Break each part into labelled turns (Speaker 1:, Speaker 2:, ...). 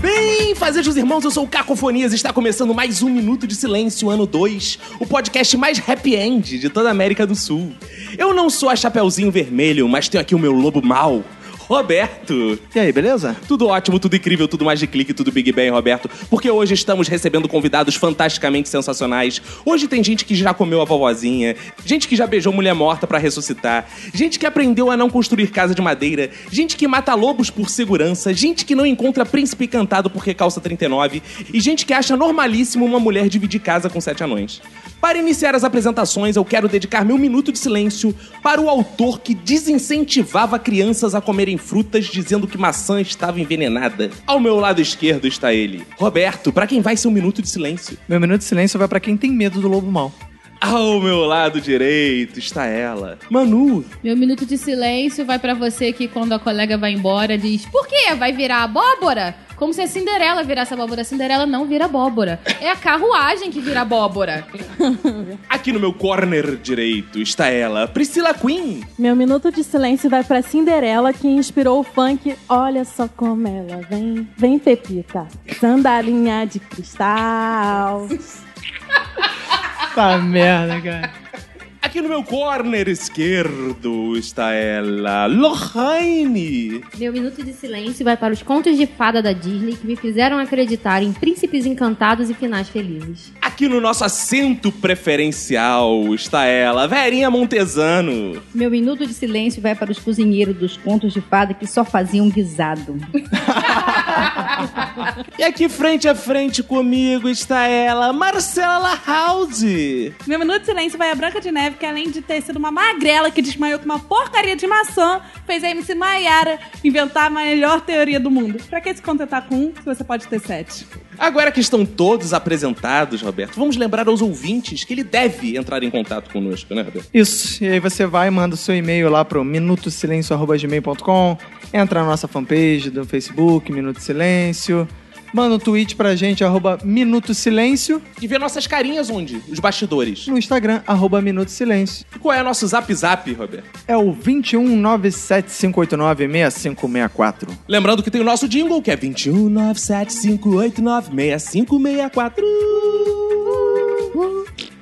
Speaker 1: Bem, fazejos irmãos, eu sou o Cacofonias e está começando mais um Minuto de Silêncio, ano 2, o podcast mais happy end de toda a América do Sul. Eu não sou a Chapeuzinho Vermelho, mas tenho aqui o meu lobo mau, Roberto.
Speaker 2: E aí, beleza?
Speaker 1: Tudo ótimo, tudo incrível, tudo mais de clique, tudo Big Bang, Roberto. Porque hoje estamos recebendo convidados fantasticamente sensacionais. Hoje tem gente que já comeu a vovozinha, gente que já beijou mulher morta pra ressuscitar, gente que aprendeu a não construir casa de madeira, gente que mata lobos por segurança, gente que não encontra príncipe cantado porque calça 39 e gente que acha normalíssimo uma mulher dividir casa com sete anões. Para iniciar as apresentações, eu quero dedicar meu minuto de silêncio para o autor que desincentivava crianças a comerem frutas dizendo que maçã estava envenenada. Ao meu lado esquerdo está ele, Roberto, para quem vai ser um minuto de silêncio.
Speaker 2: Meu minuto de silêncio vai pra quem tem medo do lobo mal.
Speaker 1: Ao meu lado direito está ela, Manu.
Speaker 3: Meu minuto de silêncio vai pra você que quando a colega vai embora diz: Por quê? Vai virar abóbora? Como se a Cinderela virasse abóbora. A Cinderela não vira abóbora. É a carruagem que vira abóbora.
Speaker 1: Aqui no meu corner direito está ela, Priscila Queen.
Speaker 4: Meu minuto de silêncio vai pra Cinderela, que inspirou o funk. Olha só como ela vem. Vem, Pepita. Sandalinha de cristal.
Speaker 2: Tá merda, cara.
Speaker 1: Aqui no meu corner esquerdo está ela, Lorraine.
Speaker 5: Meu minuto de silêncio vai para os contos de fada da Disney que me fizeram acreditar em príncipes encantados e finais felizes.
Speaker 1: Aqui no nosso assento preferencial está ela, Verinha Montesano.
Speaker 6: Meu minuto de silêncio vai para os cozinheiros dos contos de fada que só faziam guisado.
Speaker 1: E aqui frente a frente comigo está ela, Marcela Lahoud.
Speaker 7: Meu minuto de silêncio vai a Branca de Neve, que além de ter sido uma magrela que desmaiou com uma porcaria de maçã, fez a MC Maiara inventar a melhor teoria do mundo. Pra que se contentar com um se você pode ter sete?
Speaker 1: Agora que estão todos apresentados, Roberto, vamos lembrar aos ouvintes que ele deve entrar em contato conosco, né, Roberto?
Speaker 2: Isso, e aí você vai, manda o seu e-mail lá pro minutosilencio.gmail.com, entra na nossa fanpage do Facebook, Minuto Silêncio, manda um tweet pra gente, arroba Minuto Silêncio,
Speaker 1: E ver nossas carinhas onde? Os bastidores.
Speaker 2: no Instagram, arroba Minuto Silêncio.
Speaker 1: E qual é o nosso zap zap, Roberto?
Speaker 2: É o 21975896564.
Speaker 1: Lembrando que tem o nosso jingle, que é 21975896564.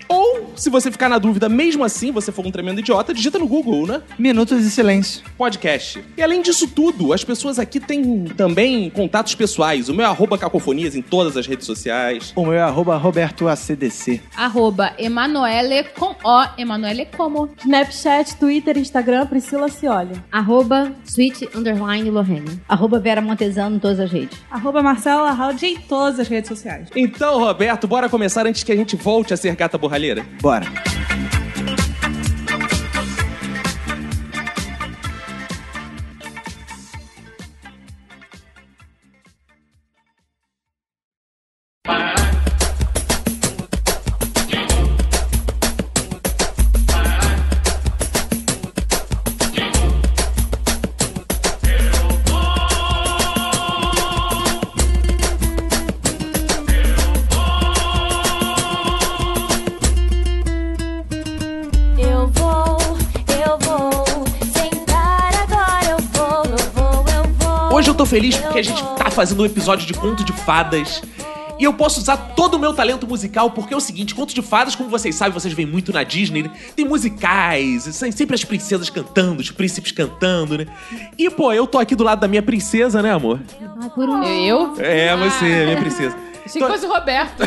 Speaker 1: Ou, se você ficar na dúvida, mesmo assim, você for um tremendo idiota, digita no Google, né?
Speaker 2: Minutos de silêncio.
Speaker 1: podcast. E além disso tudo, as pessoas aqui têm também contatos pessoais. O meu é arroba cacofonias em todas as redes sociais.
Speaker 2: O meu é arroba Roberto ACDC.
Speaker 3: Arroba Emanuele com O, Emanuele como.
Speaker 4: Snapchat, Twitter, Instagram, Priscila se olha.
Speaker 5: Arroba sweet underline Lorraine.
Speaker 6: Arroba Vera Montesano em todas as redes.
Speaker 7: Arroba Marcela Raud em todas as redes sociais.
Speaker 1: Então, Roberto, bora começar antes que a gente volte a ser gata borralheira?
Speaker 2: Bora.
Speaker 8: Eu vou, eu vou, sentar agora eu vou, eu vou, eu vou.
Speaker 1: Hoje eu tô feliz porque a gente tá fazendo um episódio de Conto de Fadas. E eu posso usar todo o meu talento musical, porque é o seguinte, Conto de Fadas, como vocês sabem, vocês veem muito na Disney, né? Tem musicais, e sem- sempre as princesas cantando, os príncipes cantando, né? E, pô, eu tô aqui do lado da minha princesa, né, amor?
Speaker 5: Ai, por um...
Speaker 3: Eu?
Speaker 1: É, você, minha princesa.
Speaker 3: Achei que fosse o Roberto.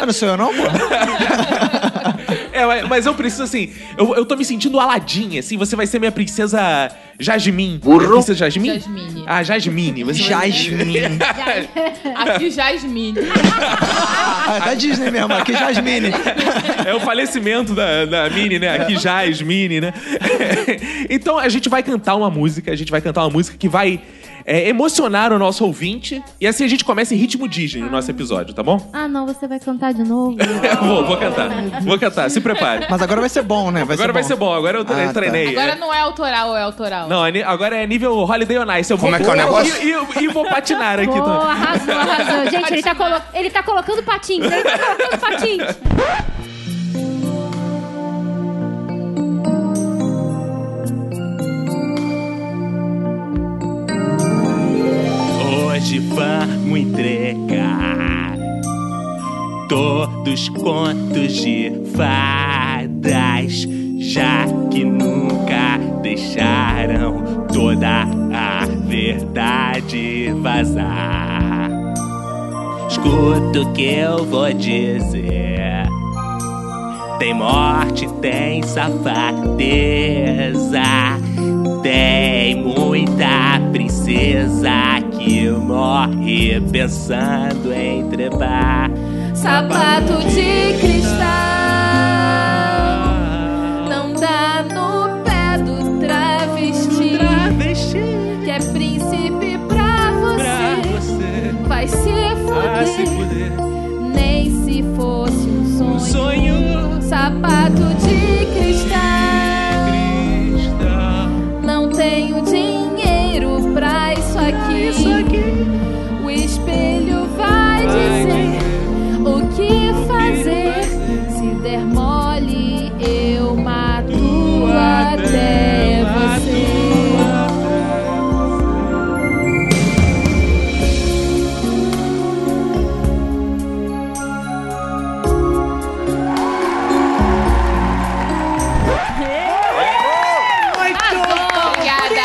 Speaker 2: Ah, não sou eu não, pô?
Speaker 1: É, mas- mas eu preciso, assim, eu, eu tô me sentindo Aladim, assim, você vai ser minha princesa Jasmine. Burro. princesa Jasmine?
Speaker 3: Jasmine.
Speaker 1: Ah, Jasmine. Você vai-
Speaker 2: Jasmine.
Speaker 3: Aqui é Jasmine.
Speaker 2: Ah, da Disney mesmo, aqui Jasmine.
Speaker 1: É o falecimento da, da Mini, né? Aqui Jasmine, né? então a gente vai cantar uma música, a gente vai cantar uma música que vai é, emocionar o nosso ouvinte. E assim a gente começa em ritmo Disney o nosso episódio, tá bom?
Speaker 9: Ah, não, você vai cantar de novo?
Speaker 1: Eu vou, vou cantar. Vou cantar, se prepare.
Speaker 2: Mas agora vai ser bom, né?
Speaker 1: agora vai ser bom, agora eu tre-
Speaker 2: Ah, tá.
Speaker 1: treinei.
Speaker 10: Agora
Speaker 1: É.
Speaker 10: não é autoral, é autoral.
Speaker 1: Não, é ni- agora é nível Holiday on Ice. Eu vou
Speaker 11: Como é que é o negócio?
Speaker 1: E, e- e vou patinar aqui. tá?
Speaker 9: Boa, arrasou,
Speaker 1: também.
Speaker 9: arrasou. Gente, ele tá, colo- ele tá colocando patins, ele tá colocando patins.
Speaker 5: Hoje vamos entregar todos os contos de fadas, já que nunca deixaram toda a verdade vazar. Escuta o que eu vou dizer. Tem morte, tem
Speaker 1: Tá
Speaker 5: safadeza. Tem muita princesa que morre pensando em trevar.
Speaker 12: Sapato de cristal não dá no pé do travesti,
Speaker 5: que
Speaker 12: é príncipe pra você. Vai se
Speaker 5: Ah, se
Speaker 12: fuder,
Speaker 5: fuder.
Speaker 12: nem se fosse um sonho. Sapato de cristal. Não tenho dinheiro pra isso aqui. O espelho vai dizer o que fazer. Se der mole, eu mato até você.
Speaker 10: Obrigada.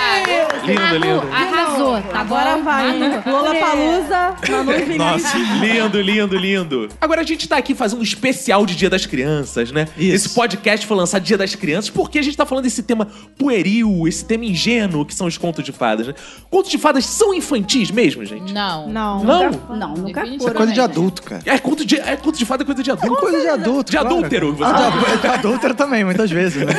Speaker 1: Lindo, lindo.
Speaker 9: Arrasou, tá
Speaker 4: Agora
Speaker 9: bom?
Speaker 4: vai, né? hein?
Speaker 9: Arrasou.
Speaker 4: Lola Palusa, Manu e Vinícius.
Speaker 1: Nossa, lindo, lindo, lindo. Agora a gente tá aqui fazendo um especial de Dia das Crianças, né? Esse podcast foi lançado Dia das Crianças porque a gente tá falando desse tema pueril, esse tema ingênuo que são os contos de fadas, né? Contos de fadas são infantis mesmo, gente?
Speaker 10: Não.
Speaker 4: Não.
Speaker 1: Não?
Speaker 10: Ah,
Speaker 4: Não, nunca foi.
Speaker 2: Isso é coisa de adulto, cara.
Speaker 1: É conto de, é conto de fada, é coisa de adulto. É
Speaker 2: coisa de adulto.
Speaker 1: De adúltero. Você tá-
Speaker 2: Ah,
Speaker 1: falou.
Speaker 2: de, de adúltero também, muitas vezes, né?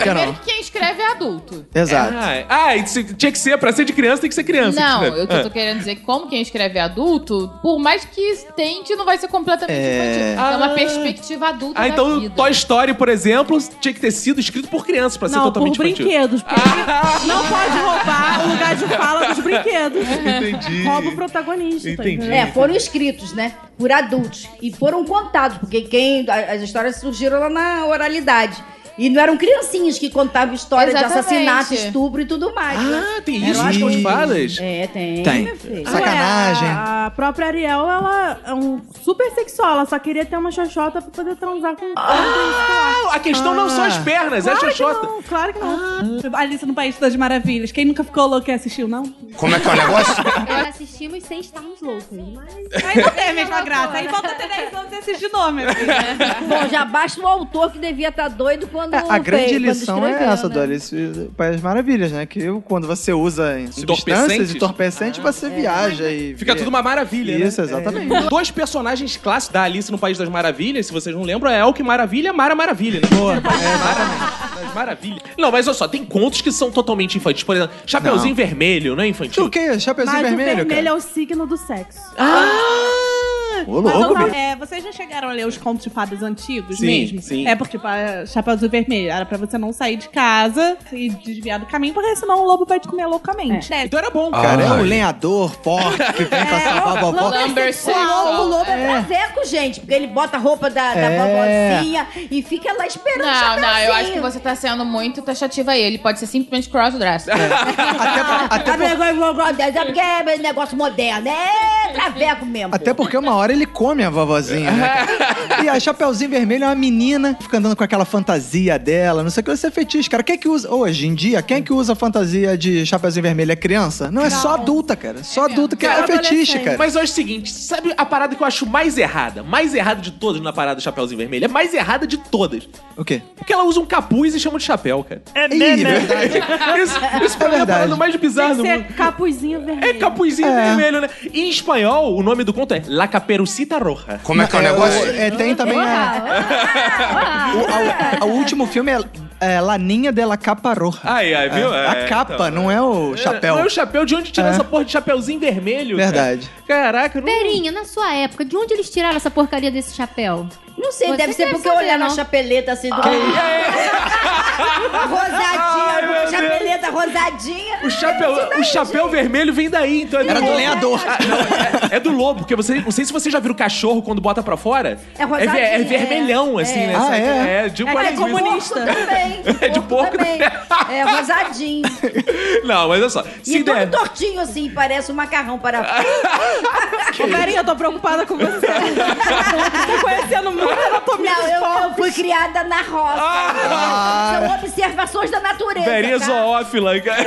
Speaker 10: Primeiro que quem escreve é adulto.
Speaker 2: Exato.
Speaker 1: Ah, ah, isso tinha que ser, pra ser de criança tem que ser criança.
Speaker 10: não,
Speaker 1: entendeu?
Speaker 10: eu tô,
Speaker 1: Ah.
Speaker 10: tô querendo dizer que como quem escreve é adulto, por mais que tente, não vai ser completamente
Speaker 1: É.
Speaker 10: infantil. É uma
Speaker 1: Ah.
Speaker 10: perspectiva adulta
Speaker 1: Ah,
Speaker 10: da
Speaker 1: então
Speaker 10: vida.
Speaker 1: Toy Story, por exemplo, tinha que ter sido escrito por crianças pra ser
Speaker 4: Não,
Speaker 1: totalmente
Speaker 4: por
Speaker 1: infantil.
Speaker 4: brinquedos. porque Não pode roubar o lugar de fala dos brinquedos.
Speaker 1: Entendi.
Speaker 4: Rouba o protagonista. tá
Speaker 1: Entendi.
Speaker 4: entendendo?
Speaker 13: É, foram escritos, né? Por adultos. E foram contados, porque quem a- as histórias surgiram lá na oralidade. E não eram criancinhas que contavam histórias
Speaker 10: Exatamente.
Speaker 13: de assassinato, estupro e tudo mais. né?
Speaker 1: Ah, tem
Speaker 4: isso nos contos de fadas?
Speaker 13: É, tem.
Speaker 4: Tem.
Speaker 13: meu filho.
Speaker 4: Sacanagem. é. A própria Ariel, ela é um super sexual. Ela só queria ter uma xoxota pra poder transar com... Ah,
Speaker 1: a questão não são as pernas, é a
Speaker 4: claro
Speaker 1: xoxota.
Speaker 4: Que não, claro que não. Ah. Alice no País das Maravilhas. Quem nunca ficou louco e assistiu, não?
Speaker 11: Como é que é o negócio?
Speaker 9: Nós assistimos sem estarmos loucos, mas...
Speaker 4: Aí não tem é a mesma graça. Aí falta ter 10 anos e assistir de nome.
Speaker 13: Bom, já basta o autor que devia estar doido quando.
Speaker 2: É, A grande
Speaker 13: fez, quando
Speaker 2: lição é
Speaker 13: escreveu,
Speaker 2: essa
Speaker 13: né?
Speaker 2: do Alice o País das Maravilhas, né? Que eu, quando você usa em substâncias
Speaker 1: Entorpecentes?
Speaker 2: entorpecentes, você viaja e...
Speaker 1: Fica É tudo uma maravilha, né?
Speaker 2: Isso, exatamente.
Speaker 1: É. Dois personagens clássicos da Alice no País das Maravilhas, se vocês não lembram, é Elke Maravilha, Mara Maravilha, né? Boa, Maravilha. Não, mas olha só, tem contos que são totalmente infantis. Por exemplo, Chapeuzinho
Speaker 2: Não.
Speaker 1: Vermelho, não é infantil?
Speaker 2: O que?
Speaker 4: Mas
Speaker 2: Chapeuzinho
Speaker 4: o vermelho
Speaker 2: vermelho, cara?
Speaker 4: é o signo do sexo.
Speaker 2: Ô,
Speaker 4: Ah! Mas
Speaker 2: louco,
Speaker 4: não,
Speaker 2: bicho.
Speaker 4: é, vocês já chegaram a ler os contos de fadas antigos
Speaker 2: Sim,
Speaker 4: mesmo?
Speaker 2: sim.
Speaker 4: É porque, tipo, a Chapeuzinho Vermelho era pra você não sair de casa e desviar do caminho, porque senão o lobo vai te comer loucamente. Então
Speaker 1: era bom,
Speaker 2: Cara, é um lenhador forte que vem pra salvar a vovó.
Speaker 13: O lobo, o lobo é, traveco, gente. Porque ele bota a roupa da, da
Speaker 2: É.
Speaker 13: vovozinha e fica lá esperando o
Speaker 10: Não, não, eu
Speaker 13: chapeuzinho.
Speaker 10: acho que você tá sendo muito taxativa aí. Ele pode ser simplesmente crossdresser.
Speaker 1: É.
Speaker 13: Ah, a vergonha do lobo é porque é negócio moderno. É traveco mesmo.
Speaker 2: Até porque uma hora ele come a vovozinha, né? cara? E a Chapeuzinho Vermelho é uma menina que fica andando com aquela fantasia dela, não sei o que, isso é fetiche, cara. Quem é que usa, hoje em dia, quem é que usa a fantasia de Chapeuzinho Vermelho é criança? Não, é só adulta, cara. Só adulta que é fetiche, cara.
Speaker 1: Mas olha o seguinte, sabe a parada que eu acho mais errada? Mais errada de todas na parada do Chapeuzinho Vermelho? É mais errada de todas.
Speaker 2: O quê?
Speaker 1: Porque ela usa um capuz e chama de chapéu, cara. É
Speaker 2: né, né?
Speaker 1: Isso, isso pra mim é a parada mais
Speaker 2: Tá
Speaker 1: bizarra do mundo.
Speaker 4: capuzinho vermelho.
Speaker 1: É capuzinho vermelho, né? Em espanhol, o nome do conto é La Caperucita Roja.
Speaker 11: Como é que é o
Speaker 2: É,
Speaker 11: negócio?
Speaker 2: o- é, tem também. a- o, a- o último filme é é, Laninha della Capa Roja.
Speaker 1: Aí, aí, viu?
Speaker 2: É, a
Speaker 1: É,
Speaker 2: capa,
Speaker 1: então,
Speaker 2: não é o chapéu.
Speaker 1: Não é o chapéu, de onde tira
Speaker 2: É.
Speaker 1: essa porra de chapéuzinho vermelho? cara?
Speaker 2: Verdade.
Speaker 1: Caraca, não...
Speaker 14: Perinha, na sua época, de onde eles tiraram essa porcaria desse chapéu?
Speaker 13: Não sei, deve ser porque eu olhar na chapeleta assim do.
Speaker 15: Ai,
Speaker 13: rosadinha,
Speaker 15: meu
Speaker 13: chapeleta rosadinha.
Speaker 1: O chapéu, o chapéu vermelho vem daí, então é
Speaker 13: Era do
Speaker 1: lobo.
Speaker 13: lenhador.
Speaker 1: Ah, não, é, é do lobo, porque você, não sei se você já viu o cachorro quando bota pra fora.
Speaker 13: É rosadinho,
Speaker 1: ver-
Speaker 13: é.
Speaker 1: vermelhão, assim,
Speaker 13: É.
Speaker 1: né?
Speaker 13: Ah,
Speaker 1: Sabe?
Speaker 13: é?
Speaker 1: de um
Speaker 13: É que ele é
Speaker 1: país mesmo.
Speaker 13: comunista. Porco também,
Speaker 1: É de porco também.
Speaker 13: Também. É rosadinho.
Speaker 1: Não, mas olha só.
Speaker 13: E
Speaker 1: Se der.
Speaker 13: todo tortinho assim, parece um macarrão para
Speaker 16: Ô, Verinha, eu tô preocupada com você. tô conhecendo muito a anatomia
Speaker 13: Não,
Speaker 16: dos
Speaker 13: eu, eu
Speaker 16: corpos.
Speaker 13: fui criada na roça.
Speaker 1: Ah!
Speaker 13: São observações da natureza.
Speaker 1: Verinha
Speaker 13: tá?
Speaker 1: zoófila, cara.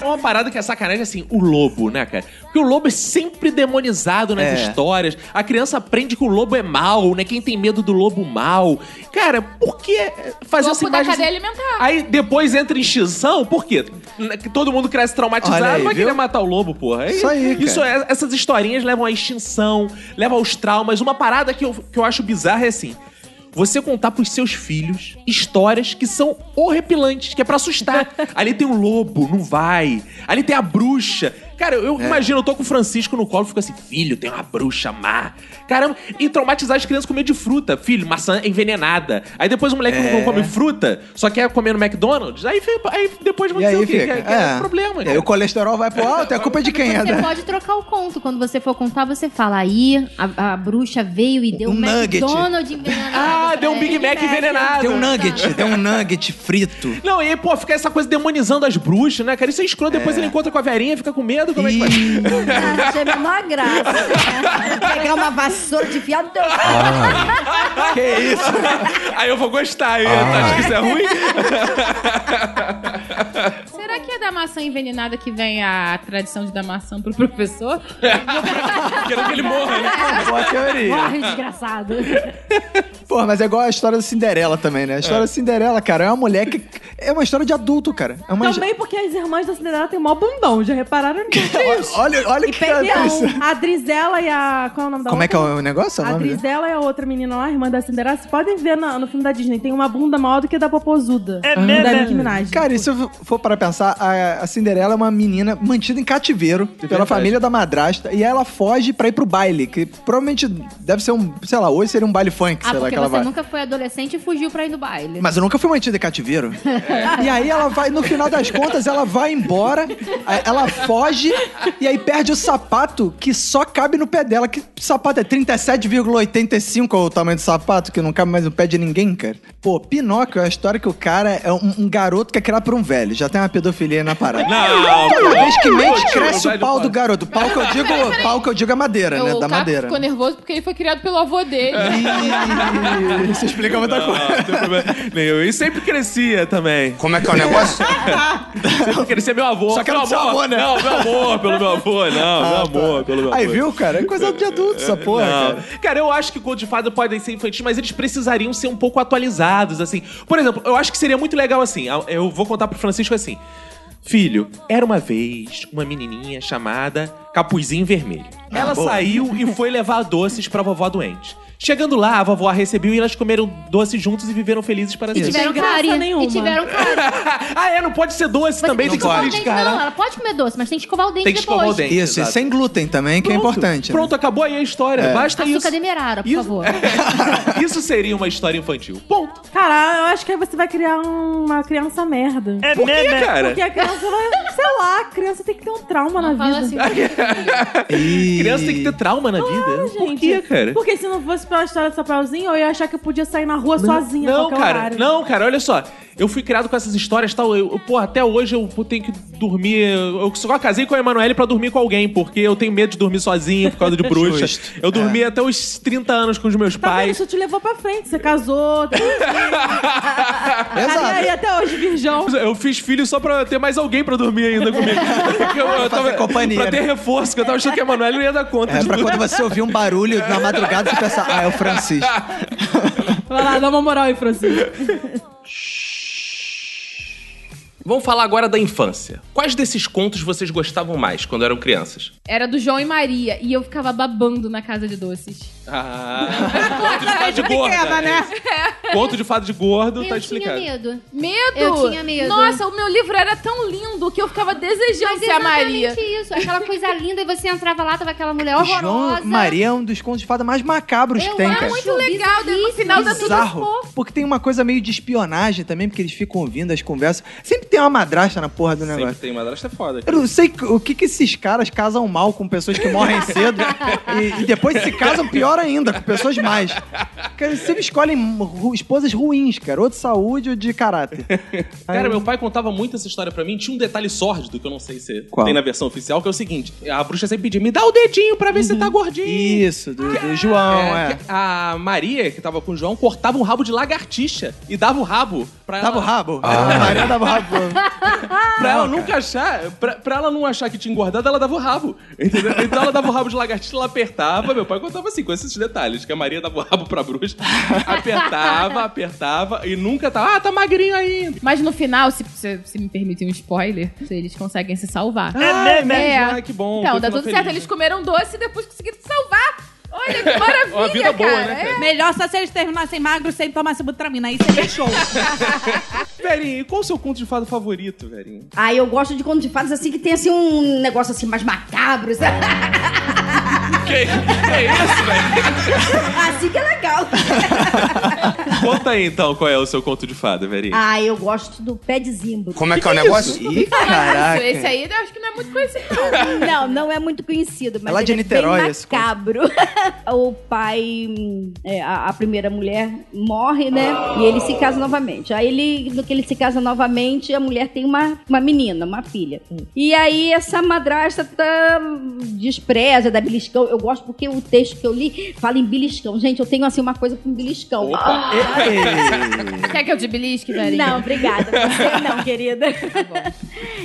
Speaker 1: É uma parada que é sacanagem, assim, o lobo, né, cara? Porque o lobo é sempre demonizado nas
Speaker 17: É.
Speaker 1: histórias. A criança aprende que o lobo é mal, né? Quem tem medo do lobo mal. Cara, por que fazer
Speaker 12: Corpo
Speaker 1: essa
Speaker 12: da
Speaker 1: imagem...
Speaker 12: cadeia
Speaker 1: assim?
Speaker 12: alimentar.
Speaker 1: Aí depois entra em extinção, por quê? N- que Todo mundo cresce traumatizado,
Speaker 2: Olha aí,
Speaker 1: vai
Speaker 2: viu?
Speaker 1: querer matar o lobo, porra.
Speaker 2: Isso aí,
Speaker 1: Isso
Speaker 2: cara.
Speaker 1: é- essas historinhas levam à extinção, levam aos traumas. Uma parada que eu, que eu acho bizarra é assim: você contar pros seus filhos histórias que são horripilantes, que é pra assustar. Ali tem um lobo, não vai. Ali tem a bruxa. Cara, eu
Speaker 17: É.
Speaker 1: imagino, eu tô com o Francisco no colo e fico assim, filho, tem uma bruxa má. Caramba, e traumatizar as crianças com medo de fruta. Filho, maçã envenenada. Aí depois o moleque
Speaker 2: É.
Speaker 1: não come fruta, só quer comer no McDonald's. Aí, fi- aí depois vão
Speaker 2: E
Speaker 1: dizer
Speaker 2: aí
Speaker 1: o quê?
Speaker 2: fica.
Speaker 1: Que, é- que é
Speaker 2: é.
Speaker 1: um problema.
Speaker 2: E aí o colesterol vai pro alto, é culpa de quem é,
Speaker 14: Você
Speaker 2: né?
Speaker 14: pode trocar o conto. Quando você for contar, você fala aí, a, a bruxa veio e deu um,
Speaker 2: Um nugget.
Speaker 14: McDonald's envenenado. Ah,
Speaker 1: deu um Big Mac envenenado.
Speaker 2: Tem um nugget, tem um nugget frito.
Speaker 1: Não, e aí, pô, fica essa coisa demonizando as bruxas, né, cara? Isso é escroto. Depois ele encontra com a verinha, fica com medo. Como é que faz?
Speaker 13: Ah, achei a menor graça. né? Pegar uma vassoura de fiado teu.
Speaker 1: que isso? aí eu vou gostar. Aí, Acho que isso é ruim.
Speaker 12: Será que é da maçã envenenada que vem a tradição de dar maçã pro professor?
Speaker 1: Querendo que ele morra, né?
Speaker 2: Boa teoria.
Speaker 14: Morre, desgraçado.
Speaker 2: Pô, mas é igual a história da Cinderela também, né? A história da Cinderela, cara, é uma mulher que. É uma história de adulto, cara. É uma...
Speaker 4: Também porque as irmãs da Cinderela têm mó bundão, já repararam nisso?
Speaker 2: Olha, olha que isso.
Speaker 4: Então, a Drizela e a. Qual é o nome da
Speaker 2: Como é que é
Speaker 4: outra?
Speaker 2: o negócio? O
Speaker 4: A
Speaker 2: nome dela?
Speaker 4: Drizela e a outra menina lá, irmã da Cinderela, vocês podem ver na- no filme da Disney. Tem uma bunda maior do que a da Popozuda. É Da Nicki Minaj.
Speaker 2: Cara, e se eu for para pensar, a, a Cinderela é uma menina mantida em cativeiro pela
Speaker 4: verdade.
Speaker 2: família da madrasta e ela foge pra ir pro baile, que provavelmente deve ser um, sei lá, hoje seria um baile funk,
Speaker 14: Ah,
Speaker 2: sei lá,
Speaker 14: porque
Speaker 2: que ela
Speaker 14: você
Speaker 2: vai.
Speaker 14: nunca foi adolescente e fugiu pra ir no baile.
Speaker 2: Mas eu nunca fui mantida em cativeiro.
Speaker 12: É.
Speaker 2: E aí ela vai, no final das contas, ela vai embora, a- ela foge e aí perde o sapato que só cabe no pé dela. Que sapato é 37,85 é o tamanho do sapato, que não cabe mais no pé de ninguém, cara. Pô, Pinóquio é a história que o cara é um, um garoto que é criado por um velho. Já tem uma pedofilia na parada.
Speaker 1: Não.
Speaker 2: Toda vez que mente,
Speaker 1: Não,
Speaker 2: cresce
Speaker 1: vai
Speaker 2: o pau
Speaker 1: do
Speaker 2: do garoto. Pau que eu digo, pau que eu digo é madeira, né?
Speaker 12: o
Speaker 2: Da
Speaker 12: Caco
Speaker 2: madeira.
Speaker 12: ficou nervoso porque ele foi criado pelo avô dele.
Speaker 1: É.
Speaker 2: Isso explica muita
Speaker 1: coisa. Não, tem problema. Nem eu. E sempre crescia também. Como é que é o negócio? sempre crescia meu avô. Ah, tá.
Speaker 2: Só que era
Speaker 1: Meu
Speaker 2: do seu avô, né?
Speaker 1: Não, meu amor, pelo meu avô. Não, meu amor, pelo meu
Speaker 2: Aí,
Speaker 1: avô.
Speaker 2: viu, cara? É coisa de adulto essa porra,
Speaker 1: Não.
Speaker 2: cara.
Speaker 1: eu acho que Conto de Fada podem ser infantis, mas eles precisariam ser um pouco atualizados, assim. Por exemplo, eu acho que seria muito legal, assim, eu vou contar pro Francisco assim. Filho, era uma vez uma menininha chamada Capuzinho Vermelho.
Speaker 17: Ah,
Speaker 1: ela
Speaker 17: boa.
Speaker 1: saiu e foi levar doces pra vovó doente. Chegando lá, a vovó a recebeu e elas comeram doces juntos e viveram felizes para
Speaker 14: E tiveram carinho. E tiveram carinho.
Speaker 1: ah, é? Não pode ser doce também, tem que ser
Speaker 14: escovar o
Speaker 1: feliz,
Speaker 14: dente,
Speaker 1: cara.
Speaker 14: não, ela pode comer doce, mas tem que escovar o dente
Speaker 1: Tem que
Speaker 14: depois.
Speaker 1: escovar o dente.
Speaker 2: Isso, e
Speaker 1: exato.
Speaker 2: sem glúten também, que é importante. né?
Speaker 1: Pronto, acabou aí a história.
Speaker 2: É.
Speaker 1: Basta
Speaker 14: Açúcar
Speaker 1: isso.
Speaker 14: demerara, por favor.
Speaker 1: Isso seria uma história infantil.
Speaker 4: Ponto. Cara, eu acho que aí você vai criar um- uma criança merda.
Speaker 1: É Por quê, merda? cara?
Speaker 4: Porque a criança vai. Sei lá, a criança tem que ter um trauma na
Speaker 7: assim,
Speaker 1: assim.
Speaker 4: vida.
Speaker 1: Criança tem que ter trauma na vida. né? Por quê, cara?
Speaker 4: Porque se não fosse pela história do Chapeuzinho, eu ia achar que eu podia sair na rua sozinha a
Speaker 1: não,
Speaker 4: qualquer
Speaker 1: cara,
Speaker 4: horário.
Speaker 1: não, cara, olha só. Eu fui criado com essas histórias e tal. Eu, eu, porra, até hoje eu tenho que dormir. Eu só casei com a Emanuele pra dormir com alguém, porque eu tenho medo de dormir sozinho por causa de bruxa.
Speaker 2: Justo.
Speaker 1: Eu dormi até os 30 anos com os meus
Speaker 4: Tá vendo?
Speaker 1: pais.
Speaker 4: Isso te levou pra frente. Você casou, tem Exato. E aí, até hoje, virgão.
Speaker 1: Eu fiz filho só pra ter mais alguém pra dormir ainda comigo. Porque eu, eu tava,
Speaker 2: companhia,
Speaker 1: pra ter
Speaker 2: né?
Speaker 1: reforço, que eu tava achando que a Emanuele não ia dar conta.
Speaker 2: É,
Speaker 1: de
Speaker 2: pra
Speaker 1: tudo.
Speaker 2: quando você ouvir um barulho na madrugada, você pensar, ah, é o Francisco.
Speaker 4: Vai lá, dá uma moral aí, Francisco.
Speaker 18: Vamos falar agora da infância. Quais desses contos vocês gostavam mais quando eram crianças?
Speaker 12: Era do João e Maria e eu ficava babando na casa de doces.
Speaker 1: Ah, conto de fada de
Speaker 7: Desde pequena,
Speaker 1: gordo.
Speaker 7: né?
Speaker 1: Conto de fada de gordo, tá
Speaker 5: Eu tinha
Speaker 1: explicado.
Speaker 5: medo.
Speaker 3: Medo?
Speaker 5: Eu tinha medo.
Speaker 3: Nossa, o meu livro era tão lindo que eu ficava desejando
Speaker 8: é
Speaker 5: Mas
Speaker 3: ser a Maria.
Speaker 5: exatamente isso. Aquela coisa linda e você entrava lá, tava aquela mulher É horrorosa.
Speaker 2: João Maria é um dos contos de fada mais macabros que tem, cara.
Speaker 3: legal, daí no final dá tudo
Speaker 2: Bizarro. Porque tem uma coisa meio de espionagem também, porque eles ficam ouvindo as conversas. Sempre tem uma madrasta na porra do
Speaker 1: Sempre
Speaker 2: negócio.
Speaker 1: tem madrasta é foda.
Speaker 2: Eu não sei o que, que esses caras casam mal com pessoas que morrem cedo e, e depois se casam pior ainda, com pessoas mais. Cara, eles sempre escolhem ru- esposas ruins, cara. Ou de saúde ou de caráter.
Speaker 1: Cara, meu pai contava muito essa história pra mim. Tinha um detalhe sórdido que eu não sei se
Speaker 2: Qual?
Speaker 1: tem na versão oficial, que é o seguinte: a bruxa sempre pedia, me dá o dedinho pra ver se tá gordinho.
Speaker 2: Isso, do, do João, é.
Speaker 1: que A Maria, que tava com o João, cortava um rabo de lagartixa e dava o rabo pra ela.
Speaker 2: Dava o rabo? Ah, A Maria dava o rabo.
Speaker 1: Pra ela nunca achar, pra, pra ela não achar que tinha engordado, ela dava o rabo. Entendeu? Então ela dava o rabo de lagartixa, ela apertava. Meu pai contava assim, com esses detalhes: que a Maria dava o rabo pra bruxa, apertava, apertava e nunca tava. Ah, tá magrinho ainda.
Speaker 3: Mas no final, se, se, se me permitir um spoiler, eles conseguem se salvar.
Speaker 1: Ah, é mesmo? Ah, que bom,
Speaker 3: Então,
Speaker 1: que
Speaker 3: dá
Speaker 1: final
Speaker 3: tudo certo.
Speaker 1: feliz,
Speaker 3: Eles comeram doce e depois conseguiram se salvar. Olha que maravilha,
Speaker 1: Uma vida boa,
Speaker 3: cara.
Speaker 1: né, cara?
Speaker 3: É.
Speaker 7: Melhor só se eles terminassem magros sem tomar sibutramina. Aí seria show.
Speaker 1: Verinho, e qual o seu conto de fada favorito, Verinho?
Speaker 13: Ah, eu gosto de contos de fadas assim que tem assim um negócio assim mais macabro. sabe?
Speaker 1: Que, isso, velho?
Speaker 13: assim que é legal.
Speaker 19: Conta aí então qual é o seu conto de fada, Verinha.
Speaker 13: Ah, eu gosto do pé de zimbro.
Speaker 19: Como é que é o negócio? Ih,
Speaker 13: caraca.
Speaker 3: Esse aí eu acho que não é muito conhecido.
Speaker 13: Não, não é muito conhecido, mas
Speaker 2: É lá de
Speaker 13: ele
Speaker 2: Niterói,
Speaker 13: é bem
Speaker 2: esse
Speaker 13: macabro. o pai, hum, é, a, a primeira mulher, morre, né? E ele se casa novamente. Aí ele, no que ele se casa novamente, a mulher tem uma, uma menina, uma filha. E aí essa madrasta tá despreza, dá beliscão. Eu gosto porque o texto que eu li fala em beliscão. Gente, eu tenho assim uma coisa com beliscão. Ah!
Speaker 3: Quer que eu te belisque, velho?
Speaker 13: Não, obrigada. Você não, querida.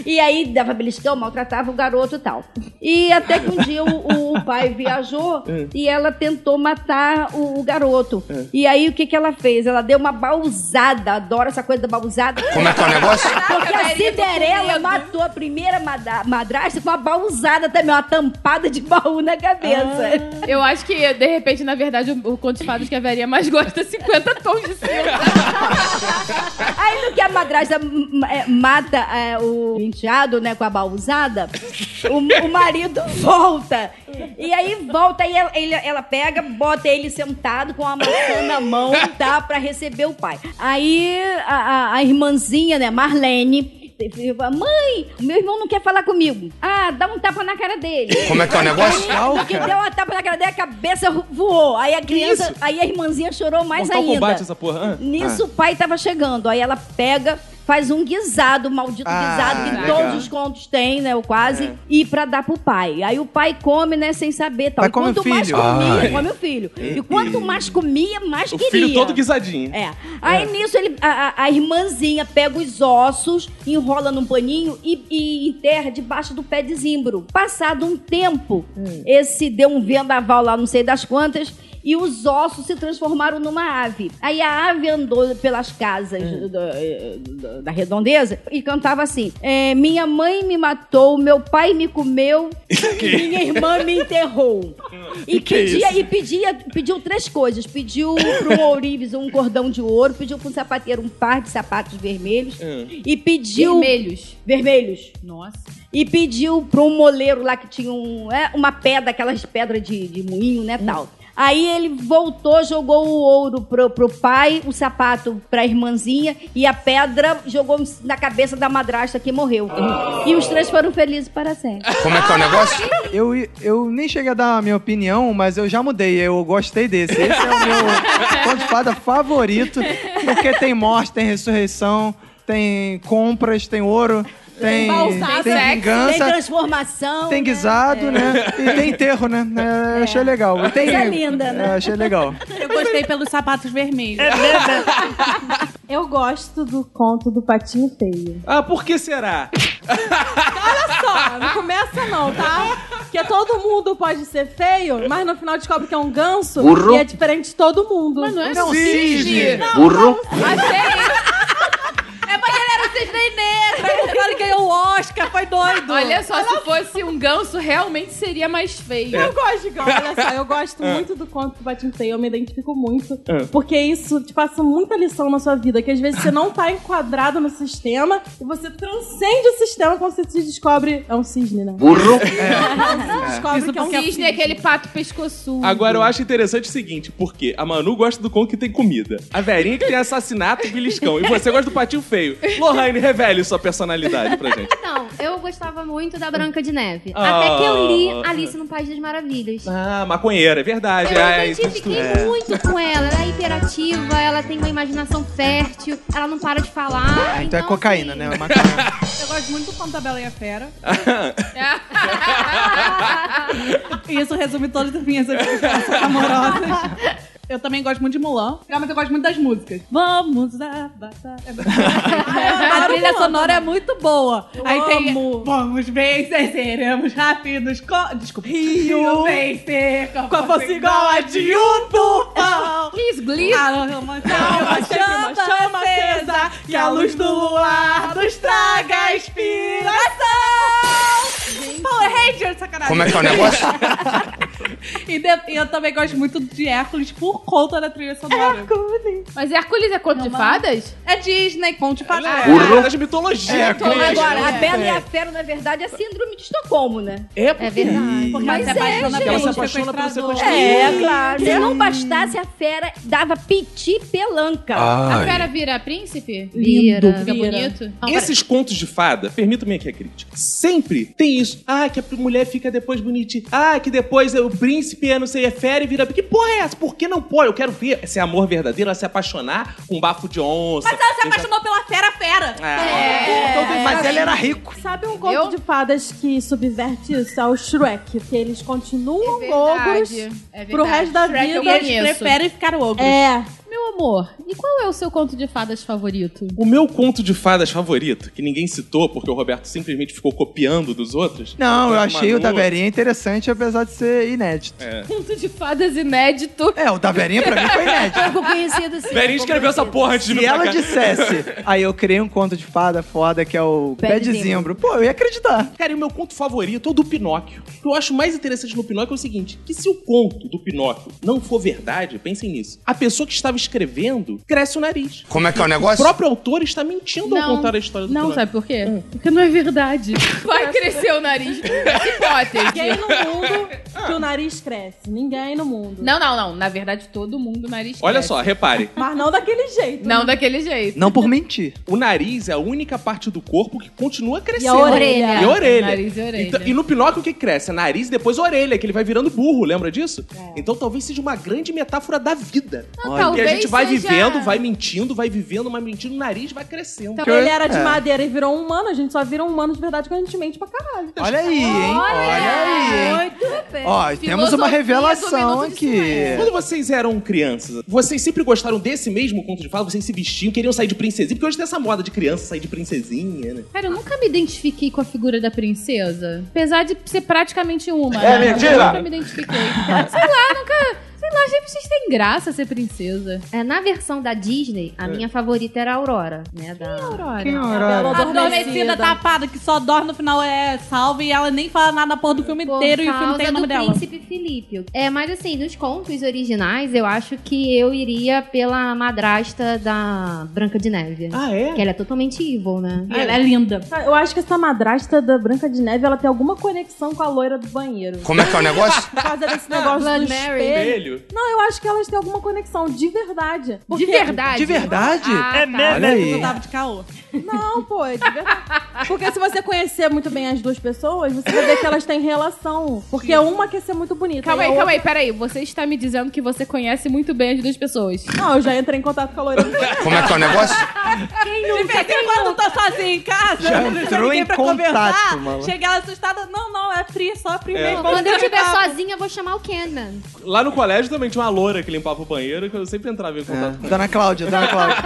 Speaker 13: E aí dava beliscão, maltratava o garoto e tal. E até que um dia o, o pai viajou
Speaker 8: É.
Speaker 13: e ela tentou matar o, o garoto. E aí o que, que ela fez? Ela deu uma balzada. Adoro essa coisa da balzada. Como é que é o negócio? Porque a Cinderela matou a primeira mada- madrasta com uma balzada também, uma tampada de baú na cabeça.
Speaker 3: Eu acho que, de repente, na verdade, o o conto de fadas que a Verinha mais gosta é 50 tons de cinza.
Speaker 13: Aí no que a madrasta m- é, mata é, o enteado, né, com a balzada, o, o marido volta. E aí volta e ela, ele- ela pega, bota ele sentado com a maçã na mão, tá? Pra receber o pai. Aí a, a- a irmãzinha, né, Marlene. fala, Mãe, meu irmão não quer falar comigo. Ah, dá um tapa na cara dele.
Speaker 8: Como é que é o negócio?
Speaker 13: Aí, no que deu uma tapa na cara dele, a cabeça voou. Aí a criança, aí a irmãzinha chorou mais
Speaker 1: Mortal
Speaker 13: ainda.
Speaker 1: Kombat tá essa porra. ah?
Speaker 13: Então, Nisso o pai tava chegando. Aí ela pega, faz um guisado, maldito
Speaker 1: Ah,
Speaker 13: guisado, que
Speaker 1: legal. É.
Speaker 13: todos os contos têm, né? Ou quase, e pra dar pro pai. Aí o pai come, né, sem saber. Tal.
Speaker 1: Mas
Speaker 13: E
Speaker 1: come o
Speaker 13: quanto mais
Speaker 1: filho.
Speaker 13: comia,
Speaker 1: Ai.
Speaker 13: come o filho. E
Speaker 1: Eita.
Speaker 13: quanto mais comia, mais
Speaker 1: O
Speaker 13: queria.
Speaker 1: filho todo guisadinho.
Speaker 13: É. Aí nisso ele, a, a- a irmãzinha pega os ossos, enrola num paninho e, e enterra debaixo do pé de zimbro. Passado um tempo, esse deu um vendaval lá, não sei das quantas. E os ossos se transformaram numa ave. Aí a ave andou pelas casas da, eh, da- da redondeza e cantava assim: é, Minha mãe me matou, meu pai me comeu, minha irmã me enterrou.
Speaker 8: Que
Speaker 13: E,
Speaker 8: que é
Speaker 13: pedia,
Speaker 8: isso?
Speaker 13: e pedia, pediu três coisas. Pediu pro Ourives um cordão de ouro, pediu pro sapateiro um par de sapatos vermelhos.
Speaker 8: Ah.
Speaker 13: E pediu.
Speaker 3: Vermelhos.
Speaker 13: Vermelhos.
Speaker 3: Nossa.
Speaker 13: E pediu pra um moleiro lá que tinha um, é, uma pedra, aquelas pedras de, de moinho, né, tal. Aí ele voltou, jogou o ouro pro, pro pai, o sapato pra irmãzinha e a pedra jogou na cabeça da madrasta que morreu. E os três foram felizes para sempre.
Speaker 2: Como é que é o negócio? Eu, eu nem cheguei a dar a minha opinião, mas eu já mudei. Eu gostei desse. Esse é o meu conto de fada favorito. Porque tem morte, tem ressurreição, tem compras, tem ouro, tem,
Speaker 13: Balsar, sexo,
Speaker 4: é.
Speaker 2: tem
Speaker 13: Tem
Speaker 2: vingança.
Speaker 13: transformação.
Speaker 2: Tem
Speaker 13: né?
Speaker 2: guisado,
Speaker 13: É.
Speaker 2: né? E tem enterro, né? É, Achei legal. E tem,
Speaker 7: Coisa linda, né?
Speaker 2: É, achei legal.
Speaker 7: Eu gostei pelos sapatos vermelhos.
Speaker 12: É
Speaker 4: Eu gosto do conto do Patinho Feio.
Speaker 1: Ah, por que será?
Speaker 4: Olha só, não começa não, tá? Porque todo mundo pode ser feio, mas no final descobre que é um ganso
Speaker 8: Burro.
Speaker 4: e é diferente de todo mundo. Mas não
Speaker 8: é
Speaker 4: um
Speaker 8: um cisne.
Speaker 4: Não,
Speaker 8: Burro.
Speaker 4: não é um cisne.
Speaker 3: Achei! É porque ele era o cisne negro.
Speaker 7: Agora ganhou o Oscar, foi doido.
Speaker 12: Olha só, se fosse um ganso, realmente seria mais feio.
Speaker 4: Eu gosto de ganso, olha só. Eu gosto muito do conto do Batinteio, eu me identifico muito.
Speaker 12: É.
Speaker 4: Porque isso te passa muita lição na sua vida. Que às vezes você não tá enquadrado no sistema e você transcende o sistema quando você se descobre. É um cisne, né?
Speaker 1: Burro.
Speaker 4: Você descobre
Speaker 12: Isso
Speaker 4: que é um
Speaker 12: porque é um
Speaker 4: cisne.
Speaker 12: cisne é aquele pato pescoçudo.
Speaker 1: Agora eu acho interessante o seguinte, porque a Manu gosta do conto que tem comida, a Verinha que tem assassinato e beliscão, e você gosta do patinho feio. Lohane, revele sua personalidade pra gente.
Speaker 5: Então, eu gostava muito da Branca de Neve.
Speaker 1: Ah.
Speaker 5: Até que eu li Alice no País das Maravilhas.
Speaker 1: Ah, maconheira, é verdade.
Speaker 5: Eu
Speaker 1: é,
Speaker 5: me
Speaker 1: isso tudo.
Speaker 5: identifiquei
Speaker 1: É.
Speaker 5: muito com ela. Ela é hiperativa, ela tem uma imaginação fértil, ela não para de falar.
Speaker 2: Ah, então é cocaína, né? É maconha.
Speaker 7: Eu gosto muito do conto da Bela e a Fera. E Isso resume todas as minhas atividades amorosas. Eu também gosto muito de Mulan, mas eu gosto muito das músicas. Vamos lá, batalha. A trilha sonora é muito boa.
Speaker 4: Eu
Speaker 7: Aí tem.
Speaker 4: amo.
Speaker 7: Vamos vencer, seremos rápidos. Co... Desculpa. Rio vencer assim? com a força igual a de um tufão.
Speaker 12: Que isso, Glee?
Speaker 4: Ah,
Speaker 7: Calma, calma, chama, chama acesa. Que a luz do luar nos traga a inspiração. Power Rangers, sacanagem.
Speaker 20: Como é que é o negócio?
Speaker 7: E, de- e eu também gosto muito de Hércules por conta da trilha
Speaker 4: É
Speaker 7: sonora. Hércules.
Speaker 12: Mas Hércules é conto de fadas?
Speaker 7: É Disney, conto de fadas.
Speaker 1: Burro. É das mitologias. É,
Speaker 13: Então,
Speaker 1: Hércules.
Speaker 13: agora, a Bela e
Speaker 1: É.
Speaker 13: a Fera, na verdade, é síndrome de Estocolmo, né?
Speaker 1: É, porque...
Speaker 13: verdade.
Speaker 7: Porque
Speaker 13: Mas
Speaker 7: ela se
Speaker 13: é,
Speaker 7: apaixona
Speaker 13: gente.
Speaker 7: pelo sequestrador.
Speaker 13: É, claro. Se
Speaker 7: Hum.
Speaker 13: não bastasse, a fera dava piti pelanca.
Speaker 1: Ai. A fera
Speaker 12: vira príncipe?
Speaker 13: Vira.
Speaker 12: Fica bonito? Não, pera-
Speaker 1: Esses contos de fada, permitam-me aqui a crítica, é sempre tem isso. Ah, que a mulher fica depois bonitinha. Ah, que depois o príncipe é não sei, é fera e vira... Que porra é essa? Por que não pode? Eu quero ver esse amor verdadeiro, ela se apaixonar com bafo de onça.
Speaker 7: Mas ela É, se apaixonou pela fera fera.
Speaker 1: É. Mas ele era rico.
Speaker 4: Sabe um conto de fadas que subverte isso? É o Shrek, que eles continuam
Speaker 12: verdade,
Speaker 4: ogros
Speaker 12: é
Speaker 4: pro
Speaker 12: verdade.
Speaker 4: resto da
Speaker 12: Shrek eu
Speaker 4: vida.
Speaker 12: conheço.
Speaker 7: ficar ogros.
Speaker 4: É.
Speaker 12: Meu amor, e qual é o seu conto de fadas favorito?
Speaker 1: O meu conto de fadas favorito, que ninguém citou porque o Roberto simplesmente ficou copiando dos outros.
Speaker 2: Não, eu
Speaker 1: Foi
Speaker 2: achei o
Speaker 1: Manu.
Speaker 2: da Verinha interessante, apesar de ser inédito.
Speaker 1: É.
Speaker 12: Conto de fadas inédito.
Speaker 2: É, o da Verinha pra mim foi inédito.
Speaker 13: Ficou conhecido sim.
Speaker 1: Verinha escreveu essa porra antes de vir
Speaker 2: Se
Speaker 1: pra
Speaker 2: ela
Speaker 1: cá.
Speaker 2: dissesse, aí eu criei um conto de fada foda que é o Pé, de Zimbro. Pô, eu ia acreditar.
Speaker 1: Cara, e o meu conto favorito é o do Pinóquio. O que eu acho mais interessante no Pinóquio é o seguinte: que se o conto do Pinóquio não for verdade, pensem nisso, a pessoa que estava escrevendo cresce o nariz.
Speaker 20: Como é que é o negócio?
Speaker 1: O próprio autor está mentindo ao contar a história do Hum.
Speaker 12: Não,
Speaker 1: Pinóquio.
Speaker 12: sabe por quê? Porque não é verdade. Vai crescer o nariz.
Speaker 4: Ninguém
Speaker 12: Hipótese.
Speaker 4: no mundo que o nariz cresce. Ninguém no mundo.
Speaker 12: Não, não, não. Na verdade, todo mundo nariz
Speaker 1: Olha
Speaker 12: cresce.
Speaker 1: só, repare.
Speaker 4: Mas não daquele jeito. né?
Speaker 12: Não daquele jeito.
Speaker 2: Não por mentir.
Speaker 1: O nariz é a única parte do corpo que continua crescendo.
Speaker 12: orelha.
Speaker 1: E a orelha.
Speaker 12: Nariz e orelha.
Speaker 1: Então- e no Pinóquio o que cresce? É nariz e depois a orelha, que ele vai virando burro, lembra disso?
Speaker 12: É.
Speaker 1: Então talvez seja uma grande metáfora da vida.
Speaker 12: Não,
Speaker 1: Olha.
Speaker 12: talvez
Speaker 1: é a gente vai
Speaker 12: seja-
Speaker 1: vivendo, vai mentindo, vai vivendo, mas mentindo, o nariz vai crescendo.
Speaker 4: Então, ele era
Speaker 7: É.
Speaker 4: de madeira e virou um humano. A gente só vira um humano de verdade quando a gente mente pra caralho.
Speaker 2: Olha aí, hein?
Speaker 7: É,
Speaker 2: Olha, aí, hein?
Speaker 4: Muito bem.
Speaker 2: Ó, temos uma revelação aqui.
Speaker 1: Quando vocês eram crianças, vocês sempre gostaram desse mesmo conto de fala? Vocês se vestiam, queriam sair de princesinha? Porque hoje tem essa moda de criança sair de princesinha, né?
Speaker 12: Cara, eu nunca me identifiquei com a figura da princesa. Apesar de ser praticamente uma.
Speaker 1: É
Speaker 12: né?
Speaker 1: mentira!
Speaker 12: Eu nunca me identifiquei. sei lá, nunca. Sei lá, achei que vocês têm graça ser princesa.
Speaker 5: É, na versão da Disney,
Speaker 13: É.
Speaker 5: a minha favorita era a Aurora, né? Da... Quem é
Speaker 12: Aurora?
Speaker 7: Quem é Aurora? Adormecida, tapada, que só dorme no final é salve e ela nem fala nada na porra do filme inteiro e o filme tem o nome
Speaker 5: do
Speaker 7: dela.
Speaker 5: príncipe Felipe. É, mas assim, nos contos originais, eu acho que eu iria pela madrasta da Branca de Neve.
Speaker 1: Ah, é?
Speaker 5: Que ela é totalmente evil, né?
Speaker 7: E ela é linda.
Speaker 4: Eu acho que essa madrasta da Branca de Neve, ela tem alguma conexão com a loira do banheiro.
Speaker 20: Como é que é o negócio?
Speaker 4: Por causa desse negócio
Speaker 12: Blood
Speaker 4: do
Speaker 12: Mary.
Speaker 4: espelho.
Speaker 20: Espelho?
Speaker 4: Não, eu acho que elas têm alguma conexão, de verdade. Porque-
Speaker 12: De verdade? De verdade? Ah, É tá. mesmo?
Speaker 2: Olha aí.
Speaker 4: Eu tava
Speaker 7: de caô.
Speaker 4: Não, pô, é de verdade. Porque se você conhecer muito bem as duas pessoas, você vai ver que elas têm relação. Porque uma quer ser muito bonita.
Speaker 12: Calma
Speaker 4: e a
Speaker 12: aí, calma aí,
Speaker 4: outra-
Speaker 12: peraí. Você está me dizendo que você conhece muito bem as duas pessoas.
Speaker 4: Não, eu já entrei em contato com a loira.
Speaker 20: Como é que é o negócio?
Speaker 4: Quem
Speaker 7: De vez em quando eu tô sozinha em casa,
Speaker 20: Já
Speaker 7: não tem
Speaker 20: entrou
Speaker 7: ninguém
Speaker 20: em
Speaker 7: pra
Speaker 20: contato,
Speaker 7: conversar,
Speaker 20: maluco.
Speaker 7: Chega ela assustada, não, não, é free, só free
Speaker 1: É.
Speaker 7: mesmo.
Speaker 1: Quando
Speaker 5: Quando eu estiver
Speaker 7: Papo.
Speaker 5: sozinha, eu vou chamar o Kenan.
Speaker 1: Lá no colégio também tinha uma loura que limpava o banheiro, que eu sempre entrava em contato com ela.
Speaker 2: É. Dona Cláudia, Dona Cláudia.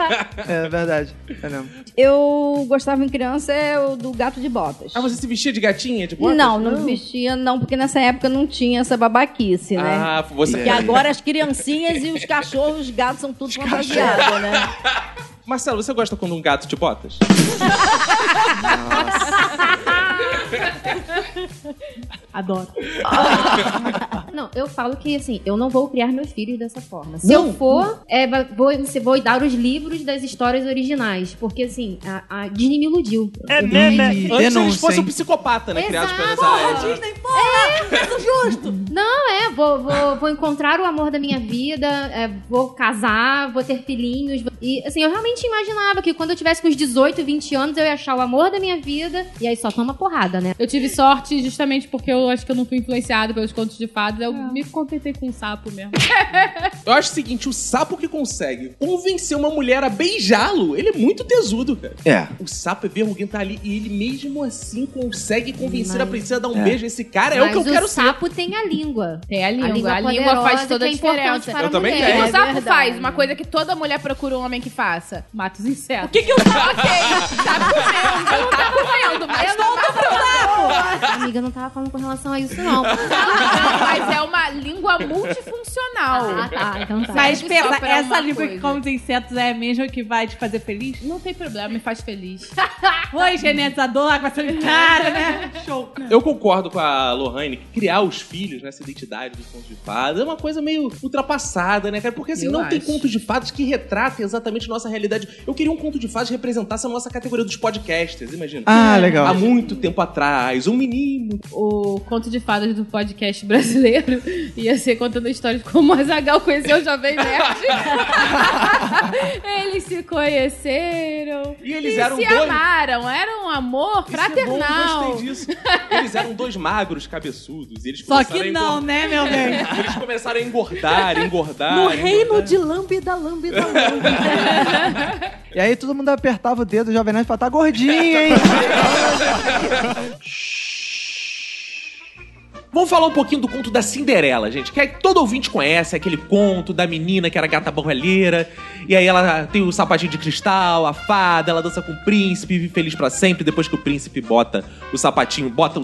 Speaker 2: é verdade. É mesmo.
Speaker 13: Eu gostava em criança é o do gato de botas.
Speaker 1: Ah, você se vestia de gatinha, de botas?
Speaker 13: Não, não, vestia, não, porque nessa época não tinha essa babaquice, né?
Speaker 1: Ah, você-
Speaker 19: é.
Speaker 13: E agora as criancinhas e os cachorros, os gatos são tudo fantasiados, né?
Speaker 19: Marcelo, você gosta quando um gato te botas?
Speaker 4: Adoro.
Speaker 5: Não, eu falo que assim, eu não vou criar meus filhos dessa forma. Se
Speaker 21: Não?
Speaker 5: eu for, é, ba- vou, vou dar os livros das histórias originais. Porque assim, a, a Disney me iludiu.
Speaker 19: É,
Speaker 5: Eu
Speaker 19: né, né?
Speaker 5: realmente-
Speaker 19: Antes eles fossem um psicopata, né? Criados
Speaker 5: Exato.
Speaker 19: pelas
Speaker 5: É. justo. Não, é, vou, vou, vou encontrar o amor da minha vida, é, vou casar, vou ter filhinhos. vou- E assim, eu realmente imaginava que quando eu tivesse com uns 18, 20 anos, eu ia achar o amor da minha vida. E aí só toma porrada, né?
Speaker 12: Eu tive sorte justamente porque eu acho que eu não fui influenciada pelos contos de fadas. Eu me contentei com um sapo mesmo.
Speaker 19: Eu acho o seguinte, o sapo que consegue convencer uma mulher a beijá-lo, ele é muito tesudo, cara.
Speaker 2: É.
Speaker 19: O sapo é verruguento tá ali e ele mesmo assim consegue convencer
Speaker 5: Mas-
Speaker 19: a princesa a dar um
Speaker 5: É.
Speaker 19: beijo. Esse cara é o
Speaker 5: Mas
Speaker 19: que eu quero
Speaker 5: o sapo tem a língua.
Speaker 12: Tem a língua.
Speaker 5: língua
Speaker 12: A língua
Speaker 5: poderosa
Speaker 12: faz toda
Speaker 5: que é
Speaker 12: a
Speaker 5: importante
Speaker 12: diferença. é
Speaker 5: para
Speaker 19: Eu também
Speaker 5: a
Speaker 12: O
Speaker 5: mulher.
Speaker 12: que o sapo
Speaker 5: verdade.
Speaker 12: faz? Uma coisa que toda mulher procura um homem que faça. Mata os insetos. O que
Speaker 19: que eu faço?
Speaker 12: ok, tá comendo. Eu não tá comendo, mas... tá Volta pro
Speaker 5: Amiga, eu não tava falando com relação a isso, não.
Speaker 4: Ah, tá,
Speaker 12: Não, mas é uma língua multifuncional.
Speaker 5: Ah, tá, então tá.
Speaker 22: Mas
Speaker 12: Serve só
Speaker 22: pensa,
Speaker 12: pra
Speaker 22: essa
Speaker 12: uma
Speaker 22: língua que
Speaker 12: coisa.
Speaker 22: come os insetos é a mesma que vai te fazer feliz?
Speaker 12: Não tem problema, me faz feliz.
Speaker 22: Oi, higienizador, água sanitária, né? Show.
Speaker 19: Eu concordo com a Lohane que criar os filhos nessa identidade dos contos de fadas é uma coisa meio ultrapassada, né, cara? Porque assim,
Speaker 1: Eu
Speaker 19: não tem
Speaker 1: acho.
Speaker 19: contos de fadas que retratem exatamente nossa realidade. Eu queria um conto de fadas que representasse a nossa categoria dos podcasters, imagina.
Speaker 2: Ah, legal.
Speaker 19: Há muito tempo atrás, um menino.
Speaker 12: O conto de fadas do podcast brasileiro ia ser contando histórias de como o Azagal conheceu o Jovem Nerd. eles se conheceram.
Speaker 19: E eles eram
Speaker 12: se
Speaker 19: dois.
Speaker 12: amaram. Era um amor
Speaker 19: Isso é bom,
Speaker 12: fraternal.
Speaker 19: gostei disso. Eles eram dois magros cabeçudos. E eles
Speaker 12: Só
Speaker 19: começaram
Speaker 12: que
Speaker 19: a
Speaker 12: não,
Speaker 19: engordar.
Speaker 12: né,
Speaker 20: Ah,
Speaker 12: meu bem?
Speaker 19: Eles começaram a engordar, engordar.
Speaker 20: é
Speaker 4: No
Speaker 19: engordar.
Speaker 4: reino de lambida, lambida, lambida.
Speaker 2: E aí todo mundo apertava o dedo do Jovem Nerd e falava, tá gordinho, hein?
Speaker 1: Vamos falar um pouquinho do conto da Cinderela, gente. Que é- todo ouvinte conhece é aquele conto da menina que era gata borralheira. E aí ela tem o sapatinho de cristal, a fada, ela dança com o príncipe, vive feliz pra sempre depois que o príncipe bota o sapatinho, bota o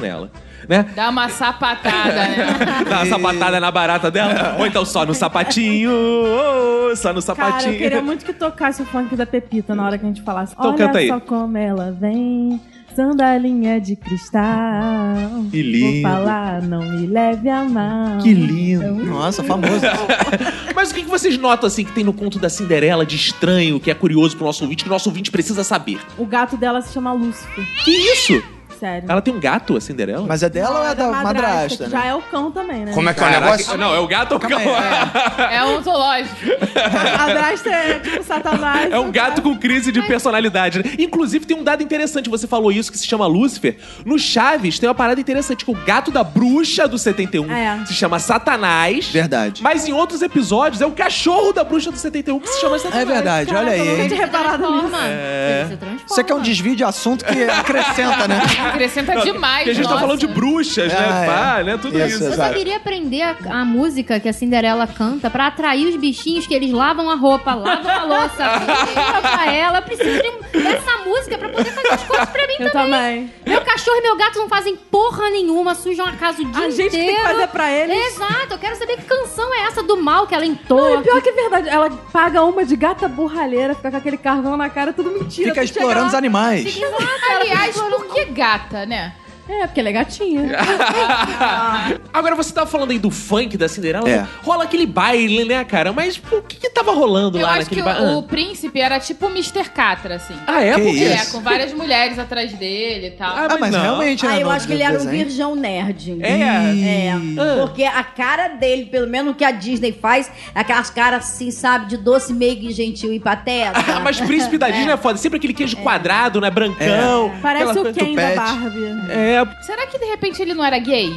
Speaker 1: nela, né?
Speaker 12: Dá uma sapatada, né?
Speaker 1: Dá uma sapatada na barata
Speaker 19: É.
Speaker 1: dela, ou então só no sapatinho, oh, só no sapatinho.
Speaker 4: Cara, eu queria muito que tocasse o funk da Pepita na hora que a gente falasse.
Speaker 1: Então
Speaker 4: Olha
Speaker 1: canta aí.
Speaker 4: só como ela vem, sandalinha de cristal.
Speaker 1: Que lindo.
Speaker 4: Vou falar, não me leve a mal.
Speaker 1: Que lindo.
Speaker 2: Nossa, famoso.
Speaker 1: Mas o que que vocês notam, assim, que tem no conto da Cinderela de estranho, que é curioso pro nosso ouvinte, que o nosso ouvinte precisa saber?
Speaker 4: O gato dela se chama Lúcifer.
Speaker 1: Que isso?
Speaker 4: Sério.
Speaker 1: Ela tem um gato, a Cinderela?
Speaker 2: Mas é dela ou é da madrasta,
Speaker 4: que
Speaker 2: né?
Speaker 4: Já é o cão também, né?
Speaker 2: Como é que é o
Speaker 1: Caraca,
Speaker 2: negócio?
Speaker 1: Não, é o gato ou o cão?
Speaker 12: É ontológico.
Speaker 4: A madrasta é tipo satanás.
Speaker 1: É um gato com crise de personalidade. né? Inclusive, tem um dado interessante. Você falou isso que se chama Lúcifer. No Chaves tem uma parada interessante: que o gato da bruxa do 71
Speaker 4: É.
Speaker 12: Ah,
Speaker 1: se chama Satanás. Verdade. Mas em outros episódios é o cachorro da bruxa do 71 que se
Speaker 4: Então
Speaker 1: chama Satanás.
Speaker 2: É verdade, olha aí, hein?
Speaker 1: É.
Speaker 2: Isso aqui é um desvio de assunto que acrescenta, né?
Speaker 12: Acrescenta
Speaker 1: Não,
Speaker 12: demais,
Speaker 1: Porque a gente tá
Speaker 12: nossa.
Speaker 1: falando de bruxas, né?
Speaker 2: Ah, é.
Speaker 1: Pá, né? Tudo
Speaker 2: Isso,
Speaker 1: isso.
Speaker 5: Eu só queria aprender a, a música que a Cinderela canta pra atrair os bichinhos que eles lavam a roupa, lavam a louça, limpa pra ela. Eu preciso de, um- dessa música pra poder fazer as coisas pra mim
Speaker 4: Eu também.
Speaker 5: Meu cachorro e meu gato não fazem porra nenhuma, sujam a casa o dia
Speaker 4: A gente que tem que
Speaker 5: inteiro.
Speaker 4: fazer pra eles.
Speaker 5: Exato, eu quero saber que canção é essa do mal que ela entoa.
Speaker 4: Não, e pior que é verdade, ela paga uma de gata burralheira, fica com aquele carvão na cara, tudo mentira.
Speaker 2: Fica
Speaker 4: Tu chega
Speaker 2: explorando
Speaker 4: lá-
Speaker 2: os animais.
Speaker 4: Fica-
Speaker 12: Aliás, por que gata, né?
Speaker 4: É, porque ela é gatinha.
Speaker 1: Agora você
Speaker 19: tá
Speaker 1: tava falando aí do funk da Cinderela.
Speaker 2: É.
Speaker 1: Rola aquele baile, né, cara? Mas pô, o que, que tava rolando
Speaker 12: Eu
Speaker 1: lá
Speaker 12: acho que
Speaker 1: naquele
Speaker 12: o,
Speaker 1: baile?
Speaker 12: o príncipe era tipo o Mr. Catra, assim.
Speaker 1: Ah, é? Que Por quê?
Speaker 12: É,
Speaker 1: isso?
Speaker 12: com várias mulheres atrás dele e tal.
Speaker 2: Ah, mas Não. realmente,
Speaker 13: Ah, eu acho que ele era um
Speaker 2: desenho.
Speaker 13: virgão nerd.
Speaker 12: É?
Speaker 13: É.
Speaker 12: Ah.
Speaker 13: Porque a cara dele, pelo menos o que a Disney faz, é aquelas caras assim, sabe, de doce, meigo, gentil e pateta.
Speaker 1: Ah, mas príncipe da Disney é foda. Sempre aquele queijo quadrado, né? Brancão.
Speaker 2: É.
Speaker 12: Parece
Speaker 1: Aquela
Speaker 12: o
Speaker 1: coisa-
Speaker 12: Ken da
Speaker 1: Tupete.
Speaker 4: Barbie.
Speaker 1: É,
Speaker 12: Será que de repente ele não era gay?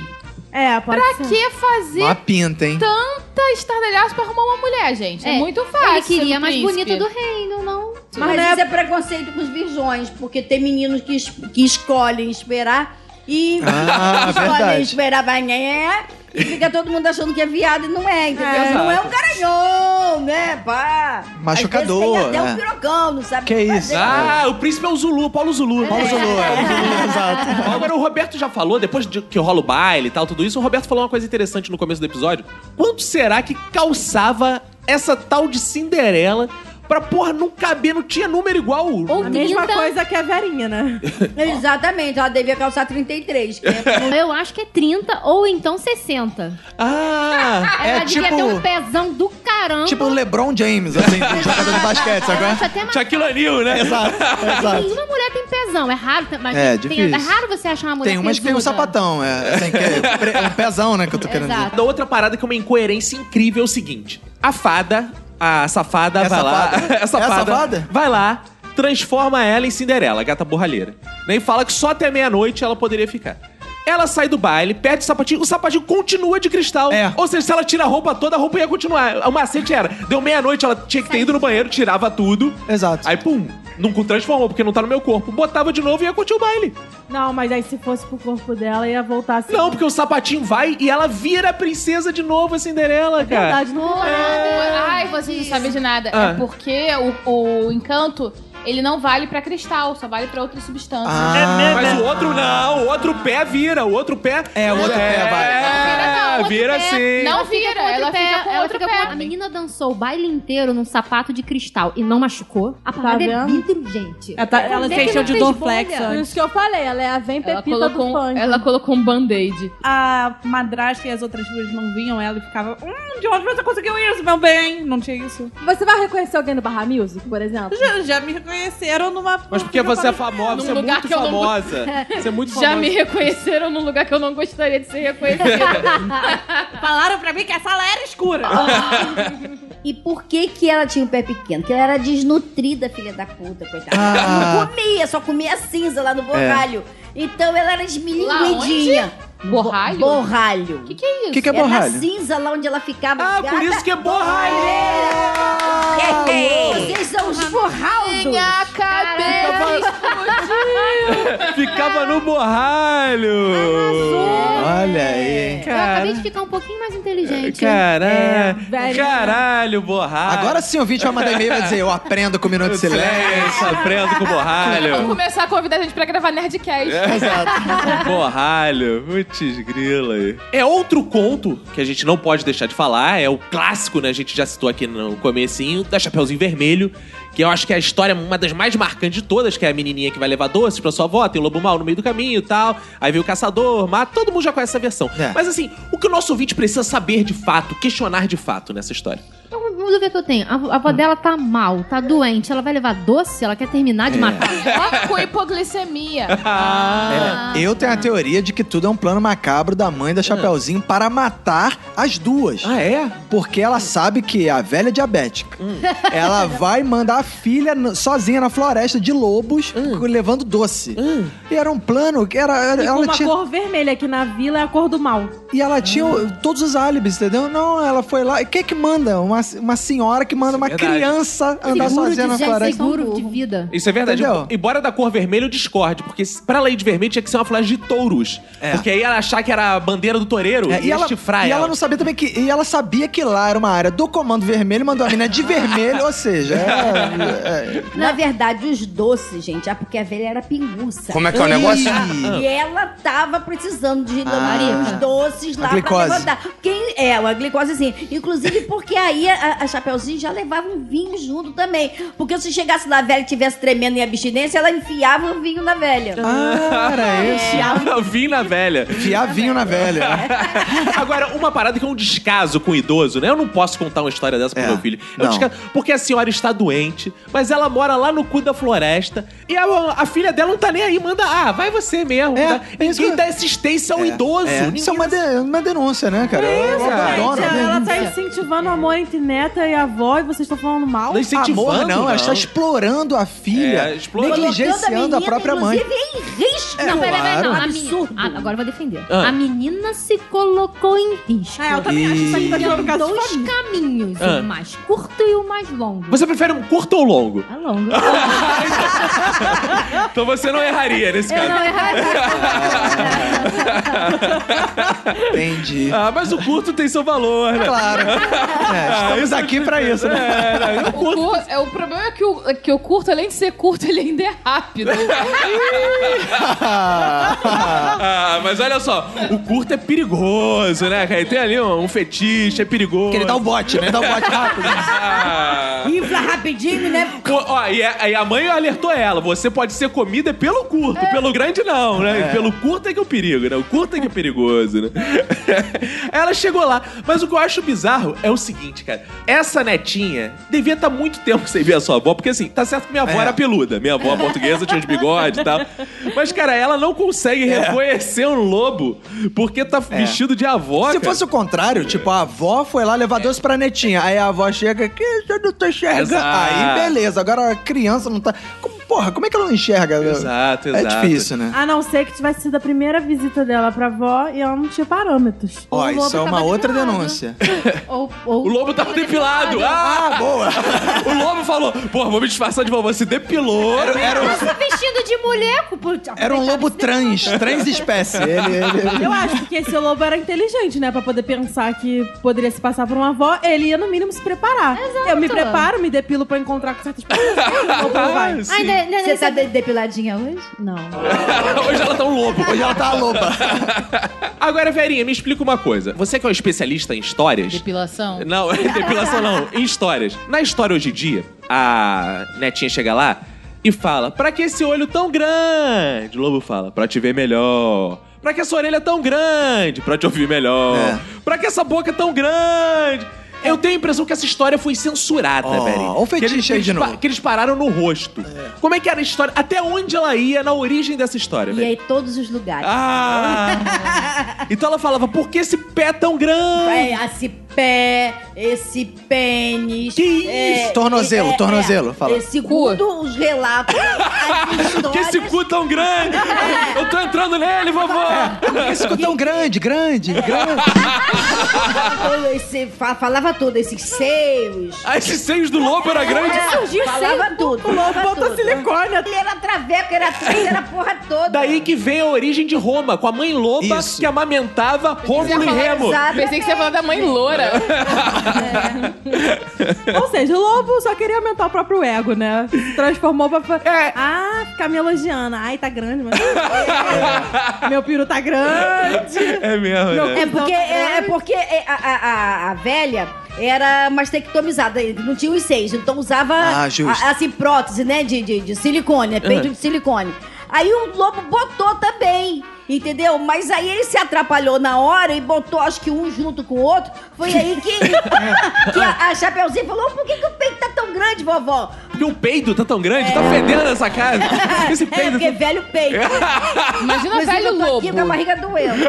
Speaker 4: É, pode
Speaker 12: Pra que fazer
Speaker 2: Uma pinta, hein?
Speaker 12: Então, tanta estardalhaço pra arrumar uma mulher, gente? É,
Speaker 13: É,
Speaker 12: muito fácil.
Speaker 13: ele queria
Speaker 12: do
Speaker 13: mais
Speaker 12: príncipe.
Speaker 13: bonita do reino, não?
Speaker 12: Mas
Speaker 13: Mas
Speaker 12: é-
Speaker 13: isso é preconceito com os virgões, porque tem meninos que, es- que escolhem esperar e
Speaker 2: Ah,
Speaker 13: escolhem
Speaker 2: verdade.
Speaker 13: esperar banhé e fica todo mundo achando que é viado e não é, entendeu?
Speaker 2: É,
Speaker 13: não é
Speaker 2: exato.
Speaker 13: um garanhão, né, pá?
Speaker 2: Machucador,
Speaker 13: Às vezes tem até
Speaker 2: é.
Speaker 13: um pirocão, não sabe o
Speaker 2: Que
Speaker 13: fazer.
Speaker 2: isso?
Speaker 1: Ah, o príncipe é o Zulu, Paulo Zulu.
Speaker 13: Paulo Zulu, é, Paulo Zulu,
Speaker 1: exato. Agora, o Roberto já falou, depois de que rola o baile e tal, tudo isso, o Roberto falou uma coisa interessante no começo do episódio. Quanto será que calçava essa tal de Cinderela
Speaker 19: pra porra não caber, não tinha número igual.
Speaker 4: Ou A mesma 30. coisa que a Verinha, né?
Speaker 13: Exatamente, ela devia calçar 33.
Speaker 5: Eu acho que é 30 ou então 60.
Speaker 19: Ah!
Speaker 5: Ela
Speaker 2: é
Speaker 5: devia
Speaker 2: tipo-
Speaker 5: ter um pezão do caramba.
Speaker 2: Tipo o LeBron James, assim, do jogador de basquete, sabe? qual é?
Speaker 5: Nossa, até mais-
Speaker 19: Shaquille O'Neal, né?
Speaker 2: Exato, exato.
Speaker 5: Nenhuma mulher tem pezão. É raro, tem- mas
Speaker 2: É,
Speaker 5: tem-
Speaker 2: difícil.
Speaker 5: é raro você achar uma mulher
Speaker 2: Tem umas que tem um
Speaker 5: pezuda.
Speaker 2: sapatão, é, assim, que é pre- é um pezão, né, que eu tô querendo dizer.
Speaker 19: Da outra parada que é uma incoerência incrível é o seguinte: a fada, a safada, vai
Speaker 2: safada?
Speaker 19: lá.
Speaker 2: É safada?
Speaker 19: Vai lá, transforma ela em Cinderela, a gata borralheira. né, E fala que só até meia-noite ela poderia ficar. Ela sai do baile, perde o sapatinho, o sapatinho continua de cristal. Ou seja, se ela tira a roupa toda, a roupa ia continuar. O macete era: deu meia-noite, ela tinha que ter ido no banheiro, tirava tudo.
Speaker 2: Exato.
Speaker 19: Aí, pum, não transformou porque não tá no meu corpo. Botava de novo e ia curtir o baile.
Speaker 4: Não, mas aí se fosse pro corpo dela, ia voltar assim.
Speaker 19: Não, porque o sapatinho vai e ela vira a princesa de novo, a
Speaker 12: É
Speaker 19: Cinderela, cara.
Speaker 4: verdade, não
Speaker 12: Não, Ai, você não sabe de nada.
Speaker 19: Ah.
Speaker 12: É porque o, o encanto, ele não vale pra cristal, só vale pra outras substâncias.
Speaker 2: Ah,
Speaker 19: É, mas o outro não, o outro pé vira, o outro pé. É, o outro pé vai. É, vira sim.
Speaker 12: Não
Speaker 5: fica
Speaker 12: vira,
Speaker 5: com outro
Speaker 12: ela fica com
Speaker 5: ela
Speaker 12: outro
Speaker 5: fica com
Speaker 12: pé.
Speaker 5: outro- A menina dançou o baile inteiro num sapato de cristal e não machucou.
Speaker 13: Ah,
Speaker 5: A
Speaker 13: Tá
Speaker 5: parada é
Speaker 4: vendo?
Speaker 5: vidro, gente.
Speaker 7: Ela tá- ela
Speaker 5: Como é
Speaker 7: se
Speaker 5: que
Speaker 7: encheu
Speaker 5: não
Speaker 7: de
Speaker 5: fez
Speaker 7: Dorflex
Speaker 5: bolha?
Speaker 4: Por isso que eu falei, ela é a vem
Speaker 12: Ela
Speaker 4: pepita do
Speaker 12: colocou um-
Speaker 4: funk.
Speaker 12: ela colocou um band-aid.
Speaker 7: A madrasta e as outras duas não vinham ela e ficava. Hum, de onde você conseguiu isso, meu bem? Não tinha isso.
Speaker 4: Você vai reconhecer alguém do Barra Music, por exemplo?
Speaker 7: Já, já me reconheceram numa.
Speaker 19: Mas porque você é famosa,
Speaker 12: Num
Speaker 19: você é
Speaker 12: lugar
Speaker 19: muito
Speaker 12: que eu não-
Speaker 19: famosa. Você é muito famosa.
Speaker 12: Já me reconheceram num lugar que eu não gostaria de ser reconhecida.
Speaker 7: Falaram pra mim que a sala era escura.
Speaker 13: E por que que ela tinha o pé pequeno? Porque ela era desnutrida, filha da puta, coitada.
Speaker 8: Ah.
Speaker 13: Ela não comia, só comia cinza lá no borralho. Então ela era esmilinguidinha.
Speaker 12: Lá onde? Borralho?
Speaker 13: Bo- Borralho. O que,
Speaker 12: é
Speaker 13: isso?
Speaker 2: Que que é
Speaker 13: Era
Speaker 2: borralho?
Speaker 13: cinza lá onde ela ficava. Ah,
Speaker 19: por isso que é borralho!
Speaker 13: Vocês são os borraldos!
Speaker 12: Minha cabeça
Speaker 19: Ficava no borralho.
Speaker 2: Olha aí.
Speaker 5: Eu acabei de ficar um pouquinho mais inteligente.
Speaker 19: Caralho. Caralho, borralho.
Speaker 2: Agora sim, o ouvinte vai mandar e-mail e vai dizer: Eu aprendo com um minuto de silêncio.
Speaker 19: Silêncio, aprendo com
Speaker 12: Vamos
Speaker 19: borralho.
Speaker 12: começar a convidar a gente pra gravar Nerdcast.
Speaker 19: É. Borralho, putz grila aí. É outro conto que a gente não pode deixar de falar, é o clássico, né? A gente já citou aqui no comecinho, da Chapeuzinho Vermelho, que eu acho que é a história uma das mais marcantes de todas, que é a menininha que vai levar doces pra sua avó, tem o lobo mal no meio do caminho e tal, aí vem o caçador, mata, todo mundo já conhece essa versão. Mas assim, o que o nosso ouvinte precisa saber de fato, questionar de fato nessa história?
Speaker 5: Então, vamos ver o que eu tenho. A, a
Speaker 2: Hum.
Speaker 5: avó dela tá mal, tá doente. Ela vai levar doce? Ela quer terminar de
Speaker 2: É.
Speaker 5: matar?
Speaker 12: Ó, com hipoglicemia.
Speaker 19: Ah,
Speaker 2: É, eu tenho a teoria de que tudo é um plano macabro da mãe da Chapeuzinho para matar as duas.
Speaker 19: Ah, é?
Speaker 2: Porque ela sabe que a velha é diabética.
Speaker 4: Hum.
Speaker 2: Ela vai mandar a filha n- sozinha na floresta de lobos co- levando doce. E era um plano que era. era-
Speaker 4: Hum. E com
Speaker 2: ela
Speaker 4: É uma
Speaker 2: tinha...
Speaker 4: cor vermelha, que na vila é a cor do mal.
Speaker 2: E ela tinha
Speaker 4: Hum.
Speaker 2: o- todos os álibis, entendeu? Não, ela foi lá. E quem é que manda? Uma, uma senhora que manda uma
Speaker 19: verdade.
Speaker 2: criança andar
Speaker 5: Seguro
Speaker 2: sozinha
Speaker 5: de,
Speaker 2: na
Speaker 5: gente,
Speaker 2: floresta.
Speaker 5: seguro de vida.
Speaker 19: Isso é verdade.
Speaker 2: Entendeu?
Speaker 19: Embora da cor vermelha, eu discorde, porque se- pra lei de vermelho tinha que ser uma flash de touros. Porque aí ela achar que era a bandeira do toureiro
Speaker 2: É,
Speaker 19: e,
Speaker 2: e, ela,
Speaker 19: chifrar
Speaker 2: e ela não sabia também que. E ela sabia que lá era uma área do Comando Vermelho, mandou a menina de vermelho, ou seja. É, é,
Speaker 13: Na verdade, os doces, gente, é porque a velha era pinguça.
Speaker 2: Como é que é o negócio?
Speaker 13: E ela tava precisando de
Speaker 2: Ah.
Speaker 13: os doces
Speaker 2: A
Speaker 13: lá pra
Speaker 2: glicose.
Speaker 13: levantar. Quem é, a glicose sim. Inclusive porque aí a, a Chapeuzinho já levava um vinho junto também. Porque se chegasse lá a velha e tivesse tremendo em abstinência, ela enfiava o vinho na velha.
Speaker 19: Ah,
Speaker 2: era
Speaker 19: isso. Vinho na velha.
Speaker 2: Fiar vinho na velha.
Speaker 19: Agora, uma parada que é um descaso com o idoso, né? Eu não posso contar uma história dessa pro meu filho. É um
Speaker 2: não.
Speaker 19: descaso- porque a senhora está doente, mas ela mora lá no cu da floresta e a, a filha dela não tá nem aí. Manda, ah, vai você mesmo.
Speaker 2: É,
Speaker 19: tá?
Speaker 2: é isso
Speaker 19: Ninguém
Speaker 2: que-
Speaker 19: dá assistência ao um idoso.
Speaker 2: É,
Speaker 19: Ninguém
Speaker 2: Isso é uma, de- uma denúncia, né, cara?
Speaker 19: É isso, cara.
Speaker 2: abandona,
Speaker 19: Gente,
Speaker 2: né?
Speaker 4: Ela tá incentivando o amor entre neta e avó e vocês estão falando mal?
Speaker 19: Não incentivando,
Speaker 2: Amor, tá não, ela está
Speaker 19: não.
Speaker 2: explorando a filha,
Speaker 19: É, explorando.
Speaker 2: negligenciando a própria mãe. É,
Speaker 13: em risco.
Speaker 5: não, peraí, peraí, não.
Speaker 2: claro. Um
Speaker 5: A menina, Ah, agora eu vou defender.
Speaker 2: Ah.
Speaker 5: A menina se colocou em risco.
Speaker 7: eu também acho isso aqui tá tirando caso de
Speaker 5: Dois caminhos,
Speaker 19: Ah.
Speaker 5: o mais curto e o mais longo.
Speaker 19: Você prefere um curto ou longo?
Speaker 5: É longo.
Speaker 19: Então você não erraria nesse
Speaker 5: Eu
Speaker 19: caso.
Speaker 5: não erraria.
Speaker 2: Entendi.
Speaker 19: Ah, mas o curto tem seu valor, né?
Speaker 2: Claro. É, estamos aqui pra isso, né?
Speaker 19: É, não, eu
Speaker 12: O, cur- é, o problema é que o, é que o curto, além de ser curto, ele ainda é rápido.
Speaker 19: Ah, mas olha só, o curto é perigoso, né, cara? Tem ali um, um fetiche, é perigoso. Porque ele dá o bote, né?
Speaker 2: Dá o bote
Speaker 19: rápido.
Speaker 23: Infla rapidinho, né?
Speaker 19: ó, e a, e a mãe alertou ela: você pode ser comida pelo curto, pelo grande não, né?
Speaker 24: É.
Speaker 19: Pelo curto é que é o perigo, né? O curto é que é perigoso, né? ela chegou lá, mas o que eu acho bizarro é o seguinte, cara: essa netinha devia estar muito tempo sem ver a sua avó, porque assim, tá certo que minha
Speaker 2: É.
Speaker 19: avó era peluda, minha avó portuguesa tinha uns bigodes e tal. Mas, cara, ela não consegue
Speaker 2: É.
Speaker 19: reconhecer um lobo porque tá vestido de avó.
Speaker 2: Se fosse o contrário, tipo, a avó foi lá levar doce pra netinha. Aí a avó chega, que eu não tô enxergando.
Speaker 19: Exato.
Speaker 2: Aí beleza, agora a criança não tá. Como- Porra, como é que ela não enxerga?
Speaker 19: Exato,
Speaker 2: É
Speaker 19: exato.
Speaker 2: difícil, né?
Speaker 4: A não ser que tivesse sido a primeira visita dela pra avó e ela não tinha parâmetros.
Speaker 2: Ó,
Speaker 4: O
Speaker 2: isso
Speaker 4: lobo
Speaker 2: é uma
Speaker 4: tava
Speaker 2: outra
Speaker 4: depilado.
Speaker 2: denúncia.
Speaker 4: Ou-
Speaker 19: O lobo tava depilado. Ah,
Speaker 2: boa.
Speaker 19: O lobo falou, porra, vou me disfarçar de vovó. Se depilou.
Speaker 5: Nossa, vestido de mulher. pô,
Speaker 2: Era um lobo trans, trans espécie. Ele, ele-
Speaker 4: Eu acho que esse lobo era inteligente, né? Pra poder pensar que poderia se passar por uma avó, ele ia no mínimo se preparar. Eu me preparo, me depilo pra encontrar com certas pessoas. O lobo não vai.
Speaker 19: Ah, ainda- ainda-
Speaker 6: Você tá de- depiladinha hoje?
Speaker 4: Não.
Speaker 19: Hoje ela tá um lobo. Hoje ela tá a loba. Agora, Verinha, me explica uma coisa. Você que é um especialista em histórias.
Speaker 12: Depilação?
Speaker 19: Não, depilação não. Em histórias. Na história hoje em dia, a netinha chega lá e fala: Pra que esse olho tão grande? O lobo fala: Pra te ver melhor. Pra que essa orelha tão grande? Pra te ouvir melhor.
Speaker 2: É.
Speaker 19: Pra que essa boca tão grande? Eu tenho a impressão que essa história foi censurada,
Speaker 2: Ó,
Speaker 19: velho.
Speaker 2: ó o fetiche
Speaker 19: que eles,
Speaker 2: aí de
Speaker 19: eles pa-
Speaker 2: novo.
Speaker 19: Que eles pararam no rosto. Como é que era a história? Até onde ela ia na origem dessa história,
Speaker 6: E
Speaker 19: velho?
Speaker 6: aí, todos os lugares.
Speaker 19: Ah! então ela falava, por que esse pé tão grande?
Speaker 23: É, esse pé, esse pênis. Que
Speaker 6: É,
Speaker 19: É,
Speaker 2: isso? Tornozelo, tornozelo, fala.
Speaker 23: segundo os relatos, as histórias.
Speaker 19: Que esse cu é tão grande! Eu tô entrando nele, vovó!
Speaker 2: Esse ficou tão grande, grande, grande.
Speaker 23: Todo esse- fa- falava tudo, esses seios.
Speaker 19: Ah, esses seios do lobo era grande?
Speaker 23: Surgiu falava
Speaker 19: seio.
Speaker 23: tudo.
Speaker 19: O lobo botou silicone.
Speaker 23: Ele era traveco, era três, era porra toda.
Speaker 19: Daí que vem a origem de Roma, com a mãe loba que amamentava Rômulo e Remo.
Speaker 12: Pensei que você ia falar da mãe loura.
Speaker 4: Ou seja, o lobo só queria aumentar o próprio ego, né? Se transformou pra. Ah, ficar me elogiando. Ai, tá grande, mas. Meu peru tá grande.
Speaker 19: É mesmo,
Speaker 4: Meu tá
Speaker 19: né?
Speaker 23: É porque, é, é porque é, a, a- a- a velha era mastectomizada, não tinha os seis, então usava
Speaker 2: Ah, justo.
Speaker 23: a- assim, prótese, né? De, de, de
Speaker 5: é
Speaker 23: silicone, né, peito
Speaker 2: Uhum.
Speaker 23: de silicone. Aí o lobo botou também, entendeu? Mas aí ele se atrapalhou na hora e botou, acho que um junto com o outro. Foi aí que, que a, a Chapeuzinho falou: por que, que o peito tá tão grande, vovó?
Speaker 19: Porque o peido tá tão grande, tá fedendo essa casa. Esse
Speaker 23: É,
Speaker 19: peido. tá-
Speaker 23: porque é velho peito.
Speaker 12: Imagina
Speaker 23: Inclusive,
Speaker 12: velho
Speaker 23: eu tô aqui
Speaker 12: lobo.
Speaker 23: com a barriga doendo.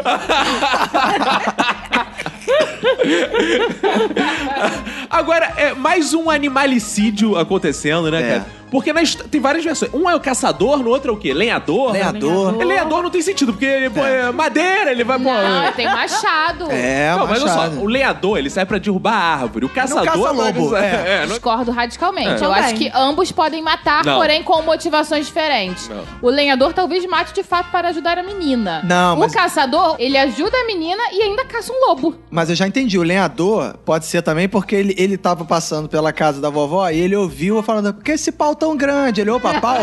Speaker 19: Agora, é mais um animalicídio acontecendo, né, cara? Porque na hist- tem várias versões. Um é o caçador, no outro é o quê? Lenhador?
Speaker 2: Lenhador.
Speaker 19: É, Lenhador não tem sentido, porque pô, é madeira, ele vai... pô,
Speaker 12: Não, tem machado.
Speaker 2: É
Speaker 19: não, mas olha
Speaker 2: machado.
Speaker 19: só, o lenhador, ele sai pra derrubar a árvore. O caçador...
Speaker 2: caça-lobo.
Speaker 19: É, é, não-
Speaker 12: Discordo radicalmente.
Speaker 19: É.
Speaker 12: Eu acho
Speaker 19: Também.
Speaker 12: que ambos podem matar,
Speaker 19: Não.
Speaker 12: porém com motivações diferentes.
Speaker 19: Não.
Speaker 12: O lenhador talvez mate de fato para ajudar a menina.
Speaker 2: Não,
Speaker 12: o
Speaker 2: mas-
Speaker 12: caçador, ele ajuda a menina e ainda caça um lobo.
Speaker 2: Mas eu já entendi, o lenhador pode ser também porque ele, ele tava passando pela casa da vovó e ele ouviu eu falando, por que esse pau tão grande? Ele, opa, pau.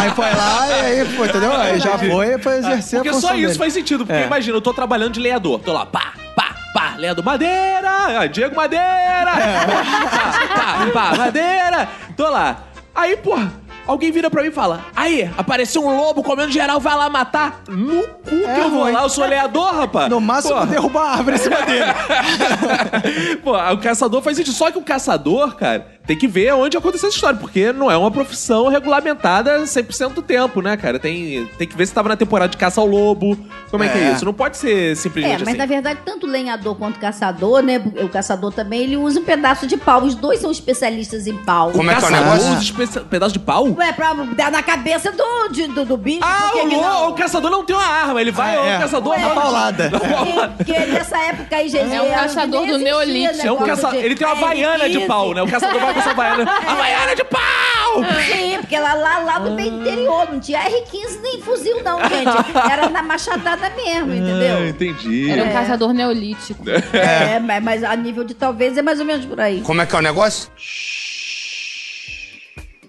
Speaker 2: aí foi lá e aí foi, entendeu? Aí já foi, foi exercer
Speaker 19: Porque
Speaker 2: a função
Speaker 19: só isso
Speaker 2: dele.
Speaker 19: faz sentido. Porque
Speaker 2: É.
Speaker 19: imagina, eu tô trabalhando de lenhador. Tô lá, pá, pá, pá, lenhador. Madeira! Ah, Diego Madeira! Pá,
Speaker 2: É.
Speaker 19: pá, pá, madeira! Tô lá. Aí, porra, alguém vira pra mim e fala: Aí, apareceu um lobo comendo geral, vai lá matar. No cu que eu vou lá, eu sou lenhador, rapaz. No
Speaker 2: É, máximo, derrubar a árvore em cima dele.
Speaker 19: Pô, o caçador faz sentido. Só que o caçador, cara, tem que ver onde aconteceu essa história, porque não é uma profissão regulamentada 100% do tempo, né, cara? Tem, tem que ver se tava na temporada de caça ao lobo. Como é, que é
Speaker 6: É.
Speaker 19: isso? Não pode ser
Speaker 6: É,
Speaker 19: simplesmente
Speaker 6: mas
Speaker 19: assim.
Speaker 6: na verdade, tanto o lenhador quanto o caçador, né? O caçador também, ele usa um pedaço de pau. Os dois são especialistas em pau.
Speaker 2: é
Speaker 19: caçador usa especi- pedaço de pau?
Speaker 5: É
Speaker 6: Ué, pra dar na cabeça do, de- do, do bicho.
Speaker 19: Ah,
Speaker 6: por que
Speaker 19: o,
Speaker 6: que
Speaker 19: lo-
Speaker 6: não?
Speaker 19: o caçador não tem uma arma, ele vai,
Speaker 2: Ah,
Speaker 19: ó,
Speaker 2: é.
Speaker 19: o caçador
Speaker 2: Dá
Speaker 19: manda-
Speaker 2: paulada.
Speaker 19: dá paulada.
Speaker 6: Porque nessa época aí, gente.
Speaker 12: É um caçador do Neolítico.
Speaker 19: É um caça... Ele tem uma
Speaker 6: vaiana
Speaker 19: vaiana de pau, né? O caçador vai com essa vaiana. A vaiana de pau!
Speaker 25: Não!
Speaker 13: Sim, porque ela lá, lá do meio interior, não tinha R15 nem fuzil, não, gente. Era na machadada mesmo,
Speaker 19: Ah,
Speaker 13: entendeu?
Speaker 19: entendi.
Speaker 12: Era um
Speaker 13: É.
Speaker 12: caçador neolítico.
Speaker 13: É, mas, mas a nível de talvez é mais ou menos por aí.
Speaker 26: Como é que é o negócio?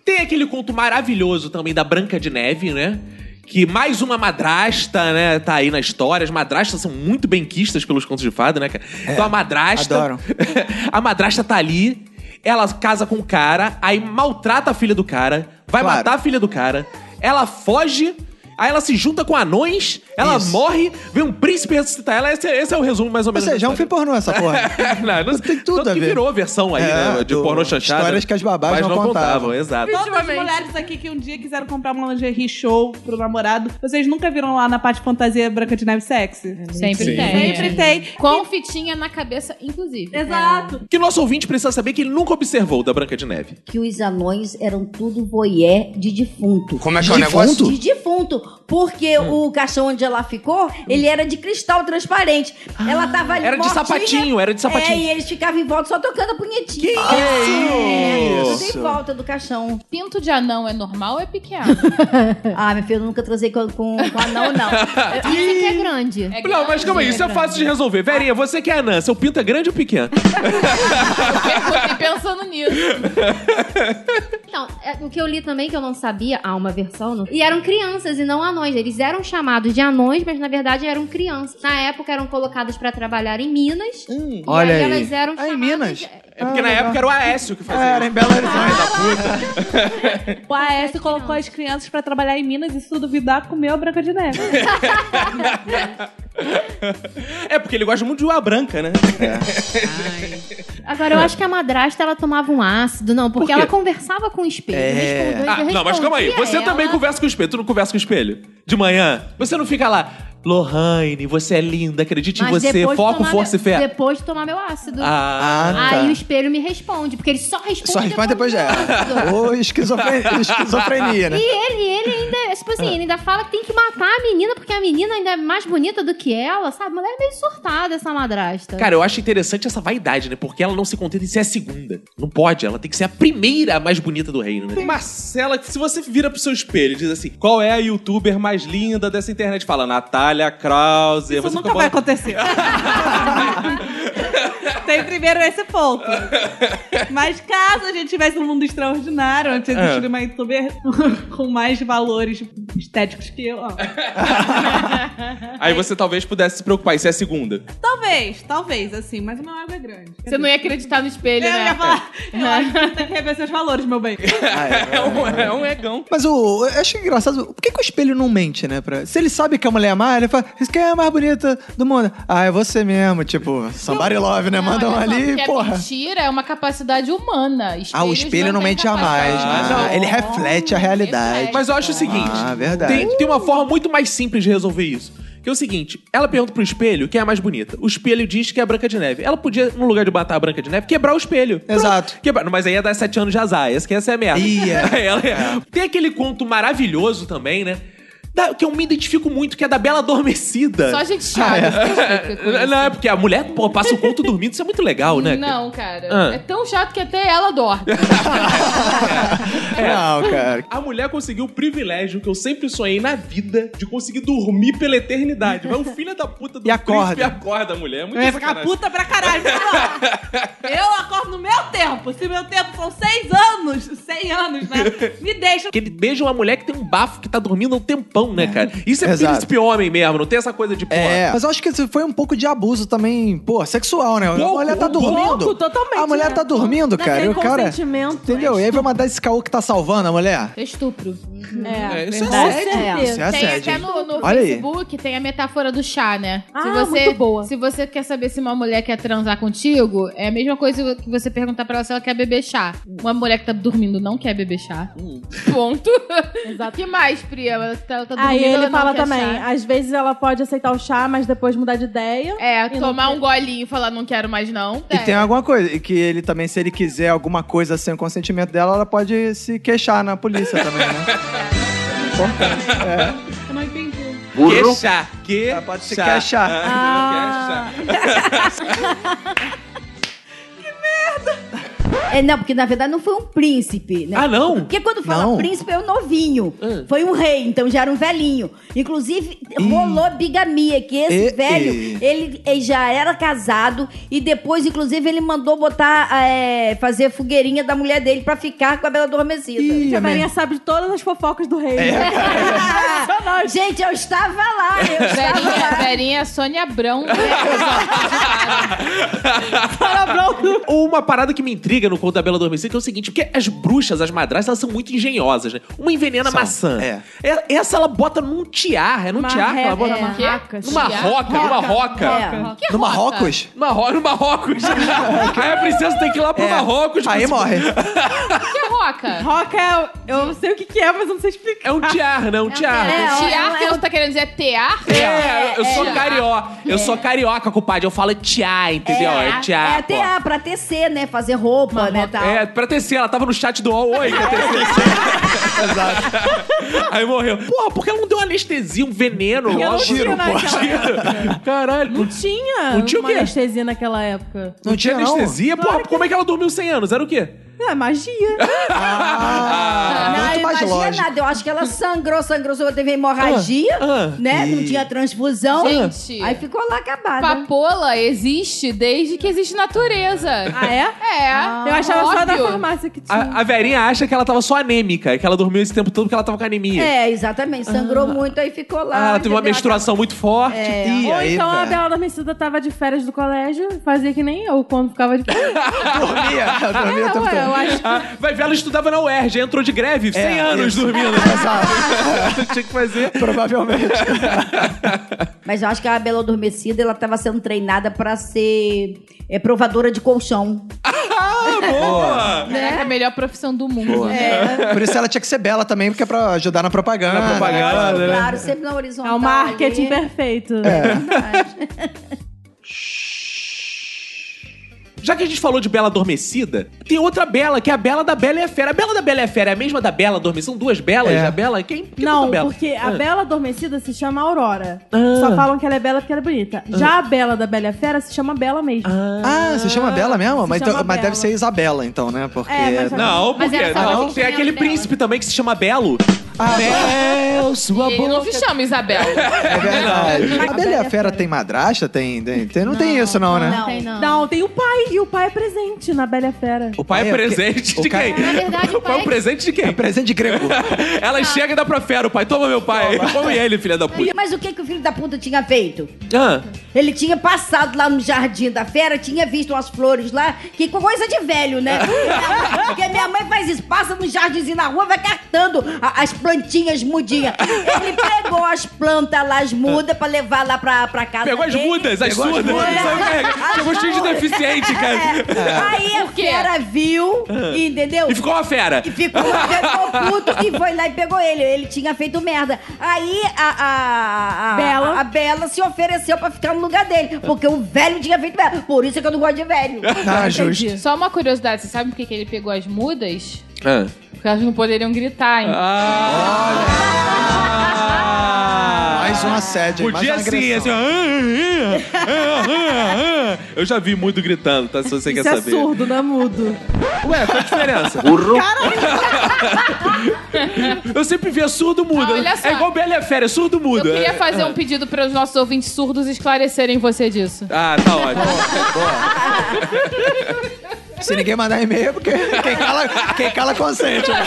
Speaker 19: Tem aquele conto maravilhoso também da Branca de Neve, né? Que mais uma madrasta, né, tá aí na história. As madrastas são muito benquistas pelos contos de fada, né, cara? então a madrasta.
Speaker 2: É, adoram.
Speaker 19: a madrasta tá ali, ela casa com o cara, aí maltrata a filha do cara, vai
Speaker 2: Claro.
Speaker 19: matar a filha do cara, ela foge. Aí ela se junta com anões, ela morre, vem um príncipe ressuscitar ela. Esse, esse é o resumo mais ou
Speaker 2: Ou
Speaker 19: menos.
Speaker 2: seja, é um
Speaker 19: da
Speaker 2: filme pornô essa porra.
Speaker 19: história. não, não, Tem tudo
Speaker 2: a
Speaker 19: que
Speaker 2: ver.
Speaker 19: virou a versão aí,
Speaker 2: É,
Speaker 19: né, de
Speaker 2: do-
Speaker 19: pornô chanchada.
Speaker 2: histórias que as babás
Speaker 19: Mas
Speaker 2: não contavam.
Speaker 19: Exato.
Speaker 4: Todas as mulheres aqui que um dia quiseram comprar uma lingerie show pro namorado, vocês nunca viram lá na parte fantasia Branca de Neve sexy?
Speaker 12: Sempre Sim. tem.
Speaker 4: Sempre tem.
Speaker 12: Com fitinha na cabeça, inclusive.
Speaker 4: Exato.
Speaker 19: Que nosso ouvinte precisa saber que ele nunca observou o da Branca de Neve.
Speaker 13: Que os anões eram tudo voyeur de defunto.
Speaker 26: Como é que é o negócio?
Speaker 13: De defunto. Porque o caixão onde ela ficou, ele era de cristal transparente. Ela tava ali
Speaker 19: Era de
Speaker 13: mortinha.
Speaker 19: sapatinho,
Speaker 5: né?
Speaker 19: era de sapatinho.
Speaker 13: É, e eles ficavam em volta só tocando a punhetinha. Ah,
Speaker 19: Que
Speaker 13: É,
Speaker 19: isso?
Speaker 13: Tudo em volta do caixão.
Speaker 12: Pinto de anão é normal ou é pequeno?
Speaker 13: Ah, meu filho, eu nunca transei com, com, com anão, não.
Speaker 5: Dizem que é grande.
Speaker 19: Não, mas calma aí, isso é fácil de resolver. Verinha, você que é anã, seu pinto é grande ou pequeno?
Speaker 12: Eu fiquei pensando nisso.
Speaker 5: Então, é, o que eu li também, que eu não sabia, há uma versão, não- e eram crianças e não anões. Eles eram chamados de anões, mas na verdade eram crianças. Na época eram colocadas pra trabalhar em Minas. e
Speaker 2: Olha aí.
Speaker 5: elas eram
Speaker 2: Ah, em Minas?
Speaker 19: É porque na época era o Aécio que fazia.
Speaker 2: Ah, É, Era em Belo Horizonte.
Speaker 4: O Aécio colocou as crianças pra trabalhar em Minas e se duvidar comeu a Branca de Neve.
Speaker 19: É porque ele gosta muito de uma branca, né?
Speaker 5: Agora, eu acho que a madrasta, ela tomava um ácido. Não,
Speaker 19: É. Por quê?
Speaker 5: porque ela conversava com o espelho. Respondeu,
Speaker 19: Ah, não, mas calma aí.
Speaker 5: respondia
Speaker 19: Você
Speaker 5: ela.
Speaker 19: também conversa com o espelho. Tu não conversa com o espelho? De manhã? Você não fica lá, Lohane, você é linda, acredite em
Speaker 5: Mas
Speaker 19: você,
Speaker 5: depois de
Speaker 19: foco,
Speaker 5: tomar
Speaker 19: força e
Speaker 5: meu-
Speaker 19: fé.
Speaker 5: Depois de tomar meu ácido.
Speaker 19: Ah, tá.
Speaker 5: Aí o espelho me responde, porque ele só responde.
Speaker 2: Só responde depois dela. Ou esquizofrenia, esquizofrenia, né?
Speaker 5: E ele, ele ainda, é, tipo assim, ele ainda fala que tem que matar a menina, porque a menina ainda é mais bonita do que ela, sabe? Mulher é meio surtada essa madrasta.
Speaker 19: Cara, eu acho interessante essa vaidade, né? Porque ela não se contenta em ser a segunda. Não pode, ela tem que ser a primeira mais bonita do reino, né? Marcela, se você vira pro seu espelho e diz assim, qual é a youtuber mais linda dessa internet? Fala, Natália Krause.
Speaker 4: Isso nunca vai acontecer. Tem primeiro esse ponto. Mas caso a gente tivesse um mundo extraordinário, onde
Speaker 19: É.
Speaker 4: existiria uma youtuber com mais valores estéticos que eu. ó.
Speaker 19: Aí você talvez pudesse se preocupar em ser a segunda.
Speaker 4: Talvez, talvez, assim, mas o meu ego é grande.
Speaker 12: Você não ia acreditar no
Speaker 2: é
Speaker 12: espelho,
Speaker 4: Eu
Speaker 12: né?
Speaker 4: ia falar, eu acho que você tem que rever seus valores, meu bem.
Speaker 19: É um, é um egão.
Speaker 2: Mas o, eu acho engraçado, por que, que o espelho não mente, né? Pra- se ele sabe que a mulher é má, ele fala, isso que é a mais bonita do mundo. Ah, é você mesmo, tipo, somebody love, né? Manda um
Speaker 12: Olha só,
Speaker 2: ali,
Speaker 12: porque
Speaker 2: porra.
Speaker 12: A mentira é uma capacidade humana.
Speaker 2: Ah, o
Speaker 12: Espelhos
Speaker 2: espelho não
Speaker 12: têm
Speaker 2: mente jamais,
Speaker 12: capacidade. é
Speaker 2: né? Ele reflete a realidade.
Speaker 19: Mas eu acho o seguinte:
Speaker 2: Ah, verdade.
Speaker 19: tem, tem uma forma muito mais simples de resolver isso. Que é o seguinte, ela pergunta pro espelho quem é a mais bonita. O espelho diz que é a Branca de Neve. Ela podia, no lugar de matar a Branca de Neve, quebrar o espelho. Exato. Quebrar. Mas aí ia dar sete anos de azar. Essa, que essa é a merda.
Speaker 2: Ia.
Speaker 19: Aí ela- Tem aquele conto maravilhoso também, né? Da- que eu me identifico muito, que é da Bela
Speaker 2: é
Speaker 19: Adormecida.
Speaker 12: Só gente
Speaker 2: Ah,
Speaker 12: chata se identifica com
Speaker 19: é. Não, é porque a mulher pô, passa o conto dormindo. Isso é muito legal, né?
Speaker 12: Não, cara.
Speaker 19: Ah.
Speaker 12: É tão chato que até ela dorme.
Speaker 2: Não, cara.
Speaker 19: A mulher conseguiu o privilégio que eu sempre sonhei na vida de conseguir dormir pela eternidade. Mas o filho da puta do
Speaker 2: E acorda.
Speaker 19: príncipe acorda a mulher. É muito
Speaker 4: Eu ia ficar
Speaker 19: sacanagem.
Speaker 4: puta pra caralho. mas não. Eu acordo no meu tempo. Se meu tempo são seis anos, cem anos, né? Me deixa.
Speaker 19: Que ele beija uma mulher que tem um bafo que tá dormindo há um tempão, né, cara? Isso é
Speaker 2: Exato.
Speaker 19: príncipe homem mesmo, não tem essa coisa de porra.
Speaker 2: É, mas eu acho que isso foi um pouco de abuso também, pô, sexual, né?
Speaker 19: Pouco,
Speaker 2: a mulher tá
Speaker 19: um
Speaker 2: dormindo.
Speaker 19: pouco,
Speaker 4: totalmente,
Speaker 2: a mulher
Speaker 4: né?
Speaker 2: tá dormindo,
Speaker 4: Não
Speaker 2: cara.
Speaker 4: tem
Speaker 2: E o cara.
Speaker 4: consentimento,
Speaker 2: Entendeu? E aí vai mandar esse caô que tá salvando a mulher?
Speaker 12: É estupro.
Speaker 2: É, isso é
Speaker 12: verdade.
Speaker 2: assédio. É, isso é
Speaker 12: Tem
Speaker 2: assédio.
Speaker 12: até no, no
Speaker 2: Olha aí.
Speaker 12: Facebook, tem a metáfora do chá, né?
Speaker 27: Ah, muito boa.
Speaker 12: Se você quer saber se uma mulher quer transar contigo, é a mesma coisa que você perguntar pra ela se ela quer beber chá. Uma mulher que tá dormindo não quer beber chá.
Speaker 2: Hum.
Speaker 12: Ponto. Exato. que mais, Pri? Ela tá, ela tá dormindo,
Speaker 27: Aí ele
Speaker 12: ela não
Speaker 27: fala
Speaker 12: quer
Speaker 27: também,
Speaker 12: chá.
Speaker 27: às vezes ela pode aceitar o chá, mas depois mudar de ideia.
Speaker 12: É,
Speaker 27: E não
Speaker 12: tomar
Speaker 27: quer-
Speaker 12: um golinho e falar não quero mais não. É.
Speaker 4: É.
Speaker 2: E tem alguma coisa, e que ele também, se ele quiser alguma coisa sem o consentimento dela, ela pode se queixar na polícia também, né?
Speaker 4: Eu não entendi.
Speaker 19: Queixar. Que
Speaker 2: pode se
Speaker 19: queixar.
Speaker 2: queixar.
Speaker 19: Ah,
Speaker 4: que merda!
Speaker 5: É, não, porque na verdade não foi um príncipe, né?
Speaker 19: Ah, não?
Speaker 5: Porque quando fala
Speaker 19: Não.
Speaker 5: príncipe é um novinho.
Speaker 19: Ah.
Speaker 5: Foi um rei, então já era um velhinho. Inclusive, rolou bigamia, que esse
Speaker 28: E-
Speaker 5: velho,
Speaker 28: e-
Speaker 5: Ele, ele já era casado e depois, inclusive, ele mandou botar, é, fazer fogueirinha da mulher dele pra ficar com a Bela Adormecida.
Speaker 4: a Marinha sabe de todas as fofocas do rei.
Speaker 12: É.
Speaker 5: Gente, eu estava lá. Eu estava
Speaker 12: Verinha,
Speaker 5: lá.
Speaker 12: Verinha é Sônia Abrão. né?
Speaker 19: Uma parada que me intriga no conto da Bela Adormecida que é o seguinte, porque as bruxas, as madrastas, elas são muito engenhosas, né? Uma envenena
Speaker 13: São.
Speaker 19: maçã.
Speaker 13: É.
Speaker 19: É- Essa ela bota num tiar, é num tiar que ela bota.
Speaker 13: marraca,
Speaker 19: Numa
Speaker 13: tiar.
Speaker 19: roca, numa roca.
Speaker 13: Roca. É. Que No roca? Marrocos?
Speaker 19: Marro- No Marrocos. Aí É, a princesa tem que ir lá pro Marrocos. tipo assim, Aí morre.
Speaker 12: que é roca?
Speaker 4: Roca é. Eu sei o que, que é, mas eu não sei explicar.
Speaker 19: É um tiar, né? Um tiar.
Speaker 27: É,
Speaker 12: Tiar É, que você tá querendo dizer é tear?
Speaker 19: É, eu sou carioca. Eu sou carioca, compadre. Eu falo TA, entendeu? É,
Speaker 5: É
Speaker 19: tiar. pô.
Speaker 5: até a pra tecer, né? Fazer roupa, né? Tal.
Speaker 19: É, pra TC, ela tava no chat do UOL. Oi, que é TC? Exato. Aí morreu. Porra, por que ela não deu anestesia, um veneno?
Speaker 4: Porque não tinha
Speaker 19: Tiro,
Speaker 4: naquela
Speaker 19: Tiro. Caralho. Não
Speaker 4: tinha.
Speaker 19: Não tinha o
Speaker 4: uma
Speaker 19: quê?
Speaker 4: anestesia naquela época.
Speaker 19: Não tinha anestesia? Porra, como é que ela dormiu 100 anos? Era o quê?
Speaker 4: É, magia.
Speaker 19: Ah,
Speaker 5: não, imagina nada. Eu acho que ela sangrou, sangrou, sangrou, teve hemorragia,
Speaker 19: Ah, ah.
Speaker 5: né? Não
Speaker 19: E-
Speaker 5: tinha transfusão.
Speaker 12: Gente.
Speaker 2: Então,
Speaker 19: Ah.
Speaker 5: Aí ficou lá acabada.
Speaker 12: Papola existe desde que existe natureza. Ah,
Speaker 4: é?
Speaker 12: É.
Speaker 4: eu achava só da
Speaker 12: óbvio. Ah,
Speaker 4: farmácia que tinha.
Speaker 19: A, a Verinha acha que ela tava só anêmica, que ela dormiu esse tempo todo porque ela tava com anemia.
Speaker 5: É, exatamente. Sangrou muito, aí ficou lá.
Speaker 19: Ah, ela teve uma
Speaker 5: entendeu?
Speaker 19: menstruação muito forte.
Speaker 5: É.
Speaker 19: Ih,
Speaker 4: Ou
Speaker 19: aí,
Speaker 4: então a
Speaker 19: cara.
Speaker 4: Bela Adormecida tava de férias do colégio, fazia que nem eu quando ficava de férias.
Speaker 19: Dormia,
Speaker 4: dormia o tempo ué, todo. eu acho
Speaker 19: Ah, Vai ver, ela estudava na UERJ, entrou de greve, 100 anos dormindo. Tinha que fazer.
Speaker 2: Provavelmente.
Speaker 5: Mas eu acho que a Bela Adormecida, ela tava sendo treinada pra ser é, provadora de colchão.
Speaker 19: Ah,
Speaker 2: boa!
Speaker 4: né?
Speaker 12: Caraca, é a melhor profissão do mundo. É.
Speaker 4: É.
Speaker 2: Por isso ela tinha que ser bela também, porque é pra ajudar na propaganda.
Speaker 19: Na propaganda,
Speaker 2: né?
Speaker 5: Claro, sempre na horizontal.
Speaker 4: É o marketing
Speaker 5: ali.
Speaker 4: perfeito.
Speaker 2: É.
Speaker 19: Já que a gente falou de Bela Adormecida, tem outra Bela, que é a Bela da Bela e a Fera. A Bela da Bela e a Fera é a mesma da Bela Adormecida? São duas Belas?
Speaker 13: É.
Speaker 19: A Bela? Quem? por que
Speaker 4: Não,
Speaker 19: tanta Bela?
Speaker 4: porque a
Speaker 19: Ah.
Speaker 4: Bela Adormecida se chama Aurora.
Speaker 19: Ah.
Speaker 4: Só falam que ela é bela porque ela é bonita. Já a Bela da Bela e a Fera se chama Bela mesmo.
Speaker 2: Ah, se chama Bela mesmo?
Speaker 4: Se
Speaker 2: Mas, então-
Speaker 4: chama
Speaker 2: mas
Speaker 4: Bela.
Speaker 2: deve ser Isabela, então, né? Porque.
Speaker 4: É, mas-
Speaker 19: Não,
Speaker 4: Mas
Speaker 19: porque
Speaker 4: era só
Speaker 19: não,
Speaker 4: uma
Speaker 19: tem
Speaker 4: pequena
Speaker 19: aquele príncipe também que se chama Belo.
Speaker 2: Ah,
Speaker 19: Bel, sua
Speaker 12: Ele não se chama Isabel.
Speaker 2: É verdade. A Bela e a Fera tem madrasta? Tem, tem, tem- não, tem isso, não, né?
Speaker 12: tem não.
Speaker 4: Não, tem o pai. E o pai é presente na Bela e a Fera.
Speaker 19: O pai é, presente de quem?
Speaker 4: Na verdade,
Speaker 19: o pai é um presente de quem? É presente de grego. Ela chega e dá pra fera. O pai, toma meu pai. Come ele, filha da puta.
Speaker 5: Mas o que, que o filho da puta tinha feito?
Speaker 19: Ah,
Speaker 5: Ele tinha passado lá no jardim da fera, tinha visto umas flores lá, que coisa de velho, né? Porque minha mãe faz isso, passa no jardinzinho na rua, vai cartando a- as plantinhas mudinhas. Ele pegou as plantas lá, as mudas, pra levar lá pra, pra casa.
Speaker 19: pegou as
Speaker 5: dele.
Speaker 19: mudas, as
Speaker 5: Pegou
Speaker 19: surdas.
Speaker 5: mudas.
Speaker 19: Sabe, pega? Chegou cheio de deficiente, cara.
Speaker 5: É. Aí a fera viu,
Speaker 19: Ah.
Speaker 5: entendeu?
Speaker 19: E ficou uma fera.
Speaker 5: E ficou, ficou puto e foi lá e pegou ele. Ele tinha feito merda. Aí a, a, a,
Speaker 4: Bela.
Speaker 5: a Bela se ofereceu pra ficar no lugar dele. Porque o velho tinha feito merda. Por isso que eu não gosto de velho.
Speaker 2: Tá
Speaker 12: Entendi. Só uma curiosidade, você sabe por que que ele pegou as mudas?
Speaker 19: Ah.
Speaker 12: Porque elas não poderiam gritar, hein?
Speaker 2: Ah, Mais uma sede.
Speaker 19: Podia
Speaker 2: mais uma
Speaker 19: sim, assim, "Ah, ó.
Speaker 2: agressão.
Speaker 19: ah, Eu já vi muito gritando, tá? Se você
Speaker 4: Isso
Speaker 19: quer
Speaker 4: é
Speaker 19: saber.
Speaker 4: surdo, não é mudo.
Speaker 19: Ué, qual a diferença? Eu sempre via surdo mudo.
Speaker 12: Ah, olha só.
Speaker 19: é igual Bela e a Fera, é surdo mudo.
Speaker 12: Eu queria
Speaker 19: É.
Speaker 12: fazer um pedido para os nossos ouvintes surdos esclarecerem você disso.
Speaker 19: Ah, tá ótimo.
Speaker 2: Se ninguém mandar e-mail, é porque quem cala, quem cala consente. né?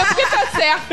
Speaker 12: É porque tá certo.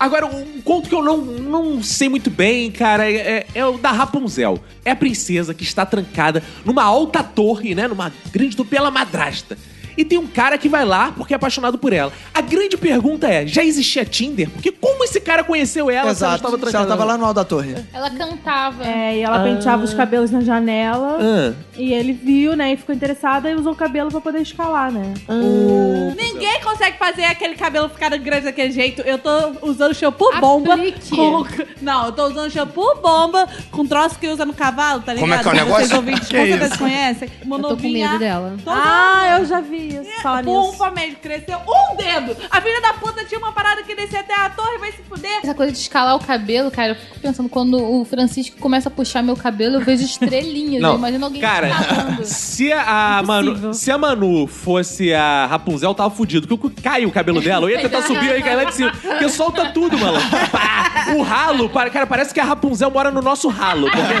Speaker 19: Agora, um conto que eu não, não sei muito bem, cara, é, é o da Rapunzel. É a princesa que está trancada numa alta torre, né? Numa grande torre pela madrasta. E tem um cara que vai lá porque é apaixonado por ela. A grande pergunta é: já existia Tinder? Porque como esse cara conheceu ela se ela
Speaker 2: Exato.
Speaker 19: estava
Speaker 2: Se
Speaker 19: trancada?
Speaker 2: ela tava lá no Alto da Torre.
Speaker 12: Ela cantava.
Speaker 4: É, e ela penteava os cabelos na
Speaker 19: Ah.
Speaker 4: janela. E ele viu, né, e ficou interessada e usou o cabelo pra poder escalar, né?
Speaker 29: Uhum.
Speaker 30: Ninguém consegue fazer aquele cabelo ficar grande daquele jeito. Eu tô usando shampoo bomba. Com... Não, eu tô usando shampoo bomba com troço que usa no cavalo, tá ligado?
Speaker 29: Como é que é o negócio?
Speaker 30: Vocês ouvintes,
Speaker 29: Que
Speaker 30: com
Speaker 29: isso?
Speaker 30: certeza conhecem. Uma
Speaker 12: Eu tô com
Speaker 30: novinha.
Speaker 12: medo dela.
Speaker 30: ah, eu já vi
Speaker 31: isso, só nisso.
Speaker 4: Ufa, mesmo, cresceu um dedo. A filha da puta tinha uma parada que descia até a torre, vai se fuder.
Speaker 12: Essa coisa de escalar o cabelo, cara, eu fico pensando, quando o Francisco começa a puxar meu cabelo, eu vejo estrelinhas.
Speaker 19: Não,
Speaker 12: Eu imagino alguém
Speaker 19: cara,
Speaker 12: escalando.
Speaker 19: se a, Manu, se a Manu fosse a Rapunzel, tava fudido. Porque cai o cabelo dela, eu ia tentar subir aí, cair lá de cima. Porque solta tudo, maluco. Pá! O ralo, para- cara, parece que a Rapunzel mora no nosso ralo. Porque...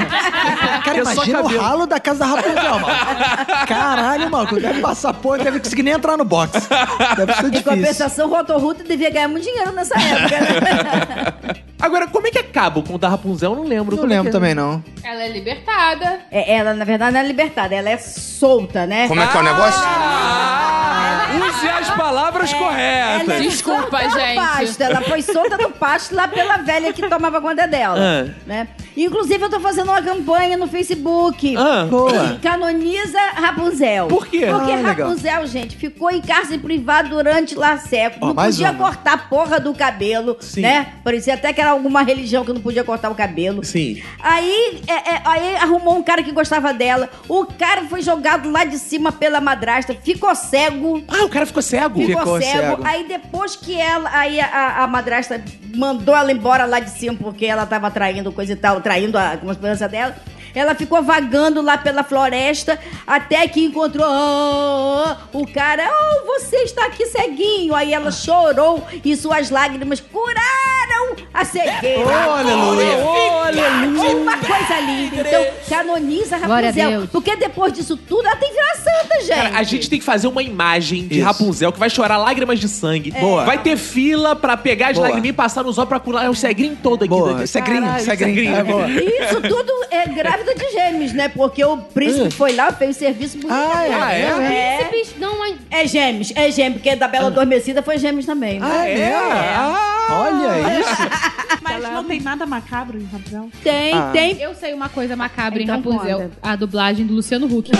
Speaker 2: Cara,
Speaker 19: é só
Speaker 2: imagina o
Speaker 19: cabelo.
Speaker 2: ralo da casa da Rapunzel, mano. Caralho, maluco. Deve passar porra, deve conseguir nem entrar no box. Deve ser
Speaker 5: Em
Speaker 2: difícil.
Speaker 5: compensação, Rotorruta devia ganhar muito dinheiro nessa época. né?
Speaker 19: Agora, como é que acaba o conto da Rapunzel? Eu não lembro.
Speaker 2: Não
Speaker 19: Como é
Speaker 2: lembro
Speaker 19: que é?
Speaker 2: também, não.
Speaker 12: Ela é libertada.
Speaker 5: É, ela, na verdade, não é libertada, ela é solta, né?
Speaker 32: Como é que é o negócio?
Speaker 2: Ah,
Speaker 19: Ah, Use as palavras corretas.
Speaker 5: Ela é
Speaker 12: Desculpa,
Speaker 5: solta no
Speaker 12: gente.
Speaker 5: Pasto. Ela foi solta no pasto lá pela velha que tomava conta dela.
Speaker 2: é
Speaker 19: Ah.
Speaker 5: Né? Inclusive, eu tô fazendo uma campanha no Facebook.
Speaker 19: Ah, boa.
Speaker 5: Que Canoniza Rapunzel.
Speaker 19: Por quê?
Speaker 5: Porque
Speaker 19: Ah, legal.
Speaker 5: Rapunzel, gente, ficou em cárcere privado durante lá séculos.
Speaker 19: Ó,
Speaker 5: não
Speaker 19: mais
Speaker 5: podia
Speaker 19: uma.
Speaker 5: cortar a porra do cabelo,
Speaker 19: Sim.
Speaker 5: né? Parecia até que era alguma religião que não podia cortar o cabelo.
Speaker 19: Sim.
Speaker 5: Aí, é, é, aí arrumou um cara que gostava dela. O cara foi jogado lá de cima pela madrasta, ficou cego.
Speaker 19: Ah, o cara ficou cego?
Speaker 5: Ficou,
Speaker 19: Ficou
Speaker 5: cego.
Speaker 19: cego.
Speaker 5: Aí depois que ela. Aí a, a madrasta mandou ela embora lá de cima porque ela tava traindo coisa e tal, traindo a confiança dela. Ela ficou vagando lá pela floresta até que encontrou ah, o cara. Oh, você está aqui ceguinho. Aí
Speaker 19: Ah.
Speaker 5: ela chorou e suas lágrimas curaram a cegueira.
Speaker 33: Oh, aleluia.
Speaker 5: Oh, aleluia. Uma coisa linda. Então, canoniza
Speaker 19: Glória a
Speaker 5: Rapunzel.
Speaker 19: Deus.
Speaker 5: Porque depois disso tudo, ela tem que virar santa, gente.
Speaker 19: Cara, a gente tem que fazer uma imagem de Rapunzel que vai chorar lágrimas de sangue.
Speaker 5: É. Boa.
Speaker 19: Vai ter fila pra pegar as
Speaker 2: Boa.
Speaker 19: lágrimas e passar nos olhos pra curar o segrinho todo aqui.
Speaker 2: Boa,
Speaker 19: Dani.
Speaker 2: segrinho,
Speaker 19: Caralho,
Speaker 2: segrinho. É, boa.
Speaker 5: Isso tudo é grávida de gêmeos, né? Porque o príncipe foi lá, fez o serviço bonito.
Speaker 2: é? Ah, é?
Speaker 5: é? Príncipes não... É gêmeos, é gêmeos. Porque da Bela Adormecida foi gêmeos também. né?
Speaker 2: Ah, é? Olha isso.
Speaker 4: Mas não tem nada macabro em Rapunzel?
Speaker 5: Tem,
Speaker 2: Ah. tem.
Speaker 12: Eu sei uma coisa macabra
Speaker 4: Então
Speaker 12: em Rapunzel.
Speaker 4: conta.
Speaker 12: A dublagem do Luciano Huck.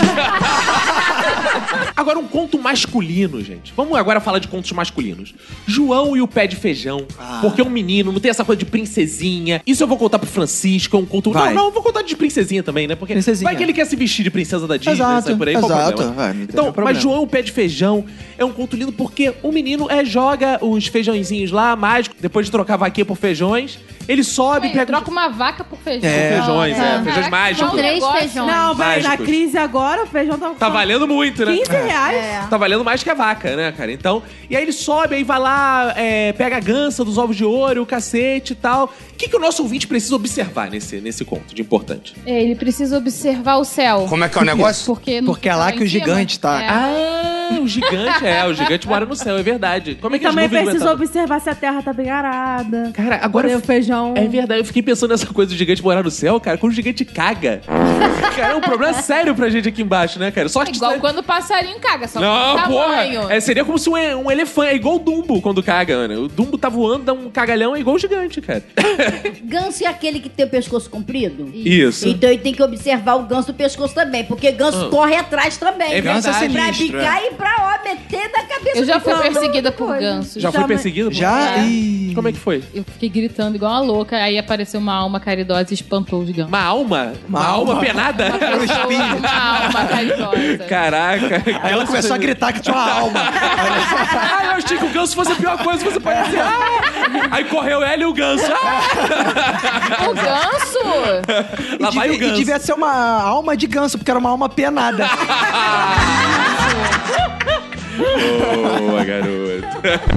Speaker 19: Agora um conto masculino, gente. Vamos agora falar de contos masculinos. João e o pé de feijão.
Speaker 2: Ah.
Speaker 19: Porque é um menino, não tem essa coisa de princesinha. Isso eu vou contar pro Francisco, é um conto.
Speaker 2: Vai.
Speaker 19: Não, não, eu vou contar de princesinha também, né? Porque
Speaker 2: Princesinha.
Speaker 19: vai que ele quer se vestir de princesa da Disney,
Speaker 2: Exato,
Speaker 19: sai por aí, qual o
Speaker 2: exato.
Speaker 19: problema?
Speaker 2: Vai, não tem
Speaker 19: então,
Speaker 2: problema.
Speaker 19: mas João e o pé de feijão é um conto lindo porque o menino é, joga os feijãozinhos lá, mágico, depois de trocar vaquinha por feijões, ele sobe e
Speaker 12: Ué,
Speaker 19: pega. um
Speaker 12: troca uma vaca por feijão.
Speaker 19: É, feijões, é,
Speaker 12: Caraca,
Speaker 19: feijões
Speaker 12: que
Speaker 19: mágicos.
Speaker 12: bom negócio.
Speaker 4: Não, vai, na
Speaker 19: Mágicos.
Speaker 4: crise agora o feijão tá...
Speaker 19: Tá valendo muito, né?
Speaker 4: 15 reais?
Speaker 19: É. Tá valendo mais que a vaca, né, cara? Então, e aí ele sobe, aí vai lá, é, pega a gança dos ovos de ouro, o cacete e tal. O que, que o nosso ouvinte precisa observar nesse, nesse conto de importante?
Speaker 12: É, Ele precisa observar o céu.
Speaker 19: Como é que é o negócio?
Speaker 12: Porque, não
Speaker 19: Porque é lá
Speaker 12: tá
Speaker 19: que
Speaker 12: em
Speaker 19: o
Speaker 12: cima.
Speaker 19: gigante tá.
Speaker 12: É.
Speaker 19: Ah, o gigante é, o gigante mora no céu, é verdade. Como é que as
Speaker 31: Também
Speaker 19: nuvens
Speaker 31: preciso
Speaker 19: aguentavam?
Speaker 31: observar se a terra tá bem arada.
Speaker 19: Cara, agora
Speaker 31: O feijão.
Speaker 19: É verdade, eu fiquei pensando nessa coisa do gigante morar no céu, cara, quando o gigante caga. cara, é um problema sério pra gente aqui embaixo, né, cara? Só
Speaker 12: É igual quando o passarinho caga, só
Speaker 19: Não,
Speaker 12: com tamanho.
Speaker 19: porra! É, seria como se um, e- um elefante. É igual o Dumbo quando caga, Ana. O Dumbo tá voando, dá um cagalhão, é igual o gigante, cara.
Speaker 5: Ganso é aquele que tem o pescoço comprido?
Speaker 19: Isso.
Speaker 5: Então ele tem que observar o ganso do pescoço também, porque ganso
Speaker 19: Ah.
Speaker 5: corre atrás também.
Speaker 19: É Ganso é
Speaker 5: Pra
Speaker 19: sinistro,
Speaker 5: bicar
Speaker 19: é.
Speaker 5: e pra ó, meter na cabeça
Speaker 12: Eu já
Speaker 5: do
Speaker 12: fui
Speaker 5: ganso.
Speaker 12: perseguida por ganso.
Speaker 19: Já foi perseguido?
Speaker 12: Já?
Speaker 19: É.
Speaker 12: Ih.
Speaker 19: Como é que foi?
Speaker 12: Eu fiquei gritando igual uma louca, aí apareceu uma alma caridosa e espantou o gigante.
Speaker 19: Uma alma? Uma alma penada?
Speaker 12: Uma assim, pessoa, uma alma caridosa.
Speaker 19: Caraca. Aí
Speaker 2: ela começou a gritar que tinha uma alma.
Speaker 19: ah, eu achei que o ganso fosse a pior coisa que você pode dizer. Ah! Aí correu ela e o ganso. Ah!
Speaker 12: O ganso?
Speaker 19: Lá
Speaker 2: e
Speaker 19: vai
Speaker 2: devia,
Speaker 19: o ganso.
Speaker 2: E devia ser uma alma de ganso, porque era uma alma penada.
Speaker 19: Boa, garoto.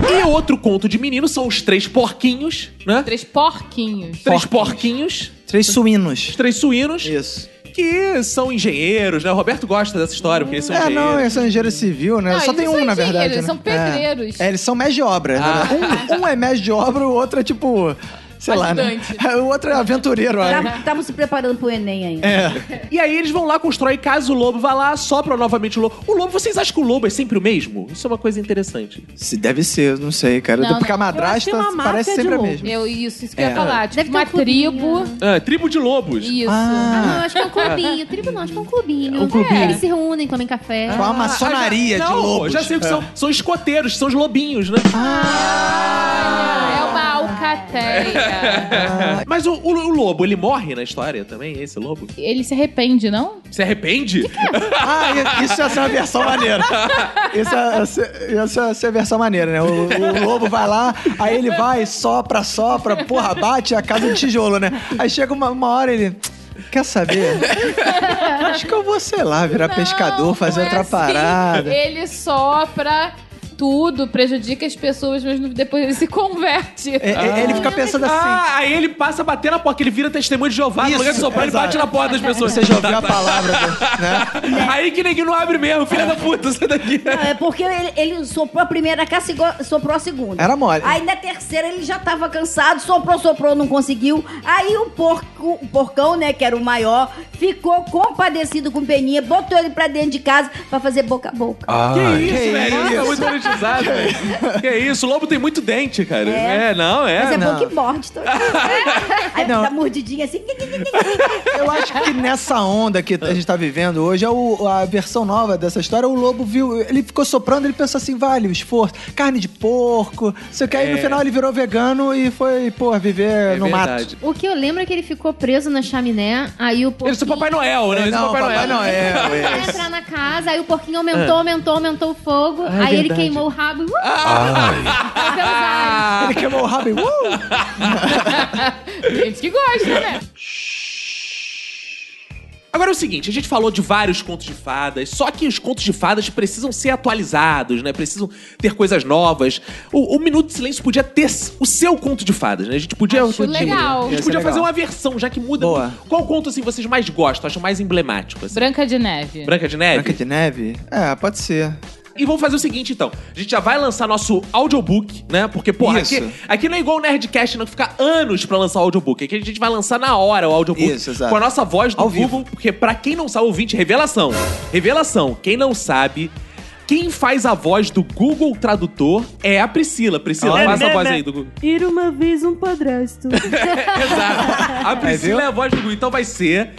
Speaker 19: E outro conto de menino são os três porquinhos, né?
Speaker 12: Três porquinhos.
Speaker 19: Três porquinhos.
Speaker 2: Três suínos.
Speaker 19: Três suínos.
Speaker 2: Isso.
Speaker 19: Que são engenheiros, né? O Roberto gosta dessa história, porque eles são
Speaker 2: É,
Speaker 19: engenheiros.
Speaker 2: não, eles são engenheiro civil, né?
Speaker 12: Não,
Speaker 2: Só
Speaker 12: eles
Speaker 2: tem
Speaker 12: não
Speaker 2: um,
Speaker 12: são
Speaker 2: na verdade.
Speaker 12: engenheiros,
Speaker 2: né?
Speaker 12: são pedreiros.
Speaker 2: É. É, eles são mestre de obra. né?
Speaker 19: Ah.
Speaker 2: Um, um é mestre de obra, o outro é tipo. Sei lá, né? O outro é aventureiro, olha.
Speaker 5: Estavam Tá, se preparando pro Enem ainda.
Speaker 19: É. E aí eles vão lá, constrói casa, o lobo vai lá, sopra novamente o lobo. O lobo, vocês acham que o lobo é sempre o mesmo? Isso é uma coisa interessante.
Speaker 2: Se deve ser, não sei, cara.
Speaker 12: Não,
Speaker 2: porque a
Speaker 12: não.
Speaker 2: madrasta
Speaker 12: Eu achei uma
Speaker 2: parece
Speaker 12: máfia de
Speaker 2: sempre a
Speaker 12: lobo.
Speaker 2: mesma.
Speaker 12: Eu, isso, isso que eu
Speaker 2: É.
Speaker 12: ia falar. Tipo, uma tribo.
Speaker 19: Ah, tribo de lobos.
Speaker 12: Isso.
Speaker 13: Ah, não, acho que é um clubinho. Tribo não, acho que é um clubinho.
Speaker 19: Um clubinho.
Speaker 13: Eles se reúnem, tomem café.
Speaker 2: tipo,
Speaker 19: Ah, já- não,
Speaker 2: É.
Speaker 19: Já sei o que são. São escoteiros, são os lobinhos, né?
Speaker 12: É uma plateia.
Speaker 19: É. Mas o, o- o lobo, ele morre na história também, esse lobo?
Speaker 12: Ele se arrepende, não?
Speaker 19: Se arrepende?
Speaker 2: Ah, isso ia ser uma versão maneira. Isso ia ser, isso ia ser a versão maneira, né? O, o lobo vai lá, aí ele vai, sopra, sopra, porra, bate a casa de tijolo, né? Aí chega uma, uma hora ele. Quer saber? Acho que eu vou, sei lá, virar pescador, fazer
Speaker 12: é
Speaker 2: outra parada.
Speaker 12: assim. Ele sopra tudo, prejudica as pessoas, mas depois ele se converte.
Speaker 2: É,
Speaker 19: ele fica pensando assim. Ah, aí ele passa a bater na porta, que ele vira testemunho de Jeová, no
Speaker 2: Isso,
Speaker 19: lugar de soprar, ele
Speaker 2: exato.
Speaker 19: bate na porta das pessoas.
Speaker 2: Você já ouviu a palavra,
Speaker 19: né? Aí que ninguém não abre mesmo, filha da puta, sai daqui.
Speaker 5: Não, é porque ele, ele soprou a primeira casa, sigo- soprou a segunda.
Speaker 2: Era mole.
Speaker 5: Aí na terceira ele já tava cansado, soprou, soprou, não conseguiu. Aí o porco, o porcão, né, que era o maior, ficou compadecido com o Peninha, botou ele pra dentro de casa pra fazer boca a boca.
Speaker 28: Ah.
Speaker 19: que isso,
Speaker 5: que
Speaker 19: velho? Isso é
Speaker 5: isso?
Speaker 19: muito monetizado, velho. Que isso, o lobo tem muito dente, cara.
Speaker 5: É.
Speaker 19: É, não, é.
Speaker 5: Mas é
Speaker 19: não.
Speaker 5: bom que morde. Tô... né? Aí fica mordidinha assim.
Speaker 2: Eu acho que nessa onda que a gente tá vivendo hoje, é o- a versão nova dessa história, o lobo viu, ele ficou soprando, ele pensou assim, vale o esforço, carne de porco, não sei o que, aí no
Speaker 5: É.
Speaker 2: final ele virou vegano e foi, pô, viver
Speaker 19: É
Speaker 2: no mato.
Speaker 13: O que eu lembro é que ele ficou preso na chaminé, aí o porquinho...
Speaker 19: Esse é o Papai Noel, né? Esse é o
Speaker 2: Não,
Speaker 19: Papai,
Speaker 2: Papai
Speaker 19: Noel.
Speaker 2: Noel,
Speaker 13: Pra entrar na casa, aí o porquinho aumentou,
Speaker 19: Ah.
Speaker 13: aumentou, aumentou o fogo.
Speaker 19: Ah, é
Speaker 13: aí ele
Speaker 19: verdade.
Speaker 13: queimou o rabo. Uh!
Speaker 19: Ah.
Speaker 2: Ele queimou o rabo e... Uh!
Speaker 12: Gente que gosta, né?
Speaker 19: Agora é o seguinte, a gente falou de vários contos de fadas, só que os contos de fadas precisam ser atualizados, né? Precisam ter coisas novas. O, o Minuto de Silêncio podia ter s- o seu conto de fadas, né? A gente podia...
Speaker 12: Acho legal.
Speaker 19: A gente
Speaker 12: Ia ser
Speaker 19: podia
Speaker 12: legal.
Speaker 19: fazer uma versão, já que muda.
Speaker 2: Boa.
Speaker 19: Qual conto, assim, vocês mais gostam, acham mais emblemático? assim?
Speaker 12: Branca de Neve.
Speaker 19: Branca de Neve?
Speaker 2: Branca de Neve? É, pode ser.
Speaker 19: E vamos fazer o seguinte, então. A gente já vai lançar nosso audiobook, né? Porque, porra,
Speaker 2: Isso.
Speaker 19: aqui, aqui não é igual o Nerdcast, não, que fica anos pra lançar o audiobook. Aqui a gente vai lançar na hora o audiobook.
Speaker 2: Isso, exato.
Speaker 19: Com a nossa voz do
Speaker 2: Ao
Speaker 19: Google. Porque, pra quem não sabe, ouvinte, revelação. Revelação. Quem não sabe... Quem faz a voz do Google Tradutor é a Priscila. Priscila,
Speaker 4: Olha.
Speaker 19: faz a voz aí do Google.
Speaker 4: Né, Ir uma vez um padrasto.
Speaker 19: A Priscila é, a voz do Google. Então vai ser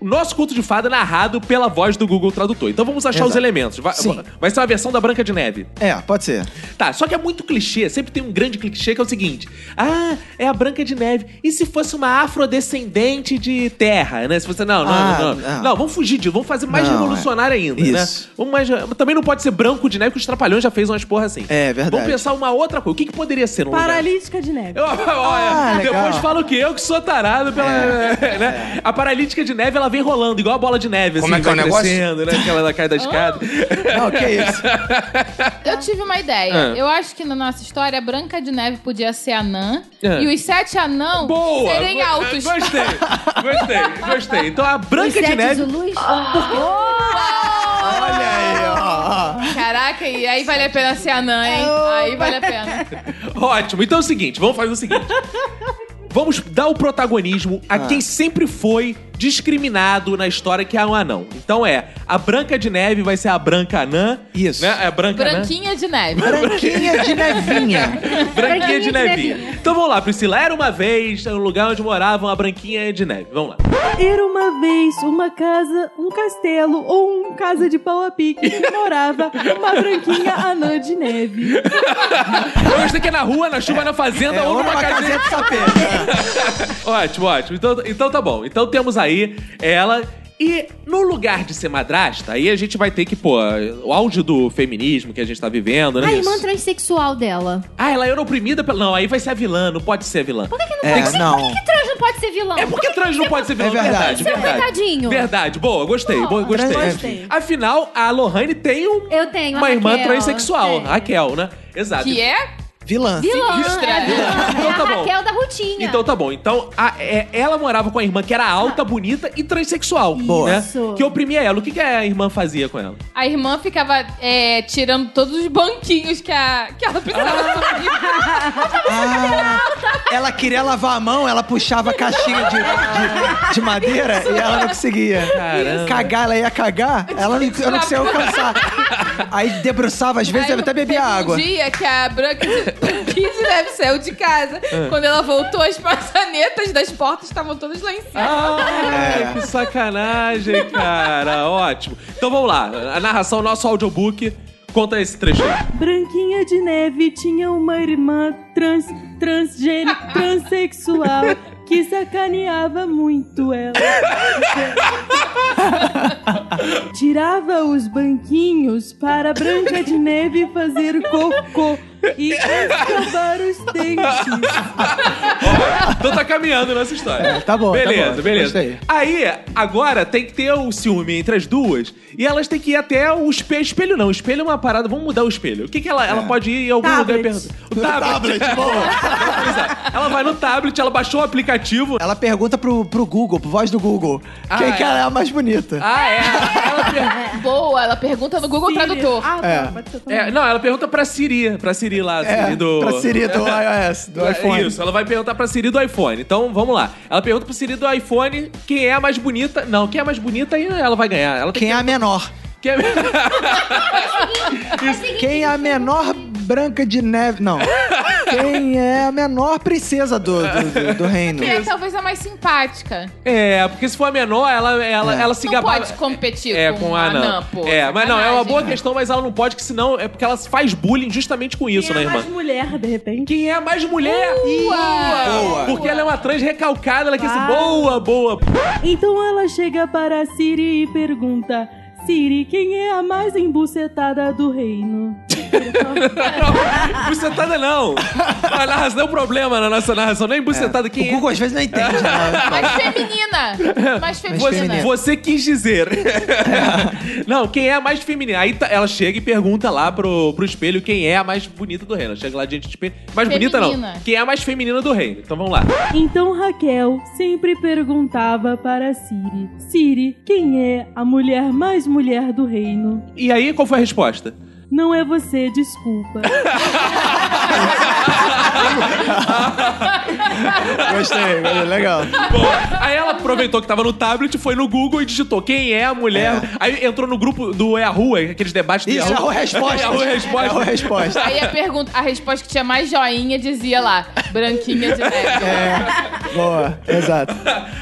Speaker 19: o nosso conto de fada narrado pela voz do Google Tradutor. Então vamos achar os
Speaker 2: Exato.
Speaker 19: elementos. Vai,
Speaker 2: Sim.
Speaker 19: vai ser uma versão da Branca de Neve.
Speaker 2: É, pode ser.
Speaker 19: Tá, só que é muito clichê, sempre tem um grande clichê que é o seguinte: Ah, é a Branca de Neve. E se fosse uma afrodescendente de terra, né? Se você. Não, não,
Speaker 2: Ah,
Speaker 19: não, não.
Speaker 2: não.
Speaker 19: Não, vamos fugir disso, vamos fazer mais
Speaker 2: Não, é.
Speaker 19: revolucionário ainda,
Speaker 2: Isso.
Speaker 19: né? Vamos mais, também não pode ser branco de neve, que os trapalhões já fez umas porra assim.
Speaker 2: É, verdade.
Speaker 19: Vamos pensar uma outra coisa. O que, que poderia ser um lugar?
Speaker 4: Paralítica de neve.
Speaker 19: Eu-
Speaker 12: Ah,
Speaker 19: Olha, depois fala o que eu que sou tarado pela.
Speaker 12: É.
Speaker 19: né? A paralítica de neve ela vem rolando, igual a bola de neve,
Speaker 34: Como
Speaker 19: assim,
Speaker 34: é que é
Speaker 19: vai
Speaker 34: o negócio?
Speaker 19: crescendo, né? Que ela cai da escada.
Speaker 12: Ah,
Speaker 2: Não, que isso?
Speaker 12: Eu tive uma ideia.
Speaker 19: Ah.
Speaker 12: Eu acho que na nossa história, a Branca de Neve podia ser anã
Speaker 19: Ah.
Speaker 12: e os sete anãos
Speaker 19: Boa!
Speaker 12: serem
Speaker 19: Go-
Speaker 12: altos.
Speaker 19: Gostei, gostei, gostei. Então a Branca de Neve.
Speaker 12: Ah. Caraca, e aí vale a pena ser anã, hein? Aí vale a
Speaker 19: é
Speaker 12: pena.
Speaker 19: Ótimo. Então é o seguinte, vamos fazer o seguinte. Vamos dar o protagonismo
Speaker 12: Ah.
Speaker 19: a quem sempre foi discriminado na história, que é um anão. Então é, a Branca de Neve vai ser a Branca Anã. Isso. Né? É Branca Anã.
Speaker 12: Branquinha de Neve.
Speaker 19: Branquinha de
Speaker 2: Nevinha.
Speaker 19: Branquinha de Nevinha. Então vamos lá, Priscila. Era uma vez um lugar onde moravam a Branquinha de Neve. Vamos lá.
Speaker 4: Era uma vez uma casa, um castelo ou um casa de pau a pique que morava uma branquinha anã de neve.
Speaker 19: Eu gostei que é na rua, na chuva, na fazenda
Speaker 2: É
Speaker 19: ou numa casinha de sapê. ótimo, ótimo. Então, então tá bom. Então temos aí ela. E no lugar de ser madrasta, aí a gente vai ter que, pô, o áudio do feminismo que a gente tá vivendo, né?
Speaker 13: A irmã transexual dela.
Speaker 19: Ah, ela era oprimida pela. Não, aí vai ser a vilã, não pode ser a vilã. Por que,
Speaker 13: não
Speaker 2: É,
Speaker 13: pode ser? Por que, que trans não pode ser vilão? É
Speaker 19: porque trans não pode ser vilã?
Speaker 13: Isso é um
Speaker 19: verdade.
Speaker 13: pecadinho.
Speaker 19: Verdade, boa, gostei, boa, gostei.
Speaker 13: trans- Gostei.
Speaker 19: Afinal, a Lohane tem um-
Speaker 13: Eu tenho
Speaker 19: uma
Speaker 13: a
Speaker 19: irmã
Speaker 13: Raquel.
Speaker 19: transexual,
Speaker 13: Tem.
Speaker 19: Raquel, né? Exato.
Speaker 13: Que é?
Speaker 2: Vilã.
Speaker 13: Vilã.
Speaker 19: Vilã.
Speaker 13: É, a
Speaker 12: né?
Speaker 13: vilã.
Speaker 19: Então
Speaker 13: É
Speaker 19: tá
Speaker 13: a
Speaker 19: bom.
Speaker 13: Raquel da Rutinha.
Speaker 19: Então tá bom. Então a- é- ela morava com a irmã que era alta, bonita e transexual. Boa.
Speaker 12: Isso.
Speaker 19: Que oprimia ela. O que, que a irmã fazia com ela?
Speaker 12: A irmã ficava é, tirando todos os banquinhos que, a, que ela precisava subir.
Speaker 2: Ah, Ela queria lavar a mão, ela puxava a caixinha de, de- de madeira e ela não conseguia.
Speaker 19: Caramba.
Speaker 2: Cagar, ela ia cagar, ela não, ela não conseguia alcançar. Aí debruçava, às vezes,
Speaker 12: Aí
Speaker 2: ela até bebia água.
Speaker 12: Um dia que a Branca de Branquinha de Neve saiu de casa,
Speaker 19: Ah.
Speaker 2: É.
Speaker 12: quando ela voltou, as maçanetas das portas estavam todas lá em cima.
Speaker 13: Ah,
Speaker 19: Ai,
Speaker 13: é.
Speaker 19: que sacanagem, cara. Ótimo. Então vamos lá. A narração, nosso audiobook. Conta esse trecho. aí.
Speaker 4: Branquinha de Neve tinha uma irmã trans transgênico, transexual, que sacaneava muito ela. Tirava os banquinhos para Branca de Neve fazer cocô e escovar os dentes.
Speaker 19: Então tá caminhando nessa história.
Speaker 2: É, tá bom, tá
Speaker 19: Beleza,
Speaker 2: bom.
Speaker 19: beleza.
Speaker 2: Gostei.
Speaker 19: Aí, agora tem que ter o ciúme entre as duas e elas têm que ir até o espelho. Espelho não, espelho é uma parada. Vamos mudar o espelho. O que, que ela.
Speaker 2: É.
Speaker 19: Ela pode ir em algum lugar e perguntar. O tablet, Ela vai no tablet, ela baixou o aplicativo.
Speaker 2: Ela pergunta pro, pro Google, pro voz do Google,
Speaker 19: Ah,
Speaker 2: quem
Speaker 19: é.
Speaker 2: que ela é a mais bonita.
Speaker 19: Ah, é?
Speaker 12: Ah. Boa, ela pergunta no Google Tradutor.
Speaker 19: É. É, não, ela pergunta pra Siri, pra Siri lá,
Speaker 2: É,
Speaker 19: Siri do...
Speaker 2: pra Siri do iOS, do
Speaker 19: É,
Speaker 2: iPhone.
Speaker 19: Isso, ela vai perguntar pra Siri do iPhone. Então, vamos lá. Ela pergunta pro Siri do iPhone quem é a mais bonita. Não, quem é a mais bonita aí ela vai ganhar. Ela tem
Speaker 2: Quem é a menor?
Speaker 19: Quem é...
Speaker 2: Quem é a menor branca de neve? Não. Quem é a menor princesa do, do, do- do reino?
Speaker 12: Que é talvez a mais simpática.
Speaker 19: É, porque se for a menor, ela, ela, ela se
Speaker 12: não
Speaker 19: gabava...
Speaker 12: pode competir
Speaker 19: É,
Speaker 12: com,
Speaker 19: com
Speaker 12: a
Speaker 19: a Anã.
Speaker 12: Anã, pô.
Speaker 19: É, mas não, é uma
Speaker 12: Sacanagem.
Speaker 19: boa questão, mas ela não pode, que senão é porque ela faz bullying justamente com
Speaker 12: é
Speaker 19: isso, né, irmã?
Speaker 4: Mais mulher, de repente.
Speaker 19: Quem é mais mulher?
Speaker 4: Boa!
Speaker 19: Porque ela é uma trans recalcada, ela quer ser boa, boa.
Speaker 4: Então ela chega para a Siri e pergunta: Siri, quem é a mais embucetada do reino?
Speaker 19: Bucetada não. A narração é um problema na nossa narração, nem bucetada. Quem É. o Google
Speaker 2: às vezes não entende. né?
Speaker 12: Mais feminina. Mais feminina.
Speaker 19: Você, você quis dizer. Não, quem é a mais feminina? Aí tá- ela chega e pergunta lá pro, pro espelho quem é a mais bonita do reino. Ela Chega lá diante do espelho. Mais bonita
Speaker 4: Feminina.
Speaker 19: não. Quem é a mais feminina do reino? Então vamos lá.
Speaker 4: Então Raquel sempre perguntava para Siri: Siri, quem é a mulher mais mulher do reino?
Speaker 19: E aí, qual foi a resposta?
Speaker 4: Não é você, desculpa.
Speaker 2: Gostei, legal.
Speaker 19: Bom, aí ela aproveitou que tava no tablet, foi no Google e digitou quem é a mulher. Aí entrou no grupo do Yahoo, aqueles debates do
Speaker 2: Isso, é
Speaker 19: Yahoo. É
Speaker 2: Yahoo Respostas. É
Speaker 19: Yahoo Resposta.
Speaker 2: Yahoo Respostas.
Speaker 12: Aí a, pergunta, a resposta que tinha mais joinha dizia lá, branquinha de neve.
Speaker 2: Boa, exato.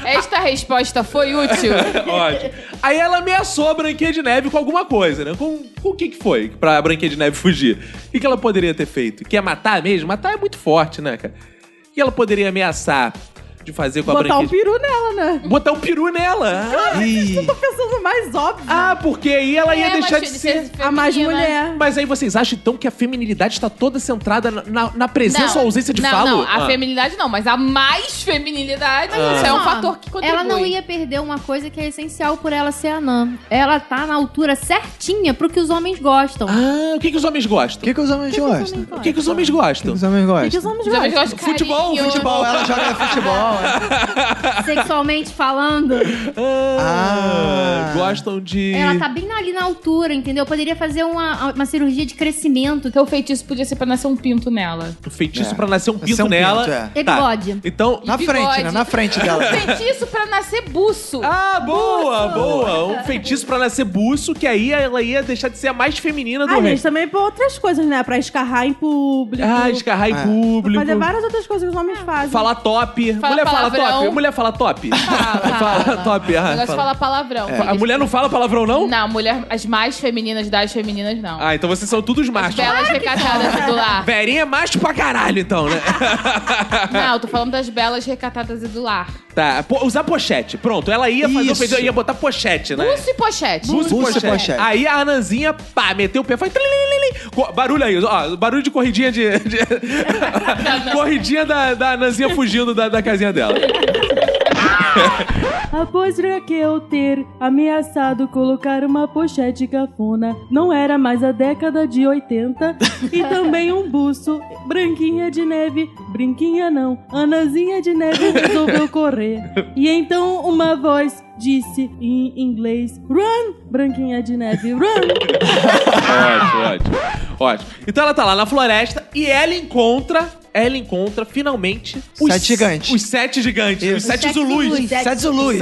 Speaker 19: É.
Speaker 12: Esta resposta foi útil.
Speaker 19: Ótimo. Aí ela ameaçou a Branquinha de Neve com alguma coisa, né? Com, com o que que foi pra Branquinha de Neve fugir? O que, que ela poderia ter feito? Quer matar mesmo? Matar é muito forte, né, cara? O que ela poderia ameaçar de fazer com a
Speaker 7: Botar um
Speaker 19: Branquinha
Speaker 7: peru nela, né?
Speaker 19: de... Botar um peru nela. Ah,
Speaker 7: Eu tô pensando mais óbvio.
Speaker 19: Ah, porque aí ela ia deixar de ser,
Speaker 7: a mais mulher.
Speaker 19: Mas aí vocês acham, então, que a feminilidade está toda centrada na, na- na presença ou é ausência de
Speaker 12: não,
Speaker 19: falo?
Speaker 12: Não, a
Speaker 19: Ah.
Speaker 12: feminilidade não, mas a mais feminilidade
Speaker 19: Ah.
Speaker 12: isso é um
Speaker 5: Ó,
Speaker 12: fator que contribui.
Speaker 5: Ela não ia perder uma coisa que é essencial por ela ser anã. Ela tá na altura certinha pro que os homens gostam.
Speaker 19: Ah, o que, que os homens gostam? O
Speaker 2: que, que os homens gostam?
Speaker 19: O que, que os homens gostam? O que,
Speaker 2: os homens gostam?
Speaker 5: Os homens gostam de
Speaker 19: futebol,
Speaker 5: carinho.
Speaker 19: futebol.
Speaker 2: Ela joga futebol. é.
Speaker 5: Sexualmente falando.
Speaker 19: Ah, gostam de.
Speaker 5: Ela tá bem ali na altura, entendeu? Poderia fazer uma, uma cirurgia de crescimento.
Speaker 12: Então o feitiço podia ser pra nascer um pinto nela.
Speaker 19: Feitiço pra nascer um pinto
Speaker 2: um pinto,
Speaker 19: nela.
Speaker 2: é.
Speaker 12: E bigode.
Speaker 19: Então.
Speaker 2: Na frente, né? Na frente dela.
Speaker 12: Feitiço pra nascer buço.
Speaker 19: Ah, boa, boa. Um feitiço pra nascer buço, que aí ela ia deixar de ser a mais feminina do
Speaker 4: Ah, gente, tá
Speaker 19: resto.
Speaker 4: também pra outras coisas, né? Pra escarrar em público.
Speaker 19: Ah, escarrar em
Speaker 2: É.
Speaker 4: Pra
Speaker 19: público. É.
Speaker 4: Fazer várias outras coisas que os homens fazem.
Speaker 19: Falar top.
Speaker 4: Fala
Speaker 19: mulher fala
Speaker 4: palavrão.
Speaker 19: top. Mulher fala top. Fala, top.
Speaker 12: O
Speaker 19: Ah,
Speaker 12: negócio de falar palavrão.
Speaker 19: É. A mulher não fala palavrão, não?
Speaker 12: Não, mulher, as mais femininas das femininas, não.
Speaker 19: Ah, então vocês são todos machos.
Speaker 12: Belas recatadas do lar.
Speaker 19: Verinha é macho pra caralho, então, né?
Speaker 12: Não, tô falando das belas recatadas e do lar.
Speaker 19: Tá, po- usar pochete. Pronto, ela ia fazer o
Speaker 2: Isso.
Speaker 19: feijão, ia botar pochete, né?
Speaker 12: Buço e pochete.
Speaker 19: Buço e Aí a Ananzinha, pá, meteu o pé, foi... trililili. Co- Barulho aí, ó, barulho de corridinha de... de- corridinha da, da Ananzinha fugindo da, da casinha dela.
Speaker 4: Após Raquel ter ameaçado colocar uma pochete cafona, não era mais a década de 80, e também um buço, Branquinha de Neve, Brinquinha não, Anazinha de Neve resolveu correr. E então uma voz disse em inglês: Run, Branquinha de Neve, run!
Speaker 19: ótimo, ótimo. Ótimo. Então ela tá lá na floresta e ela encontra... Ela encontra, finalmente... Os sete gigantes. Os sete gigantes. Os sete, zulus. Sete
Speaker 13: Ah,
Speaker 19: zulus.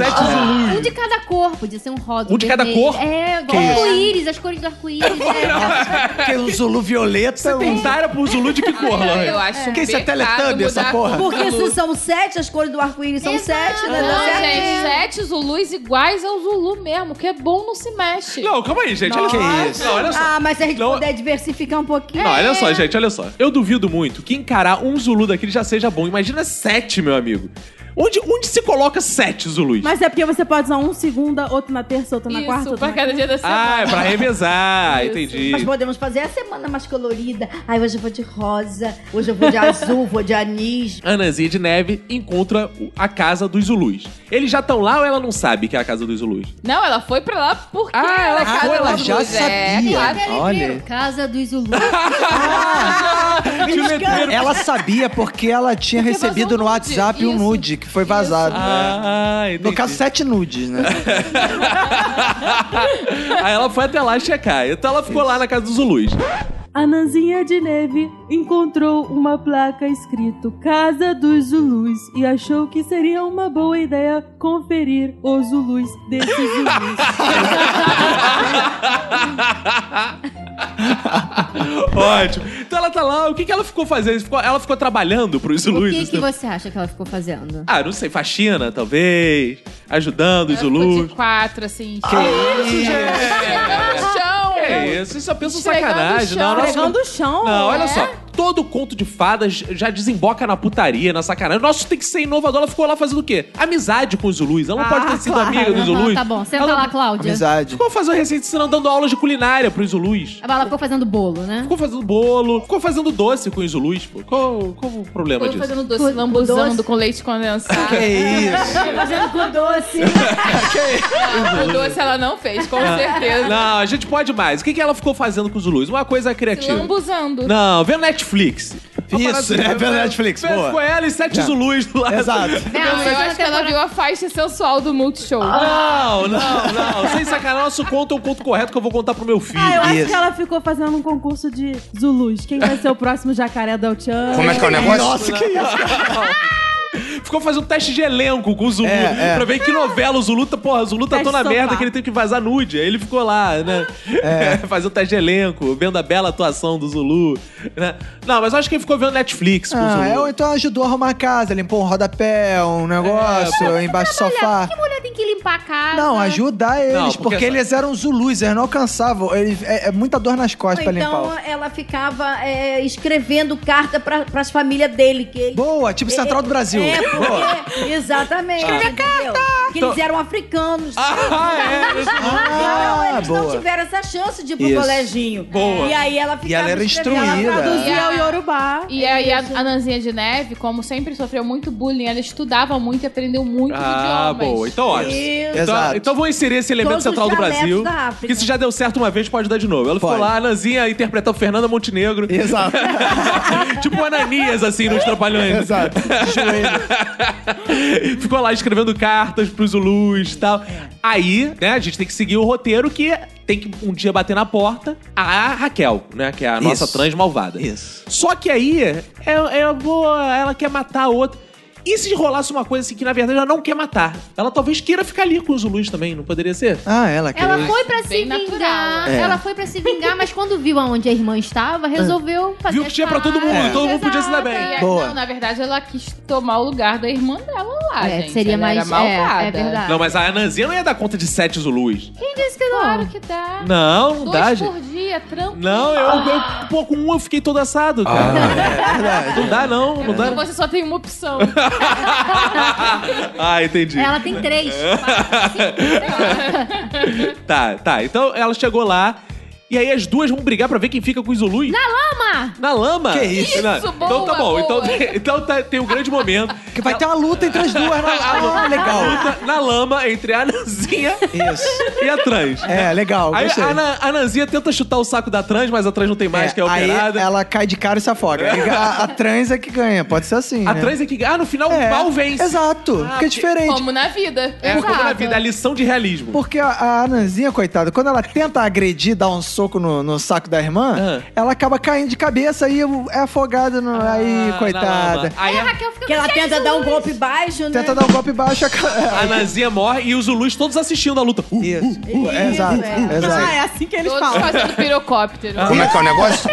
Speaker 5: Um de cada cor. Podia ser um rosa.
Speaker 19: Um de cada
Speaker 5: vermelho.
Speaker 19: cor?
Speaker 5: É,
Speaker 19: Hum. Que
Speaker 5: arco-íris. As cores do arco-íris. é.
Speaker 2: Que o Zulu violeta. Você
Speaker 19: tentaram pro Zulu de que cor, Lohan?
Speaker 12: É, eu acho
Speaker 2: Que isso é
Speaker 12: um pecado
Speaker 2: Teletubbie, essa
Speaker 12: mudar
Speaker 2: porra?
Speaker 19: tá
Speaker 6: Porque se
Speaker 12: Zulu.
Speaker 6: são sete, as cores do arco-íris são sete,
Speaker 5: é
Speaker 6: né?
Speaker 12: Não,
Speaker 6: Dá certo?
Speaker 12: gente, sete Zulus iguais ao Zulu mesmo, que é bom não se mexe.
Speaker 19: Não, calma aí, gente.
Speaker 12: Nossa.
Speaker 19: Olha só. Não, olha só.
Speaker 5: é
Speaker 6: Ah, mas se a gente
Speaker 19: Não.
Speaker 6: puder diversificar um pouquinho.
Speaker 19: Não, olha só, gente, olha só. Eu duvido muito que encarar um Zulu daquele já seja bom. Imagina sete, meu amigo. Onde, onde se coloca sete Zulus?
Speaker 4: Mas é porque você pode usar um segunda, outro na terça, outro na
Speaker 3: Isso,
Speaker 4: quarta.
Speaker 3: pra cada dia da
Speaker 19: Ah, é pra revezar, entendi.
Speaker 23: Mas podemos fazer a semana mais colorida. Ai, hoje eu vou de rosa, hoje eu vou de azul, vou de anis.
Speaker 19: Anazinha de Neve encontra o- a casa dos Zulus. Eles já estão lá ou ela não sabe que é a casa dos Zulus?
Speaker 12: Não, ela foi pra lá porque
Speaker 19: Ah, ela
Speaker 12: era
Speaker 19: foi,
Speaker 12: casa
Speaker 19: ela
Speaker 12: dos
Speaker 19: já
Speaker 12: Zulus. É,
Speaker 19: sabia.
Speaker 12: claro.
Speaker 2: Olha.
Speaker 5: Casa dos Zulu.
Speaker 2: Ela sabia porque ela tinha recebido no WhatsApp um nude que foi vazado.
Speaker 19: Ah,
Speaker 2: no caso, sete nudes, né?
Speaker 19: Aí ela foi até lá checar. Então ela ficou lá na casa dos Zulus.
Speaker 4: A Nanzinha de Neve encontrou uma placa escrito Casa dos Zulus e achou que seria uma boa ideia conferir os Zulus desses Zulus.
Speaker 19: Ótimo. Então ela tá lá, o que, que ela ficou fazendo? Ficou- ela ficou trabalhando pros
Speaker 5: O
Speaker 19: Zulus?
Speaker 5: que,
Speaker 19: esse
Speaker 5: que
Speaker 19: tempo?
Speaker 5: você acha que ela ficou fazendo?
Speaker 19: Ah, não sei, faxina, talvez. Ajudando os
Speaker 12: Ficou
Speaker 19: Zulus.
Speaker 12: de quatro, assim.
Speaker 19: Que isso, gente?
Speaker 12: Esfregando o chão.
Speaker 19: É isso, isso só pensa em
Speaker 12: Esfregando
Speaker 19: sacanagem.
Speaker 12: o chão.
Speaker 19: Não, nosso-
Speaker 12: Esfregando o chão,
Speaker 19: Não, olha
Speaker 12: é?
Speaker 19: só. Todo conto de fadas já desemboca na putaria, na sacanagem. Nosso tem que ser inovador. Ela ficou lá fazendo o quê? Amizade com os Zulus. Ela não
Speaker 5: Ah,
Speaker 19: pode ter sido
Speaker 5: claro.
Speaker 19: amiga dos
Speaker 5: Aham,
Speaker 19: Zulus.
Speaker 5: tá bom. Senta lá, Cláudia.
Speaker 2: Amizade.
Speaker 19: Ficou fazendo receita, dando aulas de culinária pros Zulus.
Speaker 5: Ela ficou fazendo bolo, né?
Speaker 19: Ficou fazendo bolo, ficou fazendo doce com os Zulus, pô. Qual, qual o problema
Speaker 12: Ficou
Speaker 19: disso?
Speaker 12: fazendo doce, lambuzando
Speaker 19: doce.
Speaker 12: com leite condensado.
Speaker 19: Que isso?
Speaker 4: tá
Speaker 12: Fazendo com doce. Com doce ela não fez, com
Speaker 19: Ah.
Speaker 12: certeza.
Speaker 19: Não, a gente pode mais. O que, que ela ficou fazendo com os Zulus? Uma coisa
Speaker 12: Se
Speaker 19: criativa.
Speaker 12: lambuzando.
Speaker 19: Não, vê Netflix.
Speaker 2: Isso, é vê Netflix, boa.
Speaker 19: Ficou ela e sete
Speaker 2: É.
Speaker 19: Zulus do lado.
Speaker 2: Exato.
Speaker 12: Não, eu acho que ela viu a faixa sensual do Multishow.
Speaker 19: Ah, Não, não, não. Sem sacanagem, nosso conto é um conto correto que eu vou contar pro meu filho.
Speaker 4: Ah, eu acho que ela ficou fazendo um concurso de Zulus. Quem vai ser o próximo jacaré da Tchan?
Speaker 19: Nossa, que isso? Ficou fazendo teste de elenco com o Zulu
Speaker 2: É, é.
Speaker 19: pra ver que novela o Zulu tá, porra, o Zulu tá
Speaker 2: Teste
Speaker 19: tão na
Speaker 2: sofá.
Speaker 19: merda que ele teve que vazar nude. Aí ele ficou lá, né?
Speaker 2: É.
Speaker 19: Fazendo teste de elenco, vendo a bela atuação do Zulu. né? Não, mas eu acho que ele ficou vendo Netflix com o Zulu.
Speaker 2: Ah, é, ou então ajudou a arrumar a casa, limpou um rodapé, um negócio, embaixo do sofá.
Speaker 5: Que mulher tem que limpar a casa?
Speaker 2: Não, ajudar eles,
Speaker 19: Não, porque
Speaker 2: porque,
Speaker 19: só-
Speaker 2: eles eram zulus, eles não alcançavam. Eles, é, é muita dor nas costas pra limpar.
Speaker 23: Então ela ficava é, escrevendo carta para as famílias dele. Que...
Speaker 2: Boa, tipo Central do Brasil.
Speaker 23: É,
Speaker 2: Boa.
Speaker 23: porque, exatamente.
Speaker 2: Escreve a
Speaker 23: Entendeu? Que eles
Speaker 2: Então-
Speaker 23: eram africanos.
Speaker 19: Ah, é, eles-
Speaker 23: Então, eles não
Speaker 2: boa.
Speaker 23: tiveram essa chance de ir pro
Speaker 2: Isso.
Speaker 23: coleginho.
Speaker 2: Boa.
Speaker 23: E aí ela
Speaker 2: E
Speaker 23: ficava
Speaker 2: ela era
Speaker 23: escrevendo,
Speaker 2: instruída.
Speaker 23: Ela
Speaker 2: E
Speaker 23: traduzia
Speaker 12: a-
Speaker 23: o Yorubá.
Speaker 12: E aí a, a Nanzinha de Neve, como sempre, sofreu muito bullying. Ela estudava muito e aprendeu muito de
Speaker 19: Ah,
Speaker 12: idiomas.
Speaker 19: boa. Então, ótimo.
Speaker 12: Isso.
Speaker 19: Então,
Speaker 12: Exato.
Speaker 19: então vou inserir esse elemento
Speaker 12: Todos os
Speaker 19: central do
Speaker 12: dialetos
Speaker 19: Brasil.
Speaker 12: da África.
Speaker 19: Porque se já deu certo uma vez, pode dar de novo. Ela ficou
Speaker 2: Pode.
Speaker 19: lá, a Nanzinha interpretando Fernanda Montenegro.
Speaker 2: Exato.
Speaker 19: tipo Ananias, assim, nos Trapalhões.
Speaker 2: Exato.
Speaker 19: ficou lá escrevendo cartas pros Zulus e tal. Aí, né, a gente tem que seguir o roteiro que tem que um dia bater na porta a Raquel, né, que é a nossa
Speaker 2: Isso.
Speaker 19: trans malvada. Isso. Só que aí, é, é boa, ela quer matar a outra. E se rolasse uma coisa assim que, na verdade, ela não quer matar? Ela talvez queira ficar ali com os Zulus também, não poderia ser?
Speaker 2: Ah, ela
Speaker 5: Ela foi pra se
Speaker 12: Bem
Speaker 5: vingar.
Speaker 12: natural,
Speaker 19: né? É.
Speaker 5: Ela foi pra se vingar, mas quando viu aonde a irmã estava, resolveu fazer.
Speaker 19: É. Viu que tinha pra todo mundo,
Speaker 5: as
Speaker 19: todo mundo podia se dar
Speaker 5: paradas.
Speaker 19: bem.
Speaker 12: E aí,
Speaker 19: Boa.
Speaker 12: não, na verdade, ela quis tomar o lugar da irmã dela lá,
Speaker 5: É,
Speaker 12: gente.
Speaker 5: seria
Speaker 12: Ela era
Speaker 5: mais- é,
Speaker 12: malvada.
Speaker 5: é verdade.
Speaker 19: Não, mas a Ananzinha não ia dar conta de sete Zulus.
Speaker 12: Quem disse que não? Claro que dá.
Speaker 19: Não, não
Speaker 12: Dois
Speaker 19: dá, gente.
Speaker 12: por dia, tranquilo.
Speaker 19: Não, eu, eu pô, com um eu fiquei todo assado,
Speaker 2: Ah,
Speaker 19: cara.
Speaker 2: é
Speaker 19: Não dá, não, não
Speaker 12: Então
Speaker 19: dá.
Speaker 12: você só tem uma opção.
Speaker 19: Ah, entendi.
Speaker 5: É.
Speaker 12: Ela tem três,
Speaker 2: É.
Speaker 19: tá, tá. Então ela chegou lá. E aí as duas vão brigar pra ver quem fica com os Zulus.
Speaker 5: Na lama!
Speaker 19: Na lama?
Speaker 2: Que isso?
Speaker 19: Na-
Speaker 2: Isso,
Speaker 19: então tá bom.
Speaker 2: boa,
Speaker 19: Então,
Speaker 2: boa.
Speaker 19: então tá- tem um grande momento.
Speaker 2: Que vai ter uma luta entre as duas. Né?
Speaker 19: A-
Speaker 2: Ah,
Speaker 19: a-
Speaker 2: legal.
Speaker 19: a luta na lama entre a Ananzinha e a trans.
Speaker 2: É, legal.
Speaker 19: Aí
Speaker 2: gostei.
Speaker 19: a, Ana- a Ananzinha tenta chutar o saco da trans, mas a trans não tem mais, que é
Speaker 2: aí
Speaker 19: operada.
Speaker 2: ela cai de cara e se afoga. Aí A, a trans é que ganha, pode ser assim.
Speaker 19: A
Speaker 2: né?
Speaker 19: trans é que ganha. Ah, no final o mal vence.
Speaker 2: Exato,
Speaker 19: Ah,
Speaker 2: porque é diferente.
Speaker 12: Como na vida.
Speaker 19: É, como na vida, a lição de realismo.
Speaker 2: Porque a, a Ananzinha, coitada, quando ela tenta agredir, dar um soco no, no saco da irmã,
Speaker 19: Ah.
Speaker 2: ela acaba caindo de cabeça e é afogada. No, aí, coitada.
Speaker 19: Ah, Aí a,
Speaker 23: Que ela tenta dar um golpe baixo, né?
Speaker 2: Tenta dar um golpe baixo. a ca-
Speaker 19: a Ananzinha morre e os Zulus todos assistindo a luta. Uh, Isso.
Speaker 2: é, exato, exato.
Speaker 7: Ah, é assim que eles
Speaker 12: Todos
Speaker 7: falam.
Speaker 12: fazendo pirocóptero.
Speaker 19: Como é que é o
Speaker 20: negócio?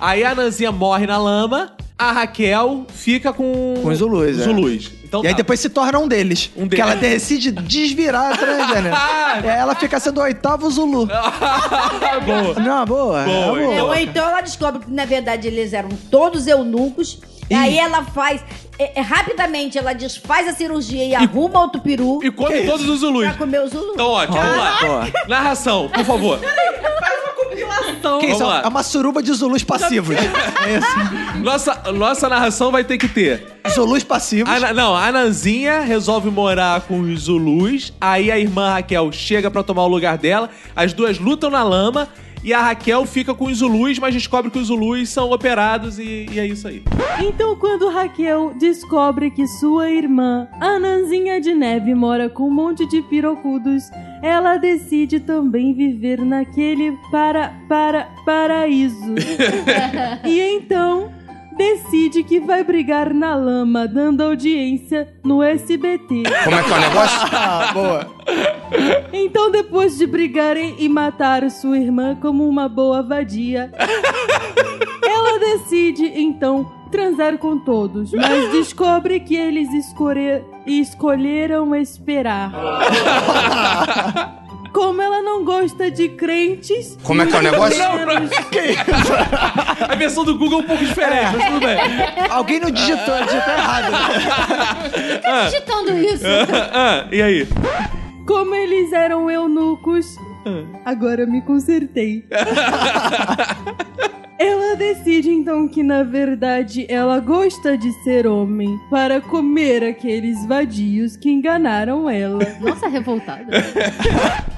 Speaker 19: Aí a Nanzinha morre na lama, a Raquel fica com.
Speaker 2: Com os Zulus, é.
Speaker 19: Zulus. Então
Speaker 2: e aí
Speaker 19: tá.
Speaker 2: depois se torna um deles. Um
Speaker 19: deles.
Speaker 2: Que ela decide desvirar a transgênero. E aí ela fica sendo o oitavo Zulu.
Speaker 19: boa.
Speaker 2: Não, boa. é
Speaker 23: Ou
Speaker 2: boa.
Speaker 6: É,
Speaker 23: então ela descobre que, na verdade, eles eram todos eunucos
Speaker 6: Aí ela faz. é, é, rapidamente ela desfaz a cirurgia e, arruma outro peru.
Speaker 19: E come
Speaker 6: Que
Speaker 19: todos
Speaker 6: isso?
Speaker 19: os Zulus.
Speaker 6: Pra comer os Zulus.
Speaker 19: Então, ó, quero lá. Narração, por favor.
Speaker 2: Então, que isso?
Speaker 19: vamos lá.
Speaker 2: É uma suruba de zulus passivos. é isso.
Speaker 19: Nossa, nossa narração vai ter que ter.
Speaker 2: Zulus passivos.
Speaker 19: Ah, não, a Nanzinha resolve morar com os Zulus. Aí a irmã Raquel chega pra tomar o lugar dela. As duas lutam na lama. E a Raquel fica com os Zulus, mas descobre que os Zulus são operados e, e é isso aí.
Speaker 4: Então, quando Raquel descobre que sua irmã, a Nanzinha de Neve, mora com um monte de pirocudos, ela decide também viver naquele para, para, paraíso. e então decide que vai brigar na lama, dando audiência no SBT.
Speaker 20: Como é que é o negócio?
Speaker 2: Ah,
Speaker 20: boa.
Speaker 4: Então, depois de brigarem e matar sua irmã como uma boa vadia, ela decide então transar com todos, mas descobre que eles escore- escolheram esperar. Como ela não gosta de crentes.
Speaker 20: Como é que é o negócio?
Speaker 4: Não, não.
Speaker 19: A versão do Google é um pouco diferente, mas tudo bem.
Speaker 2: Alguém não digitou, digitou errado. né?
Speaker 19: Ah.
Speaker 4: digitando isso?
Speaker 19: Ah, ah, e aí?
Speaker 4: Como eles eram eunucos, agora me consertei. Ela decide então que na verdade ela gosta de ser homem para comer aqueles vadios que enganaram ela. Nossa, revoltada.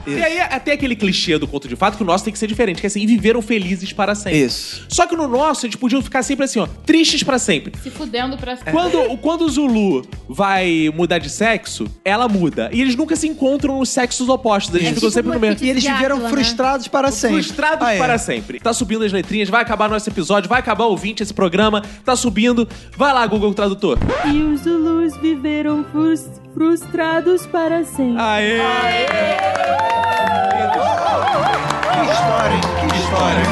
Speaker 19: E aí até aquele clichê do conto de fato que o nosso tem que ser diferente, que é assim, e viveram felizes para sempre. Isso. Só que no nosso, eles podiam ficar sempre assim, ó, tristes para sempre.
Speaker 12: Se fudendo pra sempre.
Speaker 19: É. Quando, quando o Zulu vai mudar de sexo, ela muda. E eles nunca se encontram nos sexos opostos. Eles
Speaker 2: É
Speaker 19: ficam
Speaker 2: tipo
Speaker 19: sempre no
Speaker 2: uma
Speaker 19: mesmo.
Speaker 2: fita de E eles viveram Drácula, né? frustrados para sempre.
Speaker 19: Frustrados
Speaker 2: Ah, é.
Speaker 19: para sempre. Tá subindo as letrinhas, vai acabar nosso episódio, vai acabar ouvinte esse programa, tá subindo. Vai lá, Google Tradutor.
Speaker 4: E os Zulus viveram frus- frustrados para sempre.
Speaker 19: Aê!
Speaker 2: Que história, hein? Que história.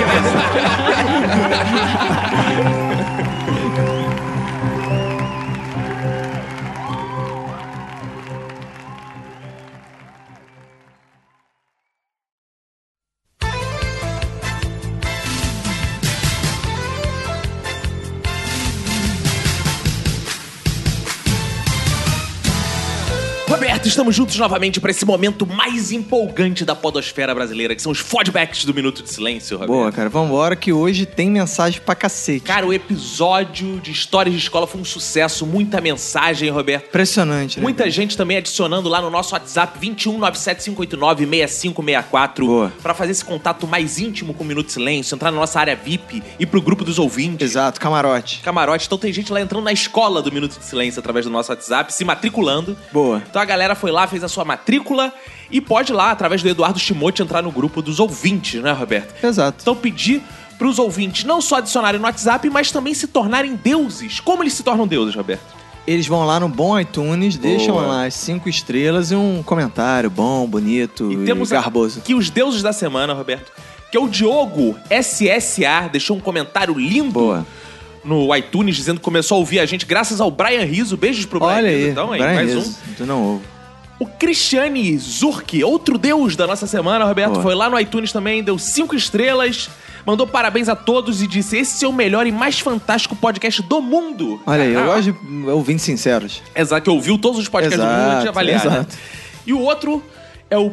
Speaker 19: Roberto, estamos juntos novamente para esse momento mais empolgante da podosfera brasileira, que são os fodbacks do Minuto de Silêncio, Roberto.
Speaker 2: Tá boa, cara. Vambora que hoje tem mensagem pra cacete.
Speaker 19: Cara, o episódio de Histórias de Escola foi um sucesso, muita mensagem, Roberto.
Speaker 2: Impressionante, né?
Speaker 19: Muita gente também adicionando lá no nosso WhatsApp 21975896564 pra fazer esse contato mais íntimo com o Minuto de Silêncio, entrar na nossa área VIP e pro grupo dos ouvintes.
Speaker 2: Exato, camarote.
Speaker 19: Camarote. Então tem gente lá entrando na escola do Minuto de Silêncio através do nosso WhatsApp, se matriculando.
Speaker 2: Boa.
Speaker 19: Então a galera foi lá, fez a sua matrícula e pode lá, através do Eduardo Shimote, entrar no grupo dos ouvintes, né, Roberto?
Speaker 2: Exato.
Speaker 19: Então pedir pros ouvintes não só adicionarem no WhatsApp, mas também se tornarem deuses. Como eles se tornam deuses, Roberto?
Speaker 2: Eles vão lá no Bom iTunes, deixam
Speaker 19: Boa.
Speaker 2: lá as cinco estrelas e um comentário bom, bonito e,
Speaker 19: Temos
Speaker 2: garboso.
Speaker 19: aqui os deuses da semana, Roberto. Que é o Diogo SSA, deixou um comentário lindo no iTunes dizendo que começou a ouvir a gente graças ao Brian Rizzo. Beijos pro Brian
Speaker 2: Olha aí,
Speaker 19: Rizzo, então, aí,
Speaker 2: Brian
Speaker 19: mais
Speaker 2: Rizzo,
Speaker 19: um.
Speaker 2: Tu não ouve.
Speaker 19: O Cristiane Zurk, outro deus da nossa semana, Roberto,
Speaker 2: Boa.
Speaker 19: foi lá no iTunes também, deu cinco estrelas, mandou parabéns a todos e disse: esse é o melhor e mais fantástico podcast do mundo.
Speaker 2: Olha aí, eu gosto de ouvintes sinceros.
Speaker 19: Exato, que ouviu todos os podcasts do mundo
Speaker 2: Exato,
Speaker 19: e avaliar. né?
Speaker 2: exato.
Speaker 19: E o outro é o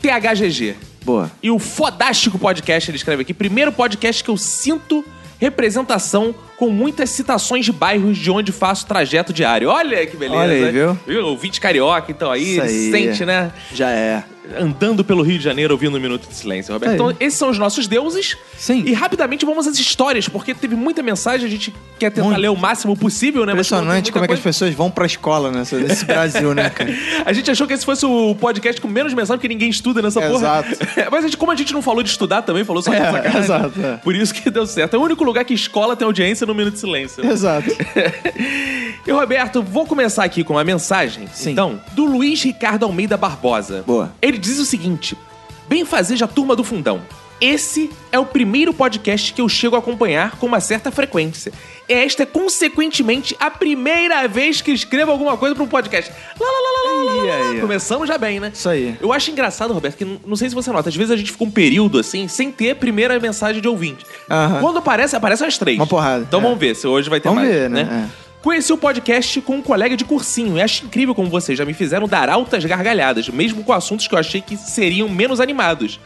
Speaker 19: PJTHGG.
Speaker 2: Boa.
Speaker 19: E o Fodástico Podcast, ele escreve aqui. Primeiro podcast que eu sinto representação com muitas citações de bairros de onde faço trajeto diário. Olha que beleza.
Speaker 2: Olha aí,
Speaker 19: né?
Speaker 2: viu?
Speaker 19: Viu? Ouvinte carioca, então aí,
Speaker 2: Isso
Speaker 19: ele
Speaker 2: aí.
Speaker 19: sente, né?
Speaker 2: Já é.
Speaker 19: Andando pelo Rio de Janeiro, ouvindo um Minuto de Silêncio, Roberto.
Speaker 2: Aí.
Speaker 19: Então, esses são os nossos deuses. Sim. E rapidamente vamos às histórias, porque teve muita mensagem, a gente quer tentar ler o máximo possível, né? Mas como tem
Speaker 2: Impressionante
Speaker 19: muita
Speaker 2: como é que as
Speaker 19: coisa-
Speaker 2: pessoas vão pra escola nessa- nesse Brasil, né, cara?
Speaker 19: a gente achou que esse fosse o podcast com menos mensagem, porque ninguém estuda nessa porra.
Speaker 2: Exato.
Speaker 19: Mas a gente, como a gente não falou de estudar também, falou só de
Speaker 2: É,
Speaker 19: sacanagem.
Speaker 2: exato, é.
Speaker 19: Por isso que deu certo. É o único lugar que escola tem audiência no Minuto de Silêncio. né?
Speaker 2: Exato.
Speaker 19: E, Roberto, vou começar aqui com uma mensagem, então, do Luiz Ricardo Almeida Barbosa. Boa. Ele diz o seguinte: Bem fazeja turma do fundão. Esse é o primeiro podcast que eu chego a acompanhar com uma certa frequência. Esta é, consequentemente, a primeira vez que escrevo alguma coisa para um podcast. Lá, lá, lá, lá, lá, lá, lá, lá. Começamos já bem, né? Isso aí. Eu acho engraçado, Roberto, que n- não sei se você nota, às vezes a gente fica um período assim, sem ter primeira mensagem de ouvinte. Quando aparece, aparecem as três. Uma porrada. Então vamos ver se hoje vai ter
Speaker 2: é. Vamos
Speaker 19: mais.
Speaker 2: ver, né?
Speaker 19: Conheci o podcast com um colega de cursinho e acho incrível como vocês já me fizeram dar altas gargalhadas, mesmo com assuntos que eu achei que seriam menos animados.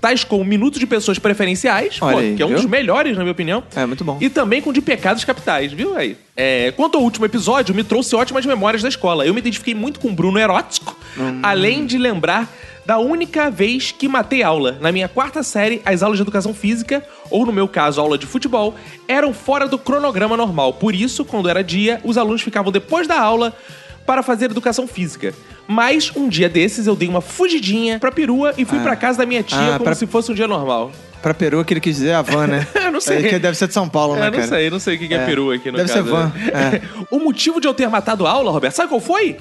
Speaker 19: Tais como Minutos de Pessoas Preferenciais, pô,
Speaker 2: Olha aí,
Speaker 19: que é um
Speaker 2: viu?
Speaker 19: dos melhores, na minha opinião.
Speaker 2: É, muito bom.
Speaker 19: E também com De Pecados Capitais, viu aí? É, quanto ao último episódio, me trouxe ótimas memórias da escola. Eu me identifiquei muito com o Bruno Erótico,
Speaker 2: Hum.
Speaker 19: além de lembrar da única vez que matei aula. Na minha quarta série, as aulas de educação física, ou no meu caso, aula de futebol, eram fora do cronograma normal. Por isso, quando era dia, os alunos ficavam depois da aula para fazer educação física. Mas um dia desses eu dei uma fugidinha pra perua e fui
Speaker 2: Ah.
Speaker 19: pra casa da minha tia
Speaker 2: Ah,
Speaker 19: como
Speaker 2: pra-
Speaker 19: se fosse um dia normal.
Speaker 2: Pra Peru, que ele quis dizer é a van, né?
Speaker 19: Eu não sei.
Speaker 2: É, que deve ser de São Paulo,
Speaker 19: É,
Speaker 2: né,
Speaker 19: não
Speaker 2: cara?
Speaker 19: sei, não sei o que que é peru aqui no
Speaker 2: Deve
Speaker 19: caso,
Speaker 2: ser van. é.
Speaker 19: né? O motivo de eu ter matado a aula, Roberto, sabe qual foi?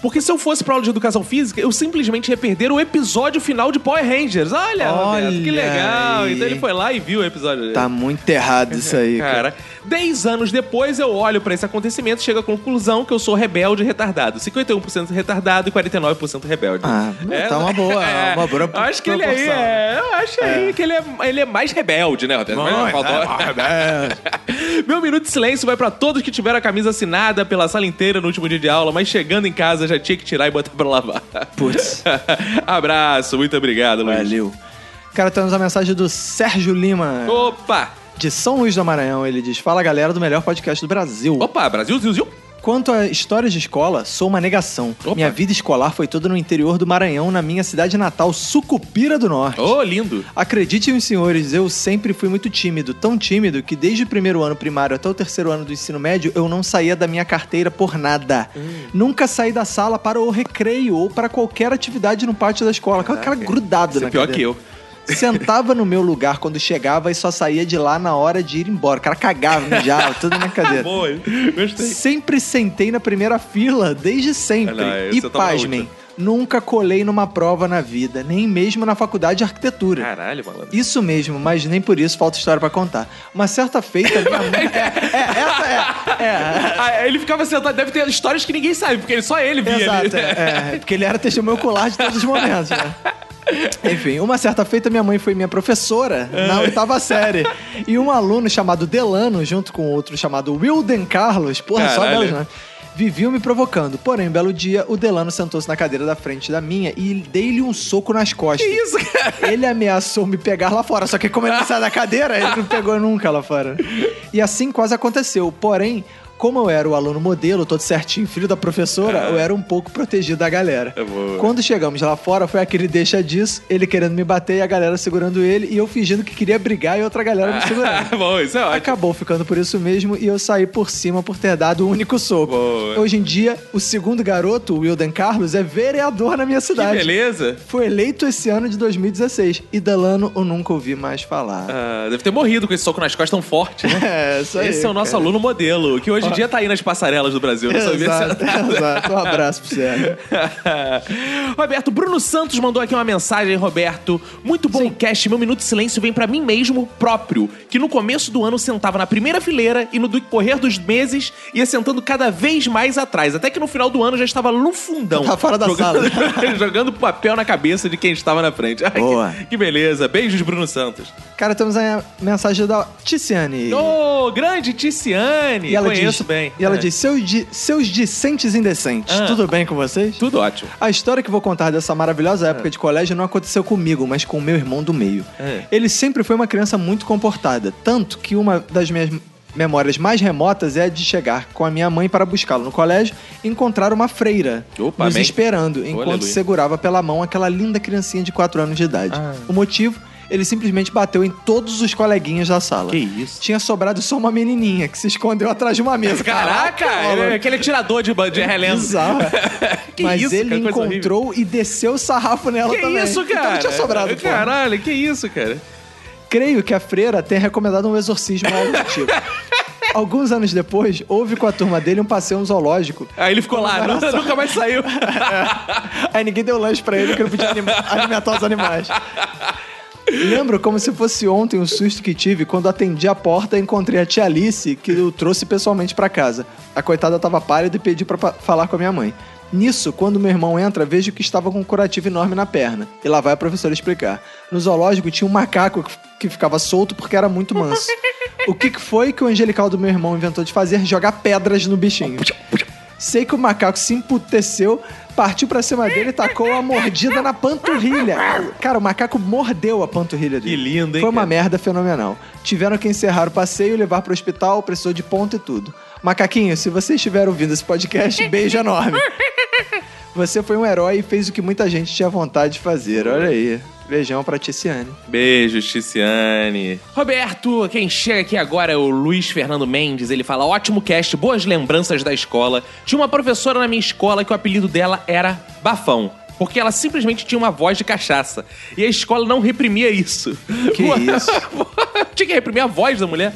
Speaker 19: Porque se eu fosse pra aula de educação física, eu simplesmente ia perder o episódio final de Power Rangers. Olha, Roberto, que
Speaker 2: Olha
Speaker 19: legal.
Speaker 2: aí.
Speaker 19: Então ele foi lá e viu o episódio.
Speaker 2: Tá muito errado isso aí, cara.
Speaker 19: Cara, dez anos depois eu olho pra esse acontecimento e chego à conclusão que eu sou rebelde e retardado. 51% retardado e 49% rebelde. Ah,
Speaker 2: tá uma boa, uma boa
Speaker 19: É, Acho que ele aí
Speaker 2: proporção. né?
Speaker 19: é, eu acho aí que ele é, ele é mais rebelde, né, Roberto? Mas
Speaker 2: Muito,
Speaker 19: faltou-
Speaker 2: né? é,
Speaker 19: Meu minuto de silêncio vai pra todos que tiveram a camisa assinada pela sala inteira no último dia de aula, mas chegando em casa já tinha que tirar e botar pra lavar. Putz. Abraço, muito obrigado, Luiz. Valeu.
Speaker 2: Cara, temos a mensagem do Sérgio Lima.
Speaker 19: Opa!
Speaker 2: De São Luís do Maranhão, ele diz: Fala galera do melhor podcast do Brasil.
Speaker 19: Opa, Brasil, Zil, Zil.
Speaker 2: Quanto a histórias de escola, sou uma negação. Minha vida escolar foi toda no interior do Maranhão, na minha cidade natal, Sucupira do Norte.
Speaker 19: Ô, lindo!
Speaker 2: Acreditem, os senhores, eu sempre fui muito tímido, tão tímido que desde o primeiro ano primário até o terceiro ano do ensino médio eu não saía da minha carteira por nada.
Speaker 19: Hum.
Speaker 2: Nunca saí da sala para o recreio ou para qualquer atividade no pátio da escola. Aquela cara grudado
Speaker 19: Você
Speaker 2: na
Speaker 19: é pior
Speaker 2: cadeira.
Speaker 19: que eu.
Speaker 2: Sentava no meu lugar quando chegava e só saía de lá na hora de ir embora. O cara cagava, mijava, tudo na cadeira.
Speaker 19: Boa, gostei.
Speaker 2: Sempre sentei na primeira fila, desde sempre.
Speaker 19: Olha lá,
Speaker 2: e
Speaker 19: você tava na
Speaker 2: pasmem,
Speaker 19: última.
Speaker 2: nunca colei numa prova na vida, nem mesmo na faculdade de arquitetura.
Speaker 19: Caralho, malandro.
Speaker 2: Isso mesmo, mas nem por isso falta história pra contar. Uma certa feita, minha mãe. É,
Speaker 19: Ah, ele ficava sentado, deve ter histórias que ninguém sabe, porque ele- só ele via. ali.
Speaker 2: Exato,
Speaker 19: né?
Speaker 2: é, é, porque ele era testemunho ocular de todos os momentos, né? Enfim, uma certa feita, minha mãe foi minha professora
Speaker 19: É.
Speaker 2: na oitava série. E um aluno chamado Delano, junto com outro chamado Wilden Carlos, porra, só
Speaker 19: Caralho.
Speaker 2: belos nomes, viviam me provocando. Porém, um belo dia, o Delano sentou-se na cadeira da frente da minha e dei-lhe um soco nas costas. Que
Speaker 19: isso,
Speaker 2: cara? Ele ameaçou me pegar lá fora, só que como ele não saiu da cadeira, ele não pegou nunca lá fora. E assim quase aconteceu. Porém, como eu era o aluno modelo, todo certinho, filho da professora, eu era um pouco protegido da galera.
Speaker 19: É
Speaker 2: Quando chegamos lá fora, foi aquele deixa disso, ele querendo me bater e a galera segurando ele, e eu fingindo que queria brigar e outra galera me segurando.
Speaker 19: Bom, isso é ótimo.
Speaker 2: Acabou ficando por isso mesmo e eu saí por cima por ter dado o único soco. Hoje em dia, o segundo garoto, o Wilden Carlos, é vereador na minha
Speaker 19: Que
Speaker 2: cidade.
Speaker 19: beleza.
Speaker 2: Foi eleito esse ano de 2016 e Delano eu nunca ouvi mais falar.
Speaker 19: Ah, deve ter morrido com esse soco nas costas tão forte, né?
Speaker 2: É, isso aí,
Speaker 19: Esse é o nosso
Speaker 2: cara.
Speaker 19: aluno modelo, que hoje em dia tá aí nas passarelas do Brasil. Não sabia se
Speaker 2: Exato, exato. Um abraço pro Sérgio.
Speaker 19: Roberto, Bruno Santos mandou aqui uma mensagem, Roberto. Muito bom cast, meu minuto de silêncio vem pra mim mesmo próprio, que no começo do ano sentava na primeira fileira e no decorrer dos meses ia sentando cada vez mais atrás, até que no final do ano já estava no fundão.
Speaker 2: Tá fora da
Speaker 19: jogando, sala. jogando papel na cabeça de quem estava na frente. Ai, que-
Speaker 2: Boa.
Speaker 19: Que, beleza. Beijos, Bruno Santos.
Speaker 2: Cara, temos a mensagem da Ticiane.
Speaker 19: Ô, grande Ticiane.
Speaker 2: E ela
Speaker 19: Oh, Conheço
Speaker 2: diz,
Speaker 19: bem.
Speaker 2: E ela
Speaker 19: É.
Speaker 2: diz: Seus, di- seus discentes indecentes,
Speaker 19: Ah.
Speaker 2: tudo bem com vocês?
Speaker 19: Tudo ótimo.
Speaker 2: A história que vou contar dessa maravilhosa época de colégio não aconteceu comigo, mas com o meu irmão do meio.
Speaker 19: É.
Speaker 2: Ele sempre foi uma criança muito comportada, tanto que uma das minhas memórias mais remotas é a de chegar com a minha mãe para buscá-lo no colégio e encontrar uma freira
Speaker 19: Opa,
Speaker 2: nos
Speaker 19: amém.
Speaker 2: esperando, enquanto
Speaker 19: Aleluia.
Speaker 2: segurava pela mão aquela linda criancinha de 4 anos de idade.
Speaker 19: Ah.
Speaker 2: O motivo? Ele simplesmente bateu em todos os coleguinhas da sala. Que
Speaker 19: isso?
Speaker 2: Tinha sobrado só uma menininha que se escondeu atrás de uma mesa.
Speaker 19: Caraca, ele é aquele atirador de, de relento.
Speaker 2: Bizarro.
Speaker 19: que
Speaker 2: Mas
Speaker 19: isso,
Speaker 2: ele
Speaker 19: cara, coisa horrível.
Speaker 2: encontrou e desceu o sarrafo nela
Speaker 19: Que
Speaker 2: também.
Speaker 19: isso, cara?
Speaker 2: Então não tinha sobrado, pô.
Speaker 19: Caralho, que isso, cara?
Speaker 2: Creio que a freira tenha recomendado um exorcismo ou algo do tipo. Alguns anos depois, houve com a turma dele um passeio no zoológico.
Speaker 19: Aí ele ficou lá,
Speaker 2: Olha só.
Speaker 19: nunca mais saiu.
Speaker 2: Aí ninguém deu lanche pra ele, que não podia anim- alimentar os animais. Lembro como se fosse ontem o susto que tive quando atendi a porta e encontrei a tia Alice, que eu trouxe pessoalmente pra casa. A coitada tava pálida e pedi pra pa- falar com a minha mãe. Nisso, quando meu irmão entra, vejo que estava com um curativo enorme na perna. E lá vai a professora explicar. No zoológico tinha um macaco que- que ficava solto porque era muito manso. O que, que foi que o angelical do meu irmão inventou de fazer? Jogar pedras no bichinho. Sei que o macaco se emputeceu, partiu pra cima dele e tacou a mordida na panturrilha. Cara, o macaco mordeu a panturrilha dele. Que
Speaker 19: lindo, hein?
Speaker 2: Foi uma merda fenomenal. Tiveram que encerrar o passeio, levar pro hospital, precisou de ponto e tudo. Macaquinho, se você estiver ouvindo esse podcast, beijo enorme. Você foi um herói e fez o que muita gente tinha vontade de fazer. Olha aí. Beijão pra Ticiane.
Speaker 19: Beijo, Ticiane. Roberto, quem chega aqui agora é o Luiz Fernando Mendes. Ele fala: ótimo cast, boas lembranças da escola. Tinha uma professora na minha escola que o apelido dela era Bafão. Porque ela simplesmente tinha uma voz de cachaça. E a escola não reprimia isso. Que
Speaker 2: isso?
Speaker 19: tinha que reprimir a voz da mulher.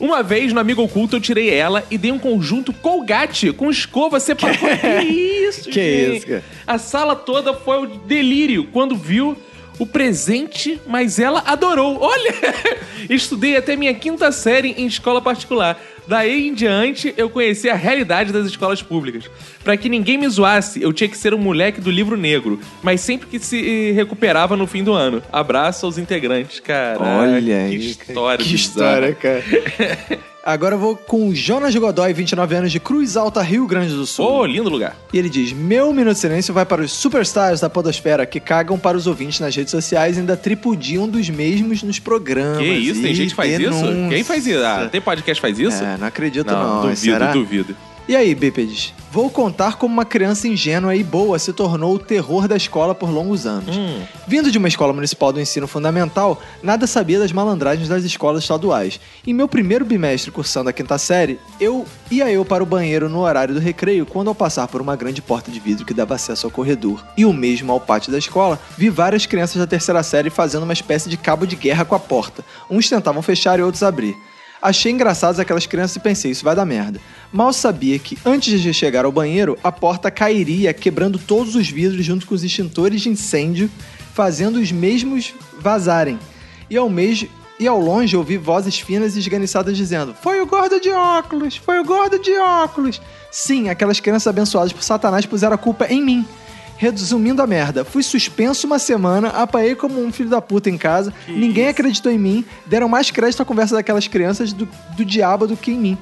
Speaker 19: Uma vez, no Amigo Oculto, eu tirei ela e dei um conjunto Colgate com escova separada. Que isso,
Speaker 2: Que
Speaker 19: gente?
Speaker 2: isso, cara?
Speaker 19: A sala toda foi o delírio quando viu o presente, mas ela adorou. Olha! Estudei até minha quinta série em escola particular. Daí em diante, eu conheci a realidade das escolas públicas. Pra que ninguém me zoasse, eu tinha que ser um moleque do livro negro, mas sempre que se eh, recuperava no fim do ano. Abraço aos integrantes, cara.
Speaker 2: Olha
Speaker 19: que
Speaker 2: aí,
Speaker 19: história,
Speaker 2: Que
Speaker 19: bizarra.
Speaker 2: história, cara. Agora eu vou com o Jonas Godoy, 29 anos, de Cruz Alta, Rio Grande do Sul.
Speaker 19: Ô, lindo lugar.
Speaker 2: E ele diz: Meu minuto de silêncio vai para os superstars da Podosfera que cagam para os ouvintes nas redes sociais e ainda tripudiam dos mesmos nos programas.
Speaker 19: Que isso? Tem
Speaker 2: Ih,
Speaker 19: gente que faz isso?
Speaker 2: denúncia.
Speaker 19: Quem faz isso? Ah, tem podcast que faz isso?
Speaker 2: É, não acredito não,
Speaker 19: Duvido,
Speaker 2: será?
Speaker 19: duvido.
Speaker 2: E aí, bípedes? Vou contar como uma criança ingênua e boa se tornou o terror da escola por longos anos. Vindo de uma escola municipal do ensino fundamental, nada sabia das malandragens das escolas estaduais. Em meu primeiro bimestre cursando a quinta série, eu ia eu para o banheiro no horário do recreio quando ao passar por uma grande porta de vidro que dava acesso ao corredor e o mesmo ao pátio da escola, vi várias crianças da terceira série fazendo uma espécie de cabo de guerra com a porta. Uns tentavam fechar e outros abrir. Achei engraçadas aquelas crianças e pensei, isso vai dar merda. Mal sabia que, antes de chegar ao banheiro, a porta cairia, quebrando todos os vidros junto com os extintores de incêndio, fazendo os mesmos vazarem. E ao mesmo. E ao longe ouvi vozes finas e esganiçadas dizendo: Foi o gordo de óculos! Foi o gordo de óculos! Sim, aquelas crianças abençoadas por Satanás puseram a culpa em mim. Resumindo a merda, fui suspenso uma semana, apanhei como um filho da puta em casa, ninguém acreditou em mim, deram mais crédito à conversa daquelas crianças do, do diabo do que em mim.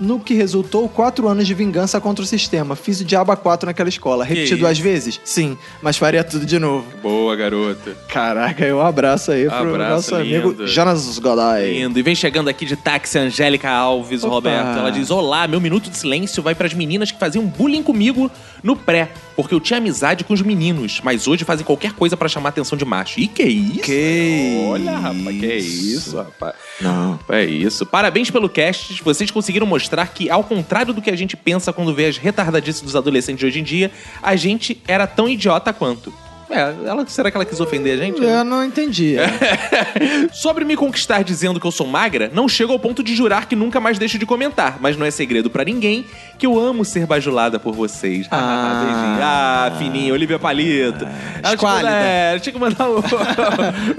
Speaker 2: No que resultou, quatro anos de vingança contra o sistema. Fiz o diabo a quatro naquela escola.
Speaker 19: Que
Speaker 2: Repetido
Speaker 19: isso?
Speaker 2: às vezes? Sim, mas faria tudo de novo.
Speaker 19: Boa, garota.
Speaker 2: Caraca, um abraço aí pro
Speaker 19: Abraço,
Speaker 2: nosso
Speaker 19: lindo.
Speaker 2: amigo Jonas Godoy.
Speaker 19: Lindo. E vem chegando aqui de táxi a Angélica Alves,
Speaker 2: Opa.
Speaker 19: Roberto. Ela diz: Olá, meu minuto de silêncio vai para as meninas que faziam bullying comigo no pré, porque eu tinha amizade com os meninos, mas hoje fazem qualquer coisa para chamar a atenção de macho. E que isso?
Speaker 2: Que
Speaker 19: Olha, rapaz, que isso, rapaz. Não. É isso. Parabéns pelo cast. Vocês conseguiram mostrar que, ao contrário do que a gente pensa quando vê as retardadices dos adolescentes de hoje em dia, a gente era tão idiota quanto. É, ela, será que ela quis ofender a gente?
Speaker 2: Eu não entendi.
Speaker 19: É. Sobre me conquistar dizendo que eu sou magra, não chego ao ponto de jurar que nunca mais deixo de comentar, mas não é segredo pra ninguém que eu amo ser bajulada por vocês. Ah, beijinho. Ah, fininho, Olivia
Speaker 2: Ah,
Speaker 19: Palito. Ela tinha que
Speaker 1: esquálida.
Speaker 19: mandar- é, ela tinha que mandar o,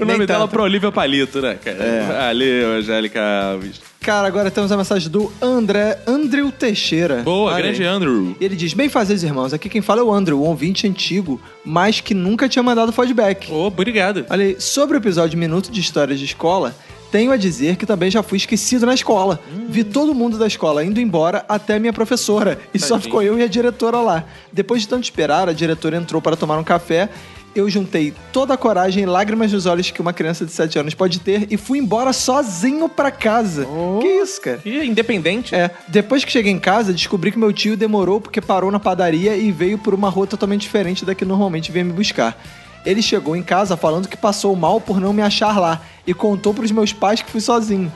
Speaker 19: o nome dela pra Olivia Palito, né, cara? Valeu, Angélica Alves.
Speaker 2: Cara, agora temos a mensagem do André, Andrew Teixeira.
Speaker 19: Boa,
Speaker 2: Olha
Speaker 19: grande
Speaker 2: aí.
Speaker 19: Andrew.
Speaker 2: Ele diz: Bem fazer, irmãos. Aqui quem fala é o Andrew, um ouvinte antigo, mas que nunca tinha mandado feedback.
Speaker 19: obrigado.
Speaker 2: Olha aí, sobre o episódio Minuto de Histórias de Escola, tenho a dizer que também já fui esquecido na escola. Vi todo mundo da escola indo embora, até minha professora. E só
Speaker 19: Tadinho.
Speaker 2: ficou eu e a diretora lá. Depois de tanto esperar, a diretora entrou para tomar um café. Eu juntei toda a coragem e lágrimas nos olhos que uma criança de 7 anos pode ter e fui embora sozinho pra casa. que isso, cara?
Speaker 19: Que independente.
Speaker 2: É. Depois que cheguei em casa, descobri que meu tio demorou porque parou na padaria e veio por uma rua totalmente diferente da que normalmente vinha me buscar. Ele chegou em casa falando que passou mal por não me achar lá e contou pros meus pais que fui sozinho.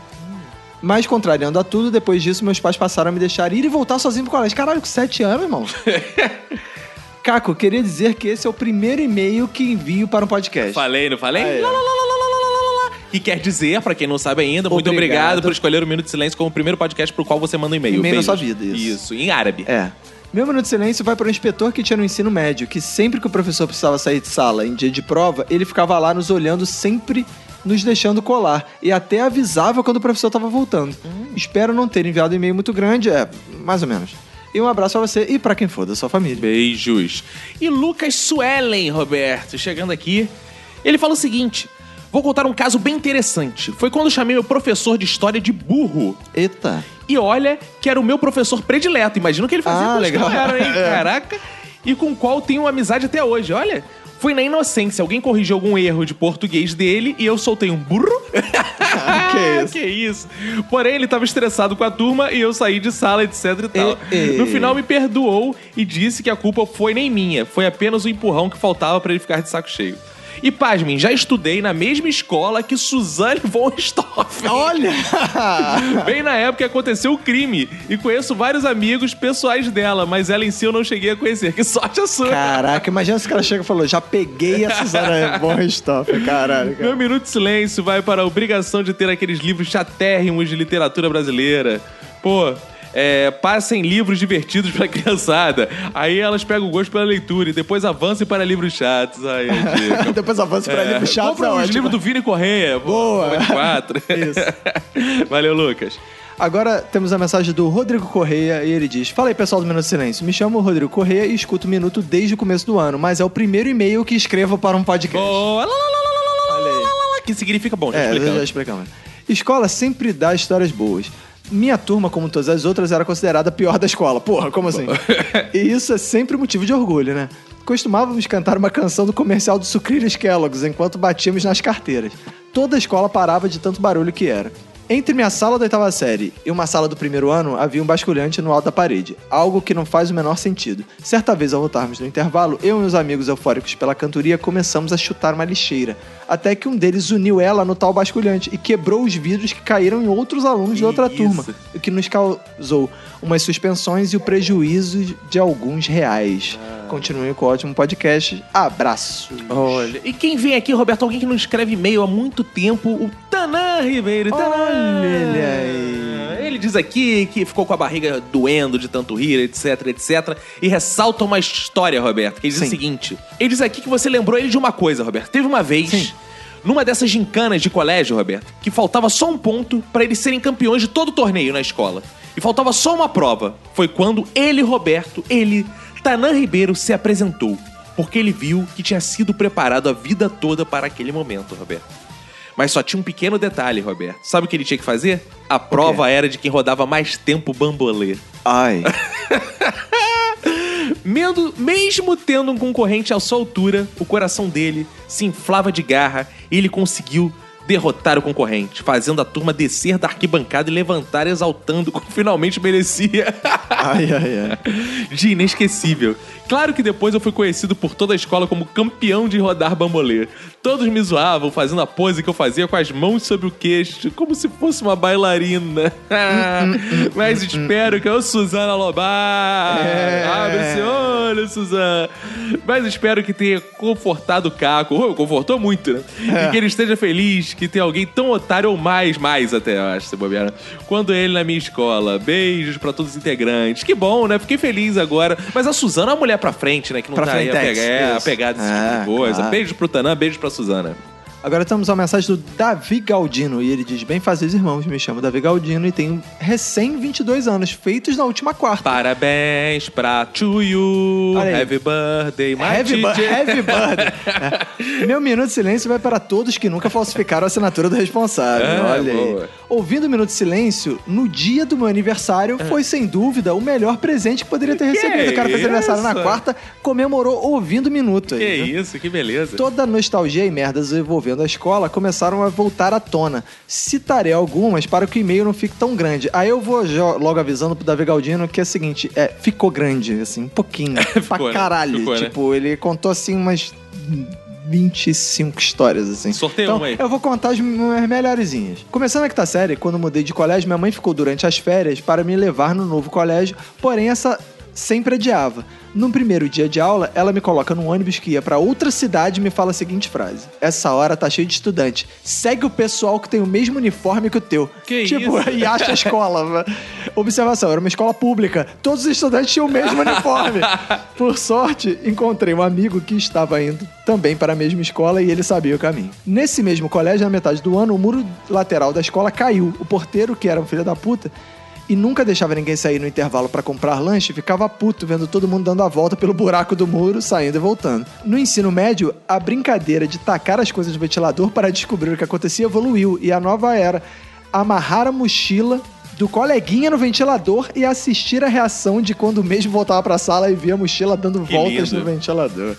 Speaker 2: Mas, contrariando a tudo, depois disso, meus pais passaram a me deixar ir e voltar sozinho pro colégio. Caralho, com 7 anos, irmão. Caco, queria dizer que esse é o primeiro e-mail que envio para um podcast.
Speaker 19: Falei, não falei?
Speaker 2: Aí, ó.
Speaker 19: Lá, lá, lá, lá, lá, lá, lá, lá. Que quer dizer, pra quem não sabe ainda, muito
Speaker 2: Obrigado.
Speaker 19: obrigado por escolher o Minuto de Silêncio como o primeiro podcast pro qual você manda um e-mail.
Speaker 2: E-mail da
Speaker 19: Beijos.
Speaker 2: sua vida, isso.
Speaker 19: Isso, em árabe.
Speaker 2: É. Meu minuto de silêncio vai para o inspetor que tinha no ensino médio, que sempre que o professor precisava sair de sala em dia de prova, ele ficava lá nos olhando sempre nos deixando colar e até avisava quando o professor estava voltando. Espero não ter enviado um e-mail muito grande, é, mais ou menos. E um abraço para você e para quem for da sua família.
Speaker 19: Beijos. E Lucas Suellen, Roberto, chegando aqui. Ele fala o seguinte: vou contar um caso bem interessante. Foi quando eu chamei meu professor de história de burro.
Speaker 2: Eita.
Speaker 19: E olha, que era o meu professor predileto. Imagina o que ele fazia
Speaker 2: Ah,
Speaker 19: com os
Speaker 2: legal.
Speaker 19: caras, hein?
Speaker 2: É.
Speaker 19: Caraca. E com o qual tenho amizade até hoje. Olha. Foi na inocência, alguém corrigiu algum erro de português dele e eu soltei um burro. que isso? que isso. Porém, ele tava estressado com a turma e eu saí de sala, etc e tal.
Speaker 1: E- e-
Speaker 19: No final, me perdoou e disse que a culpa foi nem minha, foi apenas o empurrão que faltava pra ele ficar de saco cheio. E pasmem, já estudei na mesma escola que Suzanne von Stoffen.
Speaker 2: Olha!
Speaker 19: Bem na época que aconteceu o crime. E conheço vários amigos pessoais dela, mas ela em si eu não cheguei a conhecer. Que sorte a sua!
Speaker 2: Caraca, imagina se o cara chega e falou: já peguei a Suzana von Richthofen, caralho. cara.
Speaker 19: Meu minuto de silêncio vai para a obrigação de ter aqueles livros chatérrimos de literatura brasileira. Pô, é, passem livros divertidos pra criançada. Aí elas pegam o gosto pela leitura e depois avancem para livros chatos. Aí, é dica.
Speaker 2: Depois avança pra
Speaker 19: É,
Speaker 2: livro chato,
Speaker 19: compra
Speaker 2: é
Speaker 19: os
Speaker 2: ótimo.
Speaker 19: livros do Vini Correia. Boa! 24. Isso. Valeu, Lucas.
Speaker 2: Agora temos a mensagem do Rodrigo Correia e ele diz: Fala aí pessoal do Minuto de Silêncio, me chamo Rodrigo Correia e escuto o Minuto desde o começo do ano, mas é o primeiro e-mail que escrevo para um podcast.
Speaker 19: Boa! Lá, lá, lá, lá, lá, lá, lá, lá, lá, Que significa bom, já
Speaker 2: É,
Speaker 19: explicamos.
Speaker 2: já explicamos. Escola sempre dá histórias boas. Minha turma, como todas as outras, era considerada a pior da escola. Porra, como assim? e isso é sempre motivo de orgulho, né? Costumávamos cantar uma canção do comercial do Sucrilhos Kellogg's enquanto batíamos nas carteiras. Toda a escola parava de tanto barulho que era. Entre minha sala da oitava série e uma sala do primeiro ano, havia um basculhante no alto da parede, algo que não faz o menor sentido. Certa vez, ao voltarmos no intervalo, eu e os amigos eufóricos pela cantoria começamos a chutar uma lixeira, até que um deles uniu ela no tal basculhante e quebrou os vidros que caíram em outros alunos de outra turma, o que nos causou umas suspensões e o prejuízo de alguns reais. Continuem com o ótimo podcast. Abraço.
Speaker 19: Olha, e quem vem aqui, Roberto, alguém que não escreve e-mail há muito tempo, o Tanã Ribeiro. Tanã. Olha Ah, ele aí. Ele diz aqui que ficou com a barriga doendo de tanto rir, etc, etc. E ressalta uma história, Roberto, que ele diz o seguinte. Ele diz aqui que você lembrou ele de uma coisa, Roberto. Teve uma vez... Numa dessas gincanas de colégio, Roberto, que faltava só um ponto pra eles serem campeões de todo o torneio na escola. E faltava só uma prova. Foi quando ele, Roberto, ele, Tanã Ribeiro, se apresentou porque ele viu que tinha sido preparado a vida toda para aquele momento, Roberto. Mas só tinha um pequeno detalhe, Roberto. Sabe o que ele tinha que fazer? A prova era de quem rodava mais tempo bambolê.
Speaker 2: Ai.
Speaker 19: Mendo- mesmo tendo um concorrente à sua altura, o coração dele se inflava de garra e ele conseguiu derrotar o concorrente, fazendo a turma descer da arquibancada e levantar exaltando como finalmente merecia.
Speaker 2: Ai, ai,
Speaker 19: ai. De inesquecível. Claro que depois eu fui conhecido por toda a escola como campeão de rodar bambolê. Todos me zoavam fazendo a pose que eu fazia com as mãos sobre o queixo, como se fosse uma bailarina. Mas espero que eu, Suzana Lobar,
Speaker 1: É.
Speaker 19: abre esse olho, Suzana. Mas espero que tenha confortado o Caco. Oh, confortou muito, né?
Speaker 2: É.
Speaker 19: E que ele esteja feliz que tem alguém tão otário ou mais, mais até, eu acho, se bobear. né? Quando ele na minha escola. Beijos pra todos os integrantes. Que bom, né? Fiquei feliz agora. Mas a Suzana é uma mulher pra frente, né? Que não
Speaker 2: Pra
Speaker 19: tá aí
Speaker 2: frentex,
Speaker 19: apega- é,
Speaker 2: isso.
Speaker 19: apegada a esse
Speaker 2: É,
Speaker 19: tipo de coisa.
Speaker 2: claro.
Speaker 19: Beijos pro Tanã, beijos pra Suzana.
Speaker 2: Agora temos a mensagem do Davi Galdino e ele diz: Bem fazeres irmãos, me chamo Davi Galdino e tenho recém 22 anos, feitos na última quarta.
Speaker 19: Parabéns pra to you.
Speaker 2: Olha aí.
Speaker 19: Happy birthday, my
Speaker 2: Heavy, bu-
Speaker 19: teacher.
Speaker 2: heavy burden. É. Meu minuto de silêncio vai para todos que nunca falsificaram a assinatura do responsável.
Speaker 19: É,
Speaker 2: Olha aí.
Speaker 19: boa.
Speaker 2: Ouvindo o minuto de silêncio, no dia do meu aniversário,
Speaker 19: É.
Speaker 2: foi sem dúvida o melhor presente que poderia ter recebido. O cara fez aniversário na
Speaker 19: é isso?
Speaker 2: quarta, comemorou ouvindo o minuto.
Speaker 19: Que
Speaker 2: aí, né?
Speaker 19: isso, que beleza.
Speaker 2: Toda a nostalgia e merdas envolvendo a escola começaram a voltar à tona. Citarei algumas para que o e-mail não fique tão grande. Aí eu vou já logo avisando pro Davi Galdino que é o seguinte, é, ficou grande, assim, um pouquinho, pra
Speaker 19: né?
Speaker 2: caralho.
Speaker 19: Ficou, né?
Speaker 2: tipo, ele contou assim umas 25 histórias, assim.
Speaker 19: Sorteia
Speaker 2: então,
Speaker 19: uma um aí.
Speaker 2: Eu vou contar as minhas melhorzinhas. Começando aqui tá série, quando mudei de colégio, minha mãe ficou durante as férias para me levar no novo colégio, porém essa sempre adiava. No primeiro dia de aula, ela me coloca num ônibus que ia pra outra cidade e me fala a seguinte frase: Essa hora tá cheio de estudante. Segue o pessoal que tem o mesmo uniforme que o teu.
Speaker 19: Que
Speaker 2: tipo,
Speaker 19: isso?
Speaker 2: e acha a escola. Observação: era uma escola pública. Todos os estudantes tinham o mesmo uniforme. Por sorte, encontrei um amigo que estava indo também para a mesma escola e ele sabia o caminho. Nesse mesmo colégio, na metade do ano, o muro lateral da escola caiu. O porteiro, que era um filho da puta, e nunca deixava ninguém sair no intervalo para comprar lanche, ficava puto vendo todo mundo dando a volta pelo buraco do muro, saindo e voltando. No ensino médio, a brincadeira de tacar as coisas no ventilador para descobrir o que acontecia evoluiu e a nova era amarrar a mochila do coleguinha no ventilador e assistir a reação de quando o mesmo voltava para a sala e via a mochila dando
Speaker 19: Que
Speaker 2: voltas
Speaker 19: lindo.
Speaker 2: no ventilador.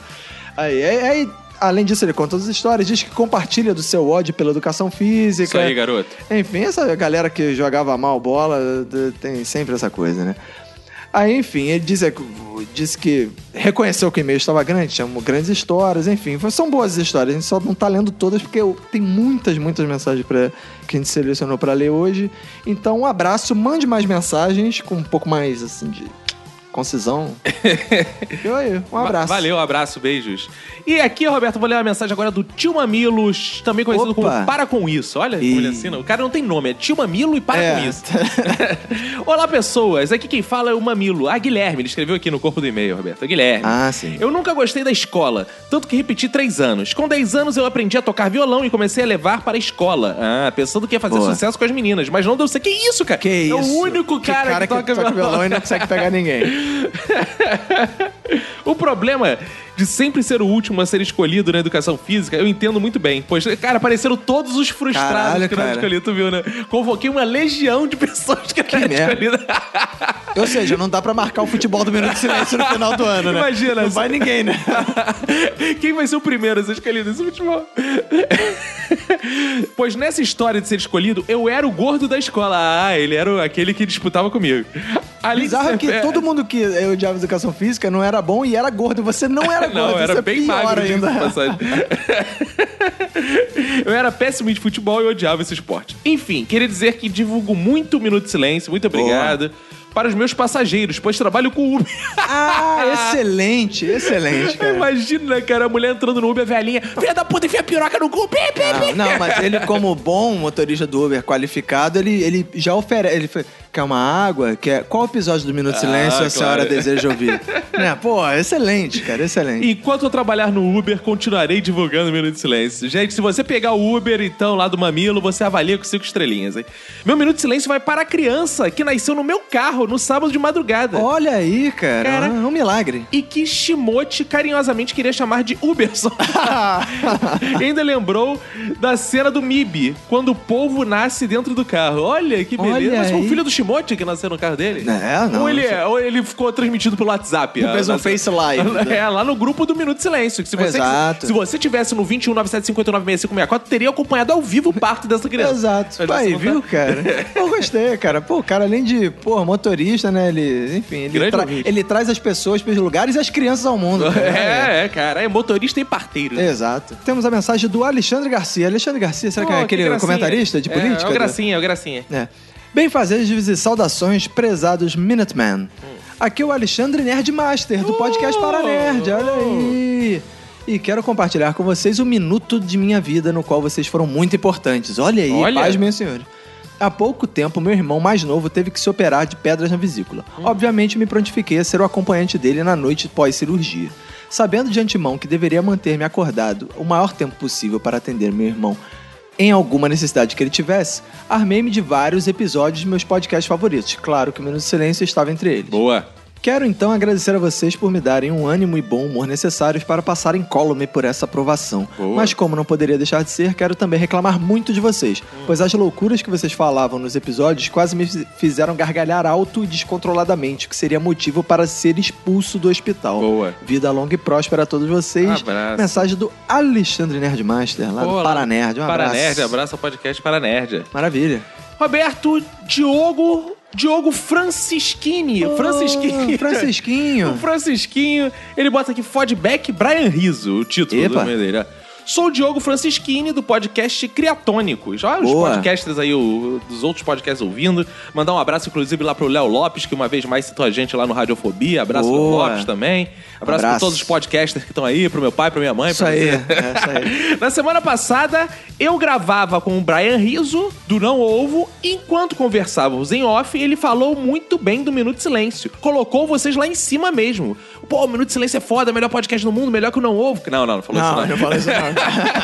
Speaker 2: Aí, aí, aí, além disso, ele conta as histórias, diz que compartilha do seu ódio pela educação física.
Speaker 19: Isso aí, garoto.
Speaker 2: Enfim, essa galera que jogava mal bola d- tem sempre essa coisa, né? Aí, enfim, ele disse, disse que reconheceu que o e-mail estava grande, chamou grandes histórias, enfim. São boas histórias, a gente só não tá lendo todas porque eu- tem muitas, muitas mensagens pra, que a gente selecionou para ler hoje. Então, um abraço, mande mais mensagens com um pouco mais, assim, de concisão. e aí, um abraço.
Speaker 19: Va- Valeu, abraço, beijos. E aqui, Roberto, eu vou ler uma mensagem agora do Tio Mamilos, também conhecido como Para Com Isso. Olha como ele assina. O cara não tem nome, é Tio Mamilo e Para Com Isso. Olá, pessoas. Aqui quem fala é o Mamilo. Ah, Guilherme. Ele escreveu aqui no corpo do e-mail, Roberto. É Guilherme.
Speaker 2: Ah, sim.
Speaker 19: Eu nunca gostei da escola, tanto que repeti três anos. Com 10 anos eu aprendi a tocar violão e comecei a levar para a escola. Ah, pensando que ia fazer
Speaker 2: Boa.
Speaker 19: sucesso com as meninas, mas não deu certo. Que isso, cara? Que É
Speaker 2: isso?
Speaker 19: o único
Speaker 2: Que
Speaker 19: cara que,
Speaker 2: cara que
Speaker 19: toca,
Speaker 2: toca violão e não consegue pegar ninguém.
Speaker 19: O problema de sempre ser o último a ser escolhido na educação física, eu entendo muito bem. Pois, cara, apareceram todos os frustrados
Speaker 2: Caralho,
Speaker 19: que não eram
Speaker 2: cara.
Speaker 19: escolhidos, tu viu, né? Convoquei uma legião de pessoas que, não eram
Speaker 2: merda.
Speaker 19: escolhidas.
Speaker 2: Ou seja, não dá pra marcar o futebol do Minuto de Silêncio no final do ano, né?
Speaker 19: Imagina.
Speaker 2: Não vai ninguém, né?
Speaker 19: Quem vai ser o primeiro a ser escolhido nesse futebol? pois nessa história de ser escolhido, eu era o gordo da escola. Ah, ele era o- aquele que disputava comigo. É. Além de
Speaker 2: Bizarro é
Speaker 19: ser
Speaker 2: que
Speaker 19: fe-
Speaker 2: todo mundo que eu odiava educação física não era bom e era gordo. Você não era gordo.
Speaker 19: Não, eu
Speaker 2: isso
Speaker 19: era
Speaker 2: é
Speaker 19: bem
Speaker 2: pior
Speaker 19: magro diga-se de
Speaker 2: ainda.
Speaker 19: passagem. eu era péssimo de futebol e odiava esse esporte. Enfim, queria dizer que divulgo muito o Minuto de Silêncio, muito obrigado. Para os meus passageiros, pois trabalho com Uber.
Speaker 2: Ah, excelente, excelente, cara.
Speaker 19: Imagina, né, cara, a mulher entrando no Uber, velhinha. Filha da puta, enfia a piroca no cu, pi, pi,
Speaker 2: Não,
Speaker 19: pi."
Speaker 2: não, mas ele, como bom motorista do Uber qualificado, ele, ele já oferece. Ele foi, quer uma água? Quer... Qual episódio do Minuto de
Speaker 19: Ah,
Speaker 2: Silêncio a
Speaker 19: claro.
Speaker 2: senhora deseja ouvir? né? Pô, excelente, cara, excelente.
Speaker 19: Enquanto eu trabalhar no Uber, continuarei divulgando o Minuto de Silêncio. Gente, se você pegar o Uber, então, lá do Mamilo, você avalia com cinco estrelinhas, hein? Meu Minuto de Silêncio vai para a criança que nasceu no meu carro no sábado de madrugada.
Speaker 2: Olha aí, cara. É um milagre.
Speaker 19: E que Shimote carinhosamente queria chamar de Uberson. e ainda lembrou da cena do MIB, quando o polvo nasce dentro do carro. Olha que beleza.
Speaker 2: Olha
Speaker 19: Mas foi o
Speaker 2: aí.
Speaker 19: filho do Shimote que nasceu no carro dele?
Speaker 2: É, não,
Speaker 19: Ou ele,
Speaker 2: isso-
Speaker 19: ou ele ficou transmitido pelo WhatsApp.
Speaker 2: Fez um Face Live, né?
Speaker 19: É, lá no grupo do Minuto de Silêncio. que se você,
Speaker 2: Exato.
Speaker 19: Se você tivesse no 21975896564, teria acompanhado ao vivo parte dessa criança.
Speaker 2: Exato.
Speaker 19: Mas você
Speaker 2: Aí,
Speaker 19: não tá-
Speaker 2: viu, cara? Eu gostei, cara. Pô, o cara, além de, pô, motorista, né? Ele, enfim, ele,
Speaker 19: Grande
Speaker 2: tra-
Speaker 19: ouvinte.
Speaker 2: ele traz as pessoas para os lugares e as crianças ao mundo. cara. É.
Speaker 19: É, é, cara. É motorista e parteiro.
Speaker 2: Exato. Temos a mensagem do Alexandre Garcia. Alexandre Garcia, será que é
Speaker 19: Pô,
Speaker 2: aquele
Speaker 19: gracinha.
Speaker 2: comentarista de política?
Speaker 19: É, é o gracinha, é o gracinha.
Speaker 2: É. Bem-fazeres e saudações, prezados Minuteman.
Speaker 19: Hum.
Speaker 2: Aqui é o Alexandre Nerdmaster, do
Speaker 19: Uh!
Speaker 2: podcast Para Nerd. Olha aí! E quero compartilhar com vocês um minuto de minha vida no qual vocês foram muito importantes. Olha aí,
Speaker 19: Olha.
Speaker 2: paz, meus senhores. Há pouco tempo, meu irmão mais novo teve que se operar de pedras na vesícula. Obviamente, me prontifiquei a ser o acompanhante dele na noite pós-cirurgia. Sabendo de antemão que deveria manter-me acordado o maior tempo possível para atender meu irmão em alguma necessidade que ele tivesse, armei-me de vários episódios de meus podcasts favoritos. Claro que o Minuto de Silêncio estava entre eles.
Speaker 19: Boa.
Speaker 2: Quero então agradecer a vocês por me darem o ânimo e bom humor necessários para passar incólume por essa aprovação. Mas como não poderia deixar de ser, quero também reclamar muito de vocês,
Speaker 19: Hum.
Speaker 2: pois as loucuras que vocês falavam nos episódios quase me fiz- fizeram gargalhar alto e descontroladamente, o que seria motivo para ser expulso do hospital.
Speaker 19: Boa. Um
Speaker 2: Vida longa e próspera a todos vocês.
Speaker 19: Abraço.
Speaker 2: Mensagem do Alexandre Nerdmaster, lá
Speaker 19: Pô,
Speaker 2: do
Speaker 19: lá-
Speaker 2: Paranerd. Um abraço.
Speaker 19: Paranerd, abraço ao podcast Paranerd.
Speaker 2: Maravilha.
Speaker 19: Roberto Diogo. Diogo Francischini.
Speaker 2: Ô,
Speaker 19: Francisquinho.
Speaker 2: Francisquinho.
Speaker 19: o Francisquinho. Ele bota aqui Fodback Brian Riso, o título
Speaker 2: Epa.
Speaker 19: do e-mail dele. ó. Sou o Diogo Francischini, do podcast Criatônicos. Olha os
Speaker 1: Boa.
Speaker 19: podcasters aí, o- dos outros podcasts ouvindo. Mandar um abraço, inclusive, lá pro Léo Lopes, que uma vez mais citou a gente lá no Radiofobia. Abraço pro
Speaker 1: Boa.
Speaker 19: Lopes também. Abraço, pra
Speaker 1: Abraço.
Speaker 19: todos os podcasters que estão aí, pro meu pai, pra minha mãe.
Speaker 1: Isso
Speaker 19: pra você.
Speaker 1: aí, é, isso aí.
Speaker 19: Na semana passada, eu gravava com o Brian Rizzo, do Não Ovo. Enquanto conversávamos em off, ele falou muito bem do Minuto de Silêncio. Colocou vocês lá em cima mesmo. Pô, o Minuto de Silêncio é foda, melhor podcast do mundo, melhor que o Não Ovo. Não, não, não falou isso
Speaker 1: Não, não falou isso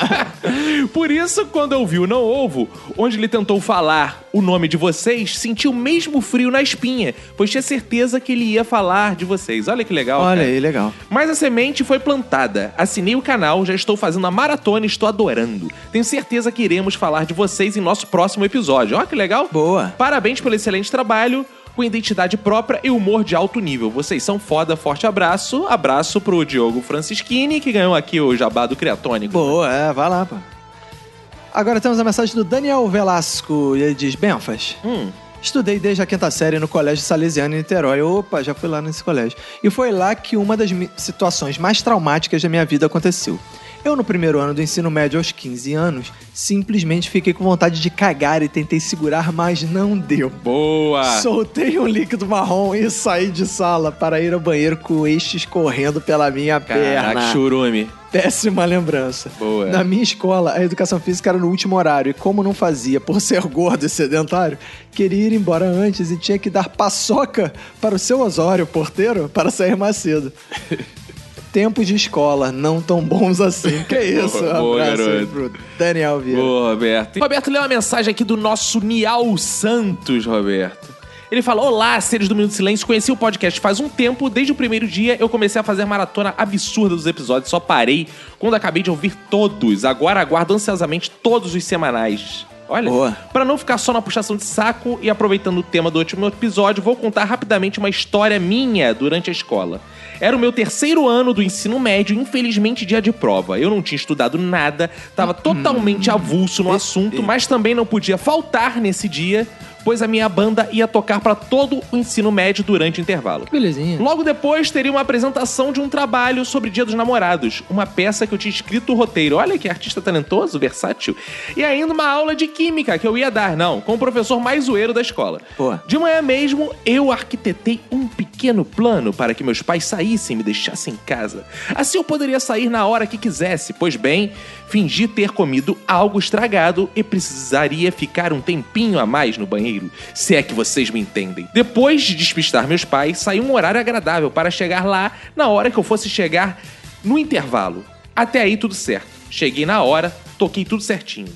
Speaker 19: Por isso, quando eu vi o Não Ovo, onde ele tentou falar o nome de vocês, senti o mesmo frio na espinha, pois tinha certeza que ele ia falar de vocês. Olha que legal.
Speaker 2: Olha
Speaker 19: cara.
Speaker 2: aí, legal.
Speaker 19: Mas a semente foi plantada. Assinei o canal, já estou fazendo a maratona e estou adorando. Tenho certeza que iremos falar de vocês em nosso próximo episódio. Olha que legal. Boa. Parabéns pelo excelente trabalho. Com identidade própria e humor de alto nível. Vocês são foda, forte abraço. Abraço pro Diogo Francischini, que ganhou aqui o jabá do Criatônico.
Speaker 2: Boa, é, vai lá, pô. Agora temos a mensagem do Daniel Velasco. E ele diz: Benfas. Estudei desde a quinta série no Colégio Salesiano em Niterói. Opa, já fui lá nesse colégio. E foi lá que uma das mi- situações mais traumáticas da minha vida aconteceu. Eu, no primeiro ano do ensino médio, aos 15 anos, simplesmente fiquei com vontade de cagar e tentei segurar, mas não deu.
Speaker 19: Boa!
Speaker 2: Soltei um líquido marrom e saí de sala para ir ao banheiro com estes correndo pela minha
Speaker 1: Caraca,
Speaker 2: perna.
Speaker 19: churume.
Speaker 2: Péssima lembrança.
Speaker 19: Boa.
Speaker 2: Na minha escola, a educação física era no último horário, e como não fazia por ser gordo e sedentário, queria ir embora antes e tinha que dar paçoca para o seu Osório, porteiro, para sair mais cedo. Tempos de escola não tão bons assim. Que isso?
Speaker 19: Boa,
Speaker 2: Um abraço aí
Speaker 19: garoto.
Speaker 2: pro Daniel Vieira.
Speaker 19: Boa, Roberto. E Roberto leu uma mensagem aqui do nosso Nial Santos, Roberto. Ele fala: Olá, seres do Minuto de Silêncio. Conheci o podcast faz um tempo. Desde o primeiro dia, eu comecei a fazer maratona absurda dos episódios. Só parei quando acabei de ouvir todos. Agora aguardo ansiosamente todos os semanais. Olha, pra não ficar só na puxação de saco e aproveitando o tema do último episódio, vou contar rapidamente uma história minha durante a escola. Era o meu terceiro ano do ensino médio, infelizmente dia de prova. Eu não tinha estudado nada, tava totalmente avulso no assunto, mas também não podia faltar nesse dia, pois a minha banda ia tocar pra todo o ensino médio durante o intervalo.
Speaker 2: Belezinha.
Speaker 19: Logo depois teria uma apresentação de um trabalho sobre Dia dos Namorados, uma peça que eu tinha escrito o roteiro. Olha que artista talentoso, versátil. E ainda uma aula de química que eu ia dar, não, com o professor mais zoeiro da escola. De manhã mesmo, eu arquitetei um pequeno plano para que meus pais saíssem e me deixassem em casa. Assim eu poderia sair na hora que quisesse, pois bem, fingi ter comido algo estragado e precisaria ficar um tempinho a mais no banheiro, se é que vocês me entendem. Depois de despistar meus pais, saiu um horário agradável para chegar lá na hora que eu fosse chegar no intervalo. Até aí tudo certo. Cheguei na hora, toquei tudo certinho.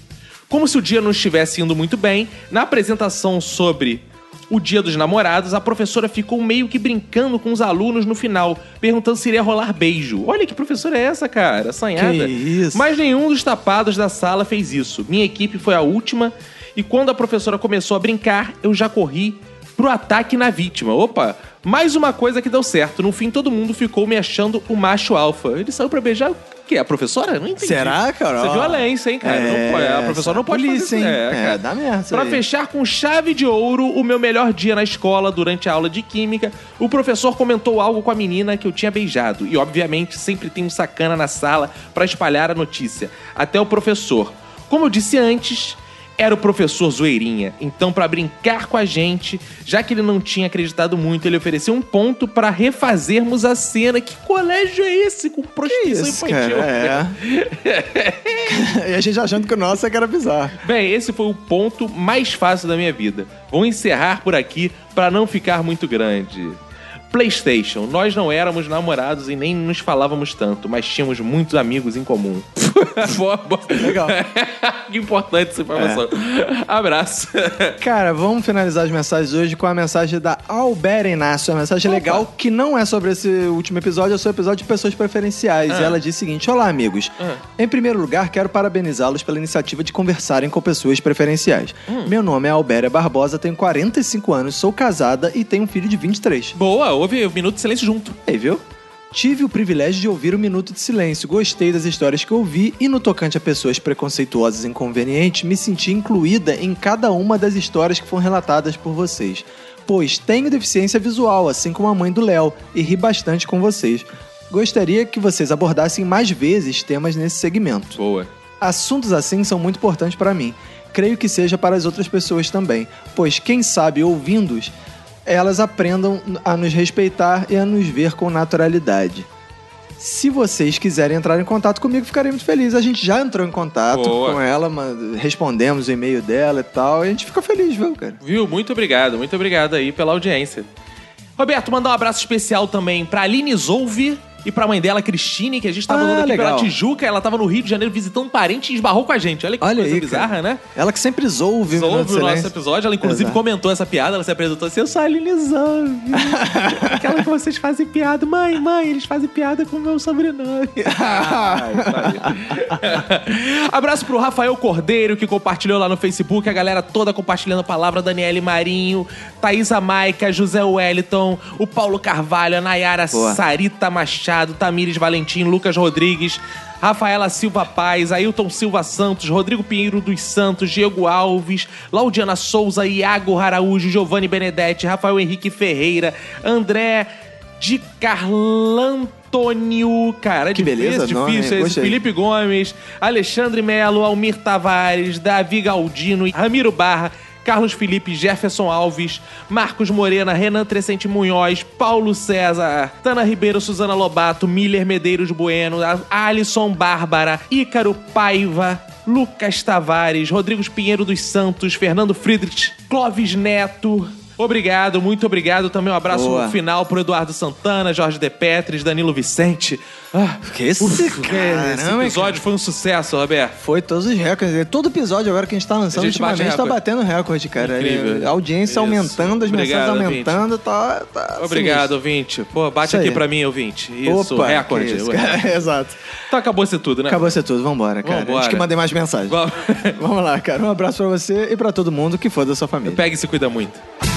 Speaker 19: Como se o dia não estivesse indo muito bem, na apresentação sobre o Dia dos Namorados, a professora ficou meio que brincando com os alunos no final, perguntando se iria rolar beijo. Olha que professora é essa, cara? Assanhada.
Speaker 2: Que
Speaker 19: Mas nenhum dos tapados da sala fez isso. Minha equipe foi a última e quando a professora começou a brincar, eu já corri pro ataque na vítima. Opa, mais uma coisa que deu certo. No fim, todo mundo ficou me achando o macho alfa. Ele saiu pra beijar o quê? A professora? Não entendi.
Speaker 2: Será, Carol?
Speaker 19: Isso é violência, hein, cara?
Speaker 2: É,
Speaker 19: não pode- a professora não pode fazer
Speaker 2: polícia,
Speaker 19: isso.
Speaker 2: hein?
Speaker 19: É,
Speaker 2: É,
Speaker 19: cara.
Speaker 2: dá merda isso
Speaker 19: Pra
Speaker 2: aí.
Speaker 19: fechar com chave de ouro o meu melhor dia na escola durante a aula de química, o professor comentou algo com a menina que eu tinha beijado. E, obviamente, sempre tem um sacana na sala pra espalhar a notícia. Até o professor. Como eu disse antes, era o professor Zoeirinha. Então, pra brincar com a gente, já que ele não tinha acreditado muito, ele ofereceu um ponto pra refazermos a cena. Que colégio é esse com prostituição
Speaker 2: isso,
Speaker 19: infantil?
Speaker 2: cara, É, e a gente achando que o nosso é que era bizarro.
Speaker 19: Bem, esse foi o ponto mais fácil da minha vida. Vou encerrar por aqui pra não ficar muito grande. PlayStation, nós não éramos namorados e nem nos falávamos tanto, mas tínhamos muitos amigos em comum. Boa, boa.
Speaker 2: Legal.
Speaker 19: que importante essa informação. É. Abraço.
Speaker 2: Cara, vamos finalizar as mensagens hoje com a mensagem da Albera Inácio. Uma mensagem legal que não é sobre esse último episódio, é sobre o episódio de pessoas preferenciais.
Speaker 1: Ah.
Speaker 2: E ela diz o seguinte: Olá, amigos. Em primeiro lugar, quero parabenizá-los pela iniciativa de conversarem com pessoas preferenciais. Meu nome é Albéria Barbosa, tenho 45 anos, sou casada e tenho um filho de 23.
Speaker 19: Boa, houve um minuto de silêncio junto.
Speaker 2: Aí, viu? Tive o privilégio de ouvir o Minuto de Silêncio, gostei das histórias que ouvi e, no tocante a pessoas preconceituosas e inconvenientes, me senti incluída em cada uma das histórias que foram relatadas por vocês. Pois tenho deficiência visual, assim como a mãe do Léo, e ri bastante com vocês. Gostaria que vocês abordassem mais vezes temas nesse segmento.
Speaker 1: Boa.
Speaker 2: Assuntos assim são muito importantes para mim. Creio que seja para as outras pessoas também, pois quem sabe ouvindo-os, elas aprendam a nos respeitar e a nos ver com naturalidade. Se vocês quiserem entrar em contato comigo, ficarei muito feliz. A gente já entrou em contato
Speaker 19: Boa.
Speaker 2: com ela, mas respondemos o e-mail dela e tal, e a gente fica feliz, viu, cara?
Speaker 19: Viu? Muito obrigado, muito obrigado aí pela audiência. Roberto, mandar um abraço especial também pra Aline Zouve e pra mãe dela, Cristine, que a gente tava
Speaker 2: Ah,
Speaker 19: andando aqui
Speaker 2: legal.
Speaker 19: pela Tijuca. Ela tava no Rio de Janeiro visitando parente e esbarrou com a gente. Olha que
Speaker 2: Olha
Speaker 19: coisa
Speaker 2: aí,
Speaker 19: bizarra,
Speaker 2: cara.
Speaker 19: né?
Speaker 2: Ela que sempre ouve, o
Speaker 19: Zouve o
Speaker 2: Minuto de
Speaker 19: nosso
Speaker 2: Silêncio.
Speaker 19: episódio. Ela, inclusive,
Speaker 2: Exato.
Speaker 19: comentou essa piada. Ela se apresentou assim, eu sou a Aline Zouve. Aquela que vocês fazem piada. Mãe, mãe, eles fazem piada com o meu sobrenome. Abraço pro Rafael Cordeiro, que compartilhou lá no Facebook. A galera toda compartilhando a palavra. Daniele Marinho, Thaisa Maica, José Wellington, o Paulo Carvalho, a Nayara
Speaker 1: Boa.
Speaker 19: Sarita Machado, Tamires Valentim, Lucas Rodrigues, Rafaela Silva Paz, Ailton Silva Santos, Rodrigo Pinheiro dos Santos, Diego Alves, Laudiana Souza, Iago Araújo, Giovanni Benedetti, Rafael Henrique Ferreira, André de Carlantônio. Cara, é
Speaker 2: Que
Speaker 19: difícil,
Speaker 2: beleza, nome, hein?
Speaker 19: difícil é esse.
Speaker 2: Gostei.
Speaker 19: Felipe Gomes, Alexandre Melo, Almir Tavares, Davi Galdino, Ramiro Barra, Carlos Felipe, Jefferson Alves, Marcos Morena, Renan Trescente Munhoz, Paulo César, Tana Ribeiro, Suzana Lobato, Miller Medeiros Bueno, A- Alisson Bárbara, Ícaro Paiva, Lucas Tavares, Rodrigues Pinheiro dos Santos, Fernando Friedrich, Clóvis Neto. Obrigado, muito obrigado. Também um abraço
Speaker 2: Boa.
Speaker 19: final pro Eduardo Santana, Jorge De Petris, Danilo Vicente. Ah,
Speaker 2: que esse,
Speaker 19: Uf,
Speaker 2: caramba,
Speaker 19: esse episódio foi um sucesso, Roberto.
Speaker 2: Foi todos os recordes. É Todo episódio agora que a gente tá lançando
Speaker 19: A gente bate
Speaker 2: ultimamente tá
Speaker 19: recorde.
Speaker 2: batendo recorde, cara.
Speaker 19: Incrível.
Speaker 2: É, A audiência
Speaker 19: Isso.
Speaker 2: aumentando, as
Speaker 19: Obrigado,
Speaker 2: mensagens aumentando, tá, tá
Speaker 19: Obrigado,
Speaker 2: sinistro.
Speaker 19: ouvinte. Pô, bate
Speaker 2: Isso aí.
Speaker 19: aqui pra mim, ouvinte. Isso,
Speaker 2: Opa,
Speaker 19: recorde.
Speaker 2: que isso, cara. Exato.
Speaker 19: Então acabou isso tudo, né?
Speaker 2: Acabou ser tudo, vambora, cara.
Speaker 19: Vambora.
Speaker 2: Acho que mandei mais mensagem.
Speaker 19: Vamos.
Speaker 2: Vamos lá, cara. Um abraço pra você e pra todo mundo que for da sua família.
Speaker 19: Pega e se cuida muito.